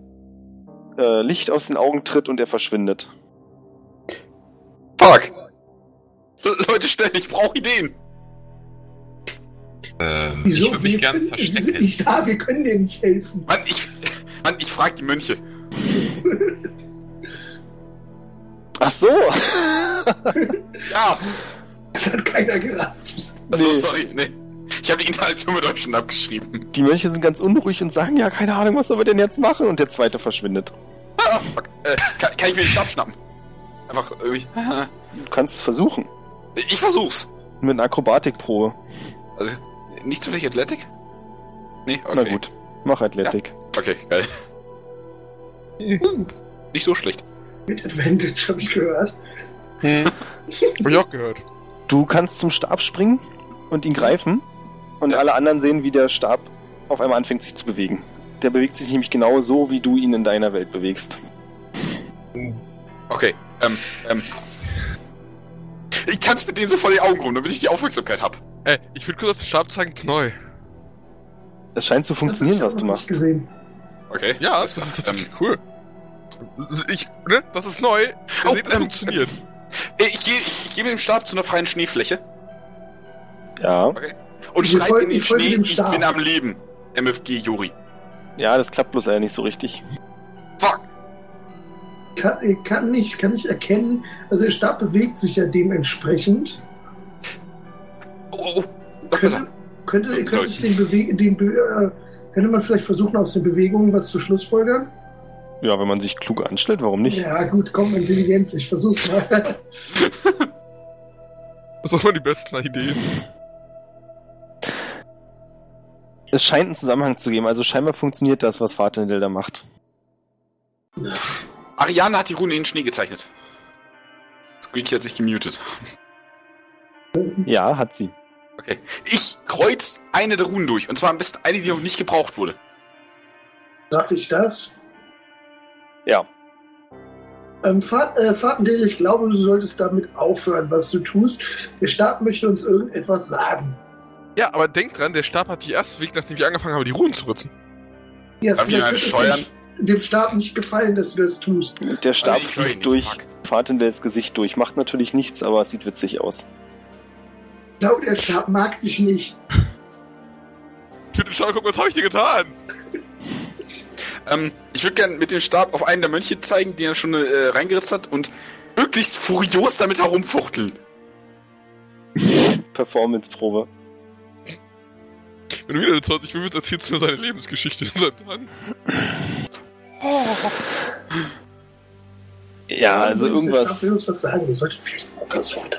C: äh, Licht aus den Augen tritt und er verschwindet.
D: Fuck! Leute, schnell, ich brauche Ideen!
H: Ähm,
F: Wieso?
H: Ich würde mich
F: Wir
H: gern
F: können- wir sind
H: verstecken.
F: nicht da, wir können dir nicht helfen.
D: Mann, ich. Mann, ich frag die Mönche.
C: Ach so!
D: Ja!
F: Das hat keiner gerafft.
D: Also,
C: Nee.
D: sorry, nee. Ich habe die Interaktion mit euch schon abgeschrieben.
C: Die Mönche sind ganz unruhig und sagen, ja, keine Ahnung, was sollen wir denn jetzt machen? Und der zweite verschwindet.
D: Ah, fuck. Äh, kann, kann ich mir den Stab schnappen? Einfach irgendwie.
C: Du kannst es versuchen.
D: Ich versuch's.
C: Mit einer Akrobatikprobe.
D: Nicht zufällig Athletik? Nee, okay.
C: Na gut, mach Athletik.
D: Okay, geil. Nicht so schlecht.
F: Mit Advantage, habe ich gehört.
C: Hm.
A: Hab ich auch gehört.
C: Du kannst zum Stab springen und ihn greifen. Und alle anderen sehen, wie der Stab auf einmal anfängt, sich zu bewegen. Der bewegt sich nämlich genau so, wie du ihn in deiner Welt bewegst.
D: Okay, ähm, ähm. Ich tanze mit denen so vor die Augen rum, damit ich die Aufmerksamkeit hab.
A: Ey, ich will kurz das Stab zeigen, ist neu.
C: Es scheint zu funktionieren, was
F: Das hab ich
C: du
F: noch nicht
C: machst.
F: Gesehen.
D: Okay.
A: Ja,
D: alles
A: das ist
D: klar.
A: tatsächlich
D: Ähm,
A: cool. Das ist- Ich, ne? Das ist neu. Ihr
D: Oh,
A: seht, das
D: ähm,
A: funktioniert.
D: äh, ich gehe ich, ich geh mit dem Stab zu einer freien Schneefläche
C: Ja,
D: und
F: Wir
D: schreibe
F: folgen-
D: in den
F: ich folge
D: Schnee,
F: dem
D: ich
F: Stab.
D: bin am Leben. MFG Juri.
C: ja, das klappt bloß leider nicht so richtig.
D: Fuck!
F: Kann, ich kann nicht, kann nicht erkennen. Also der Stab bewegt sich ja dementsprechend.
D: Oh, oh. Noch
F: Könnte,
D: besser.
F: könnte,
D: Sorry.
F: könnte ich den Bewe den Be äh, könnte man vielleicht versuchen, aus den Bewegungen was zu schlussfolgern?
C: Ja, wenn man sich klug anstellt, warum nicht?
F: Ja, gut, komm, Intelligenz, ich versuch's mal.
A: Das ist auch mal die besten Ideen.
C: Es scheint einen Zusammenhang zu geben, also scheinbar funktioniert das, was Vater da macht.
D: Ariane hat die Rune in den Schnee gezeichnet. Das Screenshot hat sich gemutet.
C: Ja, hat sie.
D: Okay. Ich kreuz eine der Runen durch. Und zwar am besten eine, die noch nicht gebraucht wurde.
F: Darf ich das?
C: Ja.
F: Ähm, Fahrt, äh, Fahrtendale, ich glaube, du solltest damit aufhören, was du tust. Der Stab möchte uns irgendetwas sagen.
A: Ja, aber denk dran, der Stab hat dich erst bewegt, nachdem ich angefangen habe, die Runen zu ritzen.
F: Ja,
D: Darf ich ihn
F: vielleicht
D: einen
F: wird es
D: steuern?
F: dem, dem Stab nicht gefallen, dass du das tust.
C: Der Stab
D: Also ich höre ihn
C: fliegt
D: nicht,
C: durch
D: fuck.
C: Vatendels Gesicht durch. Macht natürlich nichts, aber es sieht witzig aus.
F: Ich glaube, der Stab mag dich nicht.
A: Ich will den Stab gucken, was habe ich dir getan?
D: Ähm, ich würde gerne mit dem Stab auf einen der Mönche zeigen, den er schon äh, reingeritzt hat und möglichst furios damit herumfuchteln.
C: Performance-Probe.
A: Wenn du wieder eine 20 Minuten erzählst du mir seine Lebensgeschichte in seinem Hand.
C: Oh. Ja, also
F: Du willst jetzt
C: irgendwas.
F: dafür uns was sagen. Du solltest vielleicht auch versuchen.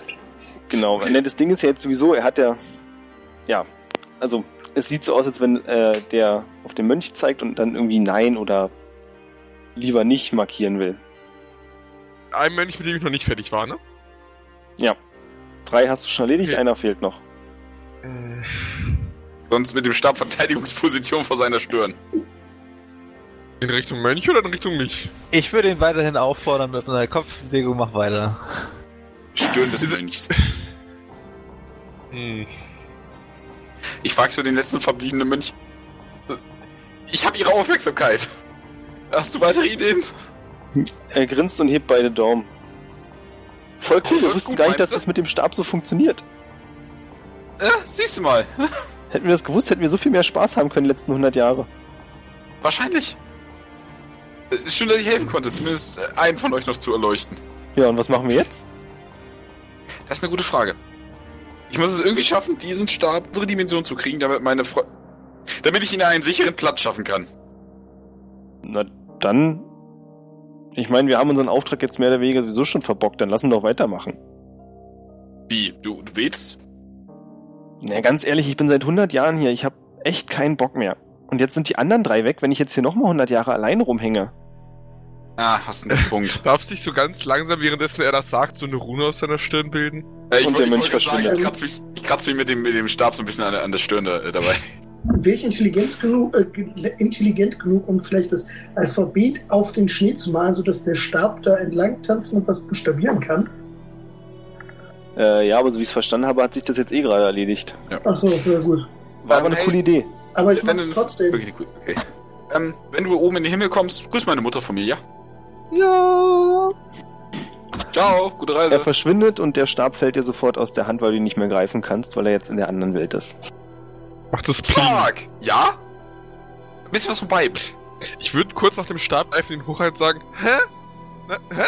C: Genau, ne, das Ding ist ja jetzt sowieso, er hat ja. Ja, also es sieht so aus, als wenn äh, der auf den Mönch zeigt und dann irgendwie Nein oder lieber nicht markieren will.
A: Ein Mönch, mit dem ich noch nicht fertig war, ne?
C: Drei hast du schon erledigt,
A: Okay.
C: einer fehlt noch.
D: Äh. Sonst mit dem Stab Verteidigungsposition vor seiner Stirn.
A: In Richtung Mönch oder in Richtung mich?
E: Ich würde ihn weiterhin auffordern mit einer Kopfbewegung, mach weiter.
D: Stirn des Mönchs.
A: Hm.
D: Ich frag so den letzten verbliebenen Mönch. Ich habe ihre Aufmerksamkeit. Hast du weitere Ideen?
C: Er grinst und hebt beide Daumen. Voll cool, wir
D: Gut,
C: wussten gar nicht,
D: meinst
C: dass
D: du?
C: das mit dem Stab so funktioniert.
D: Äh, siehst du mal.
C: Hätten wir das gewusst, hätten wir so viel mehr Spaß haben können die letzten 100 Jahre.
D: Wahrscheinlich. Äh, Schön, dass ich helfen konnte, zumindest äh, einen von euch noch zu erleuchten.
C: Ja, und was machen wir jetzt?
D: Das ist eine gute Frage. Ich muss es irgendwie schaffen, diesen Stab in unsere Dimension zu kriegen, damit meine Fre damit ich ihnen einen sicheren Platz schaffen kann.
C: Na dann. Ich meine, wir haben unseren Auftrag jetzt mehr oder weniger sowieso schon verbockt, dann lassen wir doch weitermachen.
D: Wie? Du, du willst?
C: Na, ganz ehrlich, ich bin seit 100 Jahren hier. Ich habe echt keinen Bock mehr. Und jetzt sind die anderen drei weg, wenn ich jetzt hier nochmal 100 Jahre allein rumhänge.
D: Ah, hast einen guten Punkt.
A: Darfst dich so ganz langsam, währenddessen er das sagt, so eine Rune aus seiner Stirn bilden?
D: Äh, ich
C: Und
D: wollt-
C: der
D: ich
C: Mönch
D: wollt gerade sagen,
C: verschwindet.
D: Ich kratze mich, ich kratz mich mit, dem, mit dem Stab so ein bisschen an, der- an der Stirn da, äh, dabei.
F: Wäre ich intelligent genug, äh, ge- intelligent genug, um vielleicht das Alphabet auf den Schnee zu malen, sodass der Stab da entlang tanzen und was buchstabieren kann?
C: Äh, ja, aber so wie ich es verstanden habe, hat sich das jetzt eh gerade erledigt.
F: Achso, ja gut.
C: War aber
D: Ähm,
C: eine
D: hey.
C: coole Idee.
F: Aber ich mache
D: Wenn
F: es
D: du-
F: trotzdem.
D: Wirklich gut, okay. Ähm, wenn du oben in den Himmel kommst, grüß meine Mutter von mir, ja?
C: Ja.
D: Ciao, gute
C: Er
D: Reise.
C: verschwindet und der Stab fällt dir sofort aus der Hand, weil du ihn nicht mehr greifen kannst, weil er jetzt in der anderen Welt ist.
A: Mach das Pling.
D: Fuck! Ja? Ein bisschen was vorbei.
A: Ich würde kurz nach dem Stab einfach den Hochhalt sagen, hä? Na, hä?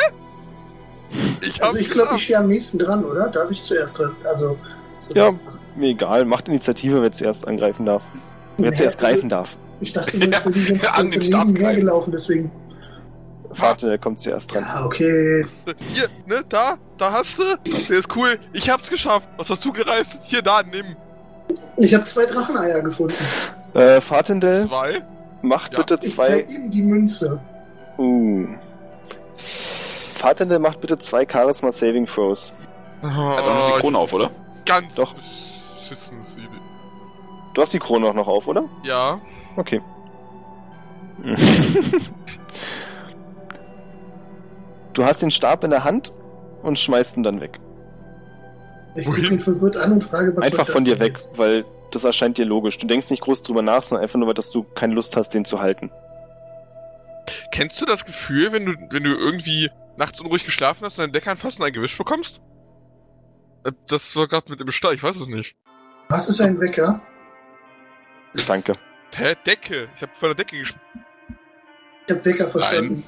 A: Ich hab's
F: Also ich glaube, ich
A: geschafft.
F: stehe am nächsten dran, oder? Darf ich zuerst dran? Also. so-
C: Ja. Mir egal, macht Initiative, wer zuerst angreifen darf. Wer zuerst greifen darf.
F: Ich dachte, ich bin die ganze
D: Ja, an den
F: Zeit
D: Stab
F: daneben
D: greifen.
F: hergelaufen, deswegen.
C: Vater, der kommt zuerst dran.
F: Ja, okay.
A: Hier, ne, da, da hast du. Der ist cool. Ich hab's geschafft. Was hast du gereist? Hier, da, nimm.
F: Ich habe zwei Dracheneier gefunden.
C: Äh, Fatendell,
A: Zwei.
C: macht
A: Ja.
C: bitte
F: Ich
C: zwei
F: zeig ihm die Münze.
C: Uh. Vaterle macht bitte zwei Charisma Saving Throws.
D: Hat auch
C: Äh,
D: noch die Krone auf, oder?
A: ganz
C: Doch.
A: beschissenes Idee.
C: Du hast die Krone auch noch auf, oder?
A: Ja.
C: Okay. du hast den Stab in der Hand und schmeißt ihn dann weg.
F: Ich
A: Wohin?
F: gucke ihn verwirrt an und frage, was
C: einfach
F: soll
C: von
F: das
C: dir
F: denn
C: weg,
F: jetzt?
C: weil das erscheint dir logisch. Du denkst nicht groß drüber nach, sondern einfach nur, weil dass du keine Lust hast, den zu halten.
A: Kennst du das Gefühl, wenn du, wenn du irgendwie nachts unruhig geschlafen hast und deinen Decker anfasst und ein Gewisch bekommst? Äh, Das war gerade mit dem Stall, ich weiß es nicht.
F: Was ist ein Wecker?
C: Danke.
A: Hä, Decke? Ich habe von der Decke gesprochen.
F: Ich habe Wecker verstanden.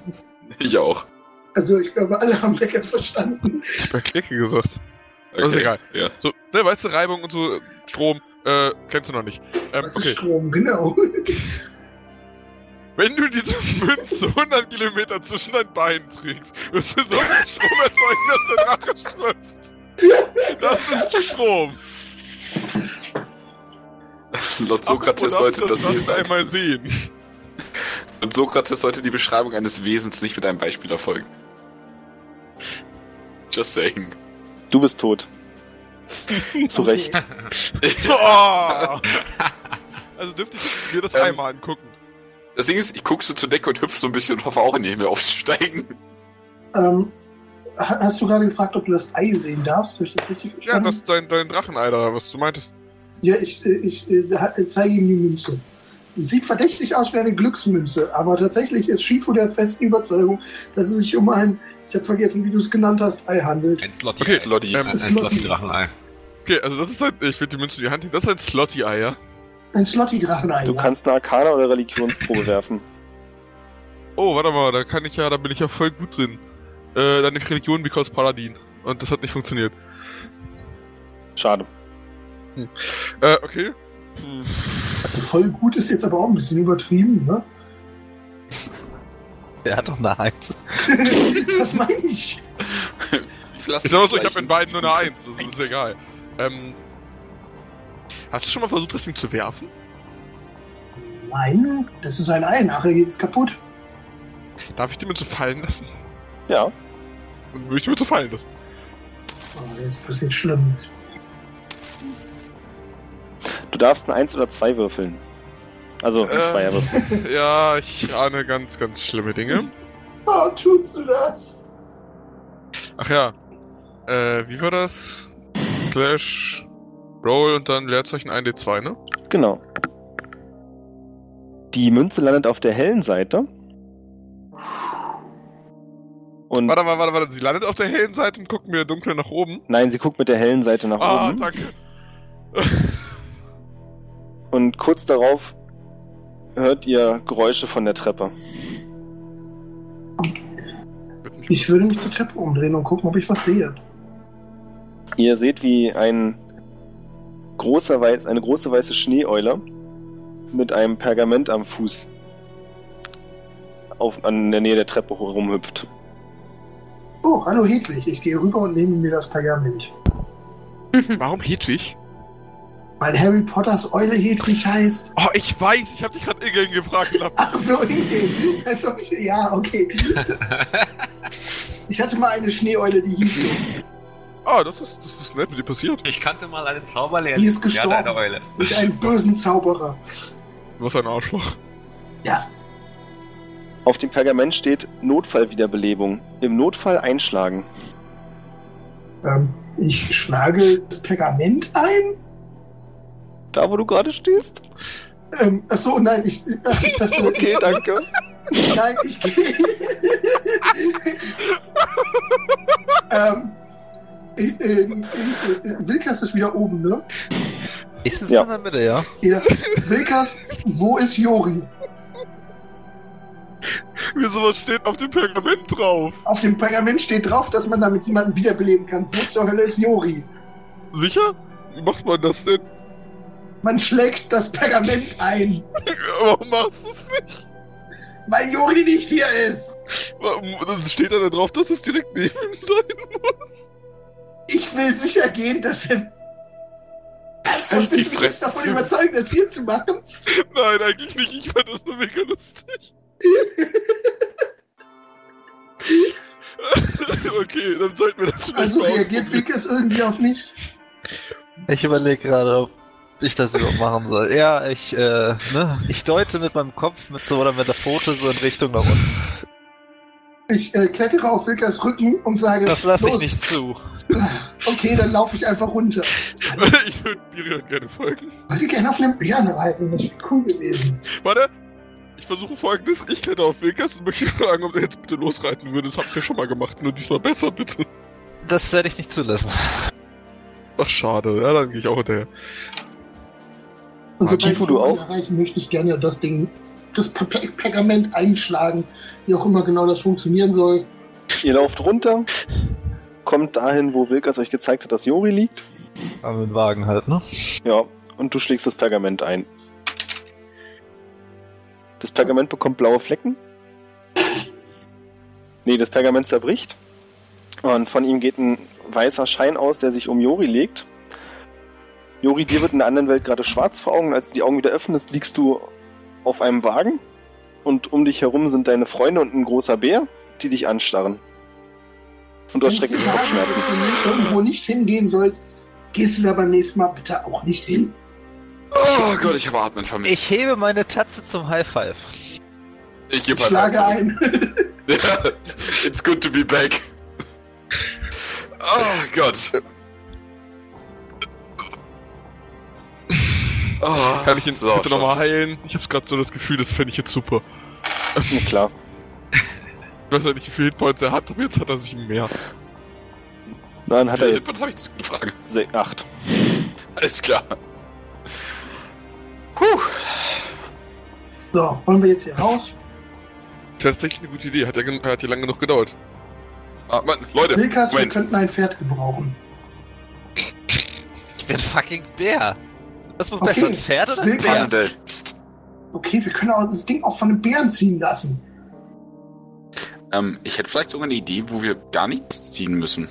D: Ich auch.
F: Also ich glaube, alle haben Wecker verstanden.
A: Ich hab ja Decke gesagt.
D: Okay.
A: ist egal.
D: Ja.
A: So, ne, weißt du, Reibung und so, äh, Strom, äh, kennst du noch nicht. Ähm,
F: Was ist
A: okay.
F: Strom? Genau.
A: Wenn du diese Münze 100 Kilometer zwischen deinen Beinen trägst, wirst du so viel Strom erzeugen, dass der Drache schläft. Das ist Strom.
D: Laut Sokrates
A: Apropos,
D: sollte
A: darf ich
D: das
A: das
D: Wesen
A: einmal sehen.
D: Und Sokrates sollte die Beschreibung eines Wesens nicht mit einem Beispiel erfolgen. Just saying.
C: Du bist tot. zu Recht.
A: Boah. Oh! Also dürfte ich mir das
D: Ähm,
A: einmal angucken.
D: Das Ding ist, ich guck so zur Decke und hüpf so ein bisschen und hoffe auch in den Himmel aufzusteigen.
F: ähm, ha- hast du gerade gefragt, ob du das Ei sehen darfst? Habe ich das richtig
A: Ja,
F: verstanden?
A: das ist dein, dein Drachenei da, was du meintest.
F: Ja, ich, äh, ich äh, ha- äh, zeige ihm die Münze. Sieht verdächtig aus wie eine Glücksmünze, aber tatsächlich ist Shifu der festen Überzeugung, dass es sich um ein, ich habe vergessen, wie du es genannt hast, Ei handelt.
H: Ein Slotty.
A: Okay,
D: Slotty.
A: ähm,
H: ein
F: Slotty.
H: Slotty Drachenei.
A: Okay, also das ist halt, ich würde die Münze in die Hand nehmen, das ist ein Slotty-Ei, ja?
F: Ein Slotty-Drachenei.
C: Du
F: ja.
C: kannst eine Arkana oder Religionsprobe werfen.
A: Oh, warte mal, da kann ich ja, da bin ich ja voll gut drin. Äh, dann ich Religion because Paladin. Und das hat nicht funktioniert.
C: Schade.
A: Äh, okay. Hm.
F: Also voll gut ist jetzt aber auch ein bisschen übertrieben, ne?
E: Der hat doch eine Eins.
F: Was meine ich?
D: Ich lasse
A: Ich sag mal so, ich habe in beiden nur eine Eins, also das ist egal. Ähm, hast du schon mal versucht, das Ding zu werfen?
F: Nein, das ist ein Ei. Nachher geht's kaputt. Oh,
A: Darf ich die mir zu fallen lassen?
C: Ja.
A: Dann würde ich die mir zu fallen lassen.
F: Oh, das ist ein bisschen schlimm.
C: Du darfst ein 1 oder 2 würfeln. Also ein
A: Ähm.
C: 2er würfeln.
A: Ja, ich ahne ganz, ganz schlimme Dinge.
F: Warum tust du das?
A: Ach ja. Äh, wie war das? Slash, Roll und dann Leerzeichen 1D2, ne?
C: Genau. Die Münze landet auf der hellen Seite. Und
A: Warte, warte, warte, warte. Sie landet auf der hellen Seite und guckt mir dunkel nach oben.
C: nein, sie guckt mit der hellen Seite nach
A: Ah,
C: oben.
A: danke.
C: Und kurz darauf hört ihr Geräusche von der Treppe.
F: Ich würde mich zur Treppe umdrehen und gucken, ob ich was sehe.
C: Ihr seht, wie ein großer Weiß, eine große weiße Schneeeule mit einem Pergament am Fuß auf, an der Nähe der Treppe rumhüpft.
F: Oh, hallo Hedwig. Ich gehe rüber und nehme mir das Pergament.
A: Warum Hedwig?
F: Weil Harry Potters Eule Hedwig heißt.
A: Oh, ich weiß, ich habe dich gerade Ingeln gefragt. Lapp.
F: Ach so, Hedwig. Als ob ich. Ja, okay. Ich hatte mal eine Schneeeule, die hieß so.
A: Ah, das ist, das ist nett, mit dir passiert.
H: Ich kannte mal eine Zauberlehrerin.
F: Die ist
H: die hatte eine
F: gestorben.
H: Eule.
F: Durch einen bösen Zauberer.
A: Du warst ein Arschloch.
F: Ja,
C: Auf dem Pergament steht Notfallwiederbelebung. Im Notfall einschlagen.
F: ähm, ich schlage das Pergament ein.
C: Da, wo du gerade stehst?
F: Ähm, ach so, nein, ich, ach, ich dachte,
C: Okay, danke.
F: Nein, ich gehe. ähm, ich, ähm, ich, äh, Wilkas ist wieder oben, ne?
E: Ist es
C: Ja.
E: in der Mitte, ja?
F: Ja. Wilkas, wo ist Jori?
A: Wie sowas steht auf dem Pergament drauf.
F: Auf dem Pergament steht drauf, dass man damit jemanden wiederbeleben kann. Wo zur Hölle ist Jori?
A: Sicher? Wie macht man das denn?
F: Man schlägt das Pergament ein,
A: Warum machst du es nicht?
F: weil Jori nicht hier ist.
A: Warum das steht da denn drauf, dass es direkt neben ihm sein muss?
F: Ich will sicher gehen, dass er. Ernsthaft,
D: Die
F: willst du mich
D: Fresse.
F: jetzt davon überzeugen, das hier zu machen?
A: Nein, eigentlich nicht. Ich fand das nur mega lustig. okay, dann sollten wir das vielleicht
F: Also
A: mal
F: reagiert
A: ausprobieren.
F: Wilkas irgendwie auf mich?
E: Ich überlege gerade, ob ich das überhaupt machen soll. Ja, ich, äh, ne? Ich deute mit meinem Kopf mit so oder mit der Pfote so in Richtung nach unten.
F: Ich äh, klettere auf Wilkas Rücken und sage,
E: Das lasse ich
F: "Los."
E: nicht zu.
F: Okay, dann laufe ich einfach runter.
A: Ich würde Birion gerne folgen.
F: Ich würde gerne auf einem Bären reiten, das wäre cool gewesen.
A: Warte, ich versuche folgendes. Ich kletter auf Wilkas und möchte fragen, ob er jetzt bitte losreiten würde. Das habt ihr schon mal gemacht, nur diesmal besser, bitte.
E: Das werde ich nicht zulassen.
A: Ach, schade. Ja, dann gehe ich auch hinterher.
F: Und sobald
C: Tifu,
F: ich
C: du
F: Juri
C: auch?
F: erreichen möchte ich gerne das Ding, das Per- Per- Pergament einschlagen, wie auch immer genau das funktionieren soll.
C: Ihr lauft runter, kommt dahin, wo Wilkas euch gezeigt hat, dass Jori liegt.
E: Aber mit Wagen halt, ne?
C: Ja, und du schlägst das Pergament ein. Das Pergament bekommt blaue Flecken. Nee, das Pergament zerbricht. Und von ihm geht ein weißer Schein aus, der sich um Jori legt. Jori, dir wird in der anderen Welt gerade schwarz vor Augen. Als du die Augen wieder öffnest, liegst du auf einem Wagen. Und um dich herum sind deine Freunde und ein großer Bär, die dich anstarren. Und du hast
F: Wenn ich dir
C: schreckliche
F: sage,
C: Kopfschmerzen.
F: Dass du irgendwo nicht hingehen sollst, gehst du da beim nächsten Mal bitte auch nicht hin.
D: Oh Gott, ich habe Atmen vermisst.
E: Ich hebe meine Tatze zum High Five.
D: Ich
F: Ich
D: gebe
F: schlage ein.
D: It's good to be back. Oh Gott. Oh,
A: Kann ich ihn
D: so,
A: bitte nochmal heilen? Ich hab's gerade so das Gefühl, das fände ich jetzt super.
C: Na klar.
A: Ich weiß ja nicht, wie viele Hitpoints er hat, aber jetzt hat er sich mehr.
C: Dann hat er jetzt
D: Was habe ich zu gute Frage?
C: se- acht.
D: Alles klar.
F: So, wollen wir jetzt hier raus?
A: Das ist tatsächlich eine gute Idee. Hat ja, gen- hat ja lang genug gedauert.
D: Ah, Mann, Leute,
F: Wilkas, wir
D: Moment.
F: könnten ein Pferd gebrauchen.
E: Ich bin fucking Bär. Was war
F: Okay,
E: besser, ein Pferd oder ein
F: Silke-
E: Bär?
D: Warte. Psst.
F: Okay, wir können auch das Ding auch von einem Bären ziehen lassen.
D: Ähm, ich hätte vielleicht sogar eine Idee, wo wir gar nichts ziehen müssen.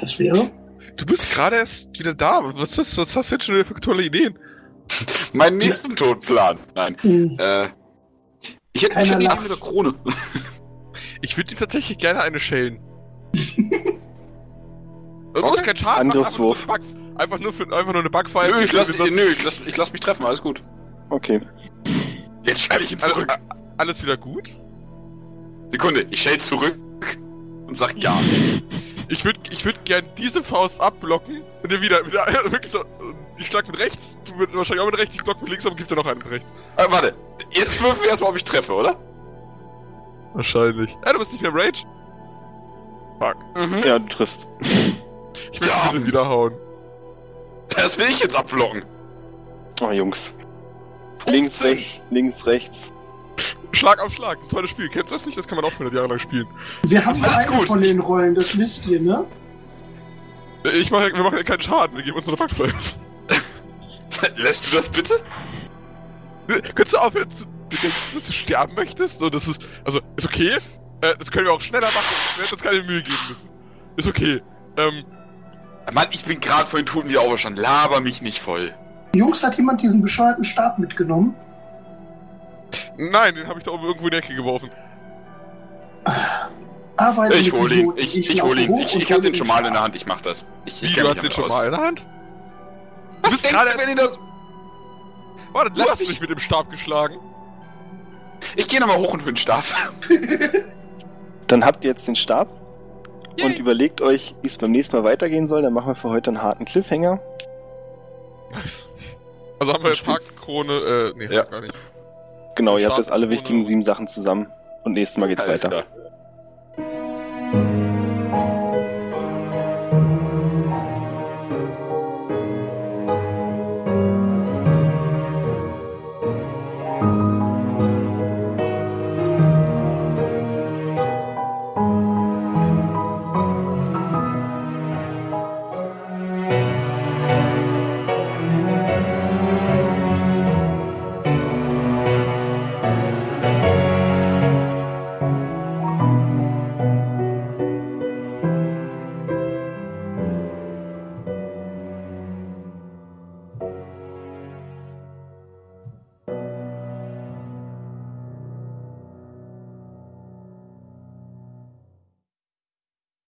F: Das wäre.
A: Du bist gerade erst wieder da. Was, ist, was hast du jetzt schon wieder für tolle Ideen?
D: Meinen nächsten Todplan. Nein.
F: Hm.
D: Äh, ich hätte ich hätte
F: Keiner
D: eine Idee
F: lacht.
D: mit der Krone.
A: Ich würde dir tatsächlich gerne eine schellen. Du musst keinen Schaden machen, einfach nur
C: Angriffswurf.
A: für einen Bug- Einfach nur, für, einfach nur eine Backpfeife.
D: Nö, ich lass,
A: Sonst-
D: nö ich, lass, ich lass mich treffen, alles gut.
C: Okay.
D: Jetzt schall ich ihn
A: Alles,
D: zurück.
A: alles wieder gut?
D: Sekunde, ich schall zurück und sag ja.
A: Ich würde ich würd gern diese Faust abblocken und dir wieder, wieder wirklich so. Ich schlag mit rechts, du mit, wahrscheinlich auch mit rechts, ich block mit links, aber gib dir noch einen mit rechts.
D: Äh, warte, jetzt würfen wir erstmal, ob ich treffe, oder?
A: Wahrscheinlich. Ja, du bist nicht mehr im Rage. Fuck.
D: Mhm.
C: Ja, du triffst.
A: Ich will
D: Ja.
A: diese wiederhauen.
D: Das will ich jetzt abblocken.
C: Oh, Jungs. Links, rechts, links, rechts.
A: Schlag auf Schlag, ein zweites Spiel. Kennst du das nicht? Das kann man auch 100 Jahre lang spielen.
F: Wir haben nur
D: Alles
F: eine
D: gut.
F: von den Rollen, das wisst ihr, ne?
A: Ich mach, ja- wir machen ja keinen Schaden, wir geben uns eine Backpfeife.
D: Lässt du das bitte?
A: Könntest du aufhören, zu, dass du sterben möchtest? So, das ist, also, ist okay. Äh, das können wir auch schneller machen. Wir hätten uns keine Mühe geben müssen. Ist okay. Ähm,
D: Mann, ich bin gerade vorhin Toten wieder auferstanden. Laber mich nicht voll.
F: Jungs, hat jemand diesen bescheuerten Stab mitgenommen?
A: nein, den habe ich da oben irgendwo in die Ecke geworfen.
F: Arbeite
D: Ich
F: mit
D: hol ihn,
F: Idioten.
D: ich, ich,
F: laufe
D: hol ihn.
F: hoch
D: Ich,
F: und
D: ich
F: hol
D: hab den
F: den
D: schon mal in
F: Stab.
D: der Hand, ich mach das. Ich, ich
A: Wie,
D: kenn
A: du
D: mich
A: hast den
D: damit
A: schon
D: aus.
A: mal in der Hand?
D: Was
A: bist
D: denkst
A: gerade-
D: du, wenn ihr das...
A: Warte, du
D: Lass
A: hast
D: mich-
A: mich mit dem Stab geschlagen.
D: Ich geh nochmal hoch und für den Stab.
C: Dann habt ihr jetzt den Stab und
D: Yay.
C: überlegt euch, wie es beim nächsten Mal weitergehen soll. Dann machen wir für heute einen harten Cliffhanger.
A: Nice. Also haben wir jetzt Hakenkrone, äh, nee,
D: Ja.
A: gar nicht.
C: Genau, ihr habt jetzt alle
A: Stab-
C: wichtigen sieben Sachen zusammen. Und nächstes Mal geht's
D: Alles
C: weiter.
D: klar.